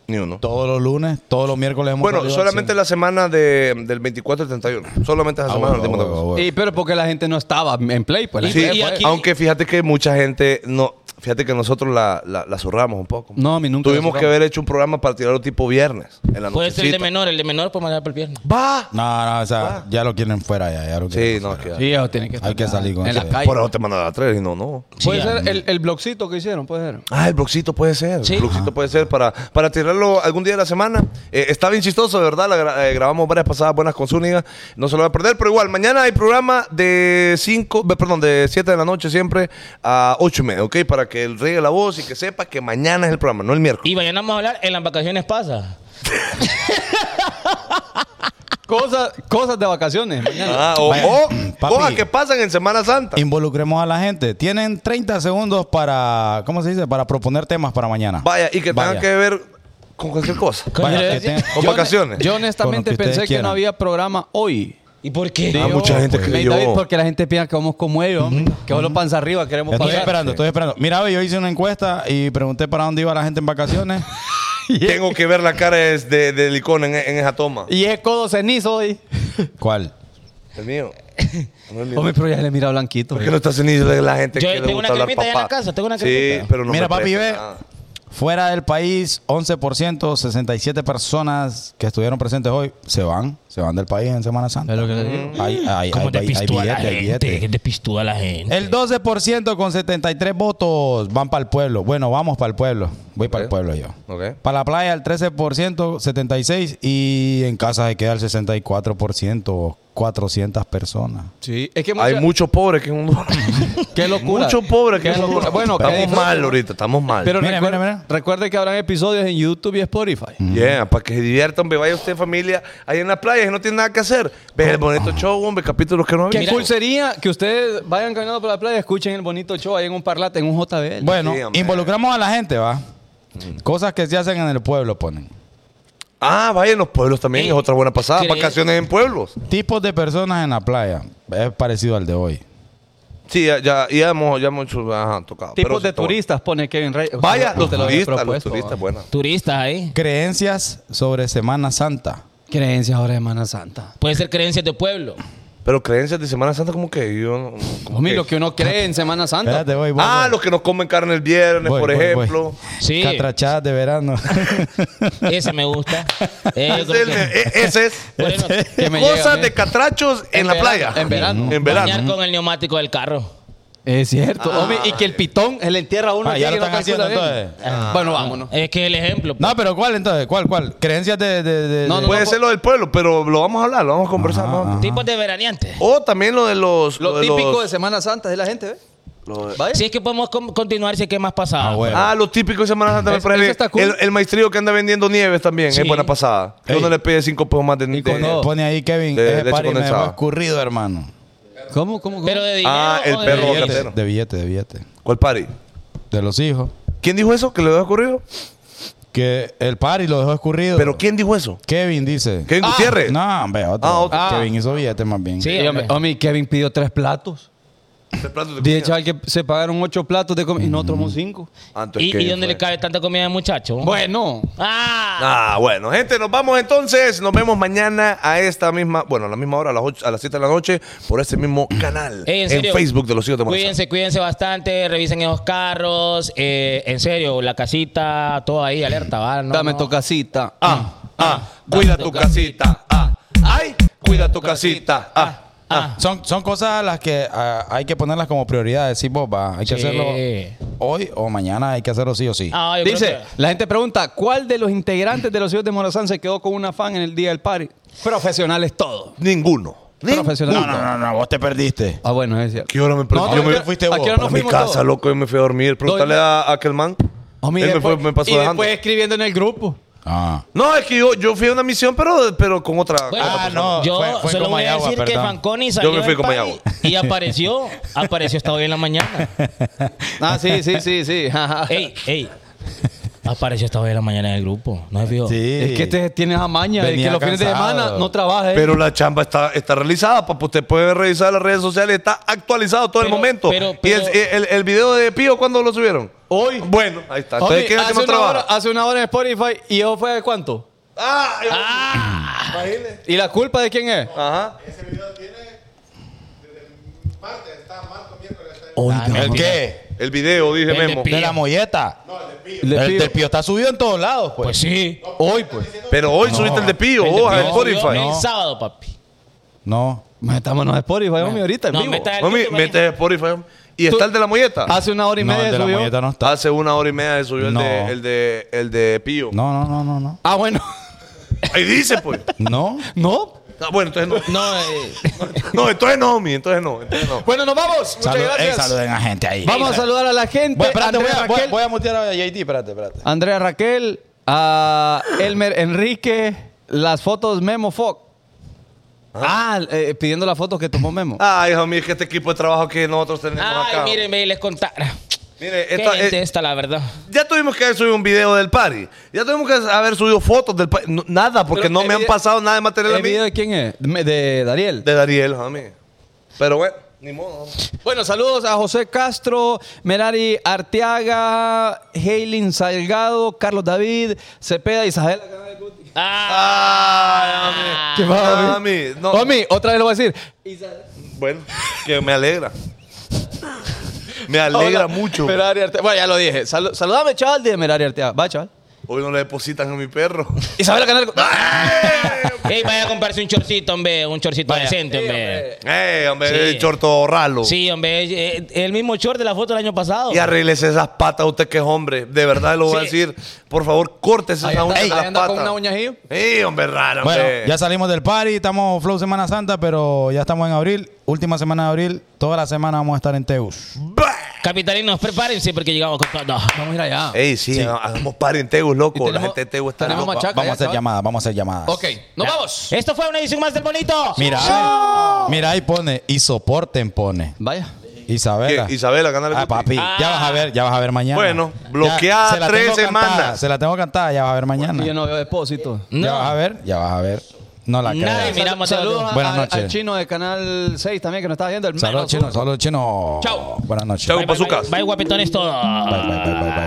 Ni uno. Todos los lunes, todos los miércoles hemos Bueno, salido solamente al la semana de, del 24 al 31. Solamente esa cine. Ah, semana. bueno, no dimos bueno, otra cosa. bueno. Y, pero porque la gente no estaba en play, pues. la Y- Sí, gente y fue. aquí- aunque fíjate que mucha gente no. Fíjate que nosotros la, la, la zurramos un poco. No, a mí nunca la Tuvimos que zurramos. haber hecho un programa para tirarlo tipo viernes. En la Puede ser el de nochecita. menor, el de menor puede mandar por el viernes. ¡Va! No, no, o sea, ya lo quieren fuera ya. ya lo quieren Ah. Sí, no, fuera. que- Sí, ellos tienen que estar Hay que salir con en eso. la calle. Por eso te mandan a las tres y no, no. Puede Sí, ser el, el blogcito que hicieron, puede ser. Ah, el bloxito puede ser. Sí. El bloxito puede ser para, para tirarlo algún día de la semana. Eh, está bien chistoso, de verdad. La gra- eh, grabamos varias pasadas buenas con Zúñiga. No se lo va a perder, pero igual, mañana hay programa de 5, perdón, de 7 de la noche siempre a 8 y media, ¿ok? Para que él riegue la voz y que sepa que mañana es el programa, no el miércoles. Y mañana vamos a hablar en las vacaciones pasa. Cosas, cosas de vacaciones. mañana. Ah, o, Vaya, o papi. cosas que pasan en Semana Santa. Involucremos a la gente. Tienen 30 segundos para, ¿cómo se dice? Para proponer temas para mañana. Vaya, y que Vaya. tengan que ver con cualquier cosa. Vaya, que Yo- tengan- Con vacaciones. Yo Con lo honestamente que pensé que ustedes no quieran. había programa hoy. ¿Y por qué? Ah, Digo, mucha gente pues, creyó. David, porque la gente piensa que vamos como ellos, hombre, que solo panza arriba queremos Estoy pagar. esperando, estoy esperando. Mira, ve, yo hice una encuesta y pregunté para dónde iba la gente en vacaciones. Tengo que ver la cara de, de, del icón en, en esa toma. Y es codo cenizo hoy. ¿Cuál? El mío. No el mío. Hombre, pero ya le mira blanquito. ¿Por qué no estás en Isla de la gente Yo que le tengo gusta una hablar cremita allá en papá? la casa, tengo una Sí, cremita. pero no Mira, me papi, presta ve. nada. Fuera del país, 11%, 67 personas que estuvieron presentes hoy se van, se van del país en Semana Santa. Es lo que le digo. Hay, hay, hay, eh, ¿Cómo hay despistúa a la billete, hay gente? billete. ¿Qué despistúa a la gente? El 12% con 73 votos van para el pueblo. Bueno, vamos para el pueblo. Voy para el Ok. pueblo yo. Ok. Para la playa el 13%, 76 y en casa se queda el 64%, 400 personas. Sí, es que mucha- Hay muchos pobres que en Honduras. Qué locura. Muchos pobres que Qué en Honduras. locura. Bueno, que- estamos mal ahorita, estamos mal. Pero Mira, recuer- mira, mira. recuerde que habrán episodios en YouTube y Spotify. Yeah, para que se diviertan, hombre, vaya usted familia ahí en las playas y no tiene nada que hacer. Ve el Ah. bonito show, hombre, capítulos que no Qué había. cool sería que ustedes vayan caminando por la playa y escuchen el bonito show ahí en un parlate, en un JBL. Bueno, Sí, hombre. involucramos a la gente, ¿va? Mm. Cosas que se hacen en el pueblo, ponen. Ah, vaya en los pueblos también, Eh, es otra buena pasada. ¿crees? Vacaciones en pueblos. Tipos de personas en la playa. Es parecido al de hoy. Sí, ya, ya, ya hemos, ya hemos hecho- ajá, tocado. Tipos Pero sí de está bueno. turistas pone Kevin Rey. Vaya, Te lo los había turistas, los propuesto, turistas, ¿va? buena. Turistas ahí. Creencias sobre Semana Santa. Creencias ahora de Semana Santa. Puede ser creencias de pueblo. Pero creencias de Semana Santa, como que yo. no- como Homie, que- lo que uno cree en Semana Santa. Espérate, voy, voy, ah, voy. los que nos comen carne el viernes, Voy, por voy, voy. ejemplo. Sí, Catrachadas de verano. esa me gusta. Eh, yo Ese creo es el- que- e- ese es. Bueno, Que me llega a Cosas mí. de catrachos en, En la verano, playa. en verano. En bañar verano. con el neumático del carro. Es cierto. Ah. homie, y que el pitón se le entierra a uno. Ah, aquí ya y lo no están calcula haciendo, bien. entonces. Ah. Bueno, vámonos. Es que el ejemplo. no, pero ¿cuál entonces? ¿Cuál, cuál? Creencias de... de- de- No, de- Eh, no, Puede no, ser po- lo del pueblo, pero lo vamos a hablar, lo vamos a conversar. Ah. ¿no? Tipos de veraneantes. O también lo de los. Lo de los- típico de Semana Santa es la gente, ¿ves? Vaya. Si es que podemos com- continuar si es que hay más pasado. Ah, bueno. Ah, lo típico de Semana Santa me Eso- parece eso bien. está cool. El, el maestrío que anda vendiendo nieves también, Sí. es buena pasada. Que Ey. Uno le pide cinco pesos más de, de- Pone- Pone ahí Kevin. de ese leche party me condensada. dejó escurrido, hermano. ¿Cómo, cómo, cómo? Pero de dinero. Ah, el o de- De perro de- bocatero. billete, cartero. de billete, de billete. ¿Cuál party? De los hijos. ¿Quién dijo eso? ¿Que le había ocurrido? Que el party lo dejó escurrido. ¿Pero quién dijo eso? Kevin dice. ¿Kevin Ah. Gutiérrez? No, hombre, otro. Eh, Ah, otro. Kevin hizo billete más bien. Sí, Sí, homie, hombre. homie, Kevin pidió tres platos. El plato de Dije, comida. chaval, que se pagaron ocho platos de comida y nosotros somos cinco. Ah, entonces, ¿Y, ¿qué y dónde fue? le cabe tanta comida de muchacho? Bueno, Ah, Ah, bueno, gente, nos vamos entonces. Nos vemos mañana a esta misma, bueno, a la misma hora, a las, ocho- a las 7 de la noche, por este mismo canal. Ey, en serio. Facebook de los hijos de Morazán. Cuídense, cuídense bastante, revisen esos carros, eh, en serio, la casita, todo ahí, alerta, va, no, dame no. tu casita. Ah, ah, cuida tu casita. Ah, ay, cuida tu casita. Ah. Ah, Son, son cosas a las que ah, hay que ponerlas como prioridades. Sí, vos, va, hay Sí. que hacerlo hoy o mañana, hay que hacerlo sí o sí. ah, yo creo Dice, que- la gente pregunta, ¿cuál de los integrantes de los hijos de Morazán se quedó con una fan en el día del party? Profesionales todos. Ninguno. profesional. No, no, no, no, vos te perdiste. Ah, bueno, es cierto. ¿Qué hora me perdí? No, yo ¿a qué me hora fuiste vos? ¿A qué hora nos a mi fuimos casa, todos? loco, yo me fui a dormir. Pregúntale a, a aquel man. Homie, Él me, fue- después- me pasó pues, y dejando. después escribiendo en el grupo. Ah. No, es que yo, yo fui a una misión, pero, pero con otra. Bueno, otra Ah, persona. no, yo fue- fue solo con voy a Mayagua, decir que perdón. Fanconi salió Yo me fui del con party Mayagua. y apareció, apareció hasta hoy en la mañana. Ah, sí, sí, sí, sí. Ey, ey. Apareció hasta hoy en la mañana en el grupo, ¿no se fijó? Sí. Es que este tiene esa maña de que Venía los fines de cansado. semana no trabaja. ¿eh? Pero la chamba está, está realizada, papá. Usted puede revisar las redes sociales, está actualizado todo el Pero- momento. pero- y el, pero- el, el video de Pío, ¿cuándo lo subieron? hoy. Bueno, ahí está. homie, Entonces, ¿quién es el hace, que no una hora, ah. trabaja? hace una hora en Spotify y eso fue de cuánto? Ah, yo- ¿Y la culpa de quién es? Ajá. ¿El qué? El video, dije El de Memo. Pío. De la molleta. Le el pido. del pío está subido en todos lados, Pues Eh, pues. sí. Hoy, pues. Pero hoy subiste el de Pío, El de vos, a Pío subió Spotify. El sábado, papi. No. Metámonos a Spotify, homie, ahorita en No, vivo. meta- Mami, mete Spotify. ¿Y está el de la molleta? Hace una hora y No, el media de la subió. molleta no está. Hace una hora y media se subió el, No. de, el, de, el de Pío. No, no, no, no, no. Ah, bueno. Ahí dice, pues. No. ¿No? Ah, bueno, entonces no. No, eh, No, entonces no, mi. Entonces no. Entonces no. Bueno, nos vamos. Muchas Salud- gracias. ey, saluden a gente ahí. Vamos a saludar a la gente. Bueno, espérate, voy Andrea, a, voy, Raquel, a- voy a mutear a JT, espérate, espérate. Andrea Raquel, a Elmer Enrique, las fotos Memo Fox. Ah, eh, pidiendo las fotos que tomó Memo. Ah, Ay, hijo mío, es que este equipo de trabajo que nosotros tenemos ay, acá. miren, ve, les contara. Mire, Qué esta, gente eh, esta, la verdad. ya tuvimos que haber subido un video del party. Ya tuvimos que haber subido fotos del party. No, nada, porque Pero no el me han video- pasado nada de material a ¿El mí. video de quién es? De, de Dariel. De Dariel, a mí. Pero bueno, ni modo. Bueno, saludos a José Castro, Merari Arteaga, Heiling Salgado, Carlos David, Cepeda, Isabel. Ah, Ay, ¿Qué mí. va, a mí. Ah, No. Omi, otra vez lo voy a decir. Bueno, que me alegra. Me alegra Hola, mucho. Merari Arteaga. Bueno, ya lo dije. Salu- saludame, chaval, de Merari Arteaga. Va, chaval. Hoy no le depositan a mi perro. Isabel Canal. ey, vaya a comprarse un chorcito, hombre. Un chorcito decente, hombre. ¡Ey, hombre! Sí. El chorto ralo. Sí, hombre. eh, El mismo short de la foto del año pasado. Y arregles esas patas, usted que es hombre. De verdad lo voy a Sí. decir. Por favor, córtese Ahí esa uña anda- de ahí las anda con patas. una uña ahí. Sí, hombre, raro, Bueno, hombre. ya salimos del party, estamos Flow Semana Santa, pero ya estamos en abril, última semana de abril, toda la semana vamos a estar en Teus. Capitalinos, prepárense porque llegamos con todo. Vamos a ir allá. Ey, sí, hagamos party en Tegus, loco. Y tenemos- la gente de Tegus está tenemos loca. machaca. vamos a hacer chaval. llamadas, vamos a hacer llamadas. Ok, nos vamos. Esto fue una edición más del bonito. Mira, mira ahí pone, y soporten pone. Vaya. Isabela. ¿Qué? Isabela, canal Ah, papi, ya vas a ver, ya vas a ver mañana. Bueno, Ya, bloqueada se la tres tengo semanas. cantada, se la tengo cantada, ya vas a ver mañana. Y yo no veo depósito. No. Ya vas a ver, ya vas a ver. No la Nadie creas. me- Mira, Mateo, saludos a- buenas al- noches. al chino de Canal 6 también que nos está viendo. El Saludos menos chino, uno. saludos chino. Chao. Buenas noches. Chao. Bye, bye, bye. Pazucas. Bye, guapetones, todo. Bye, bye, bye, bye, bye.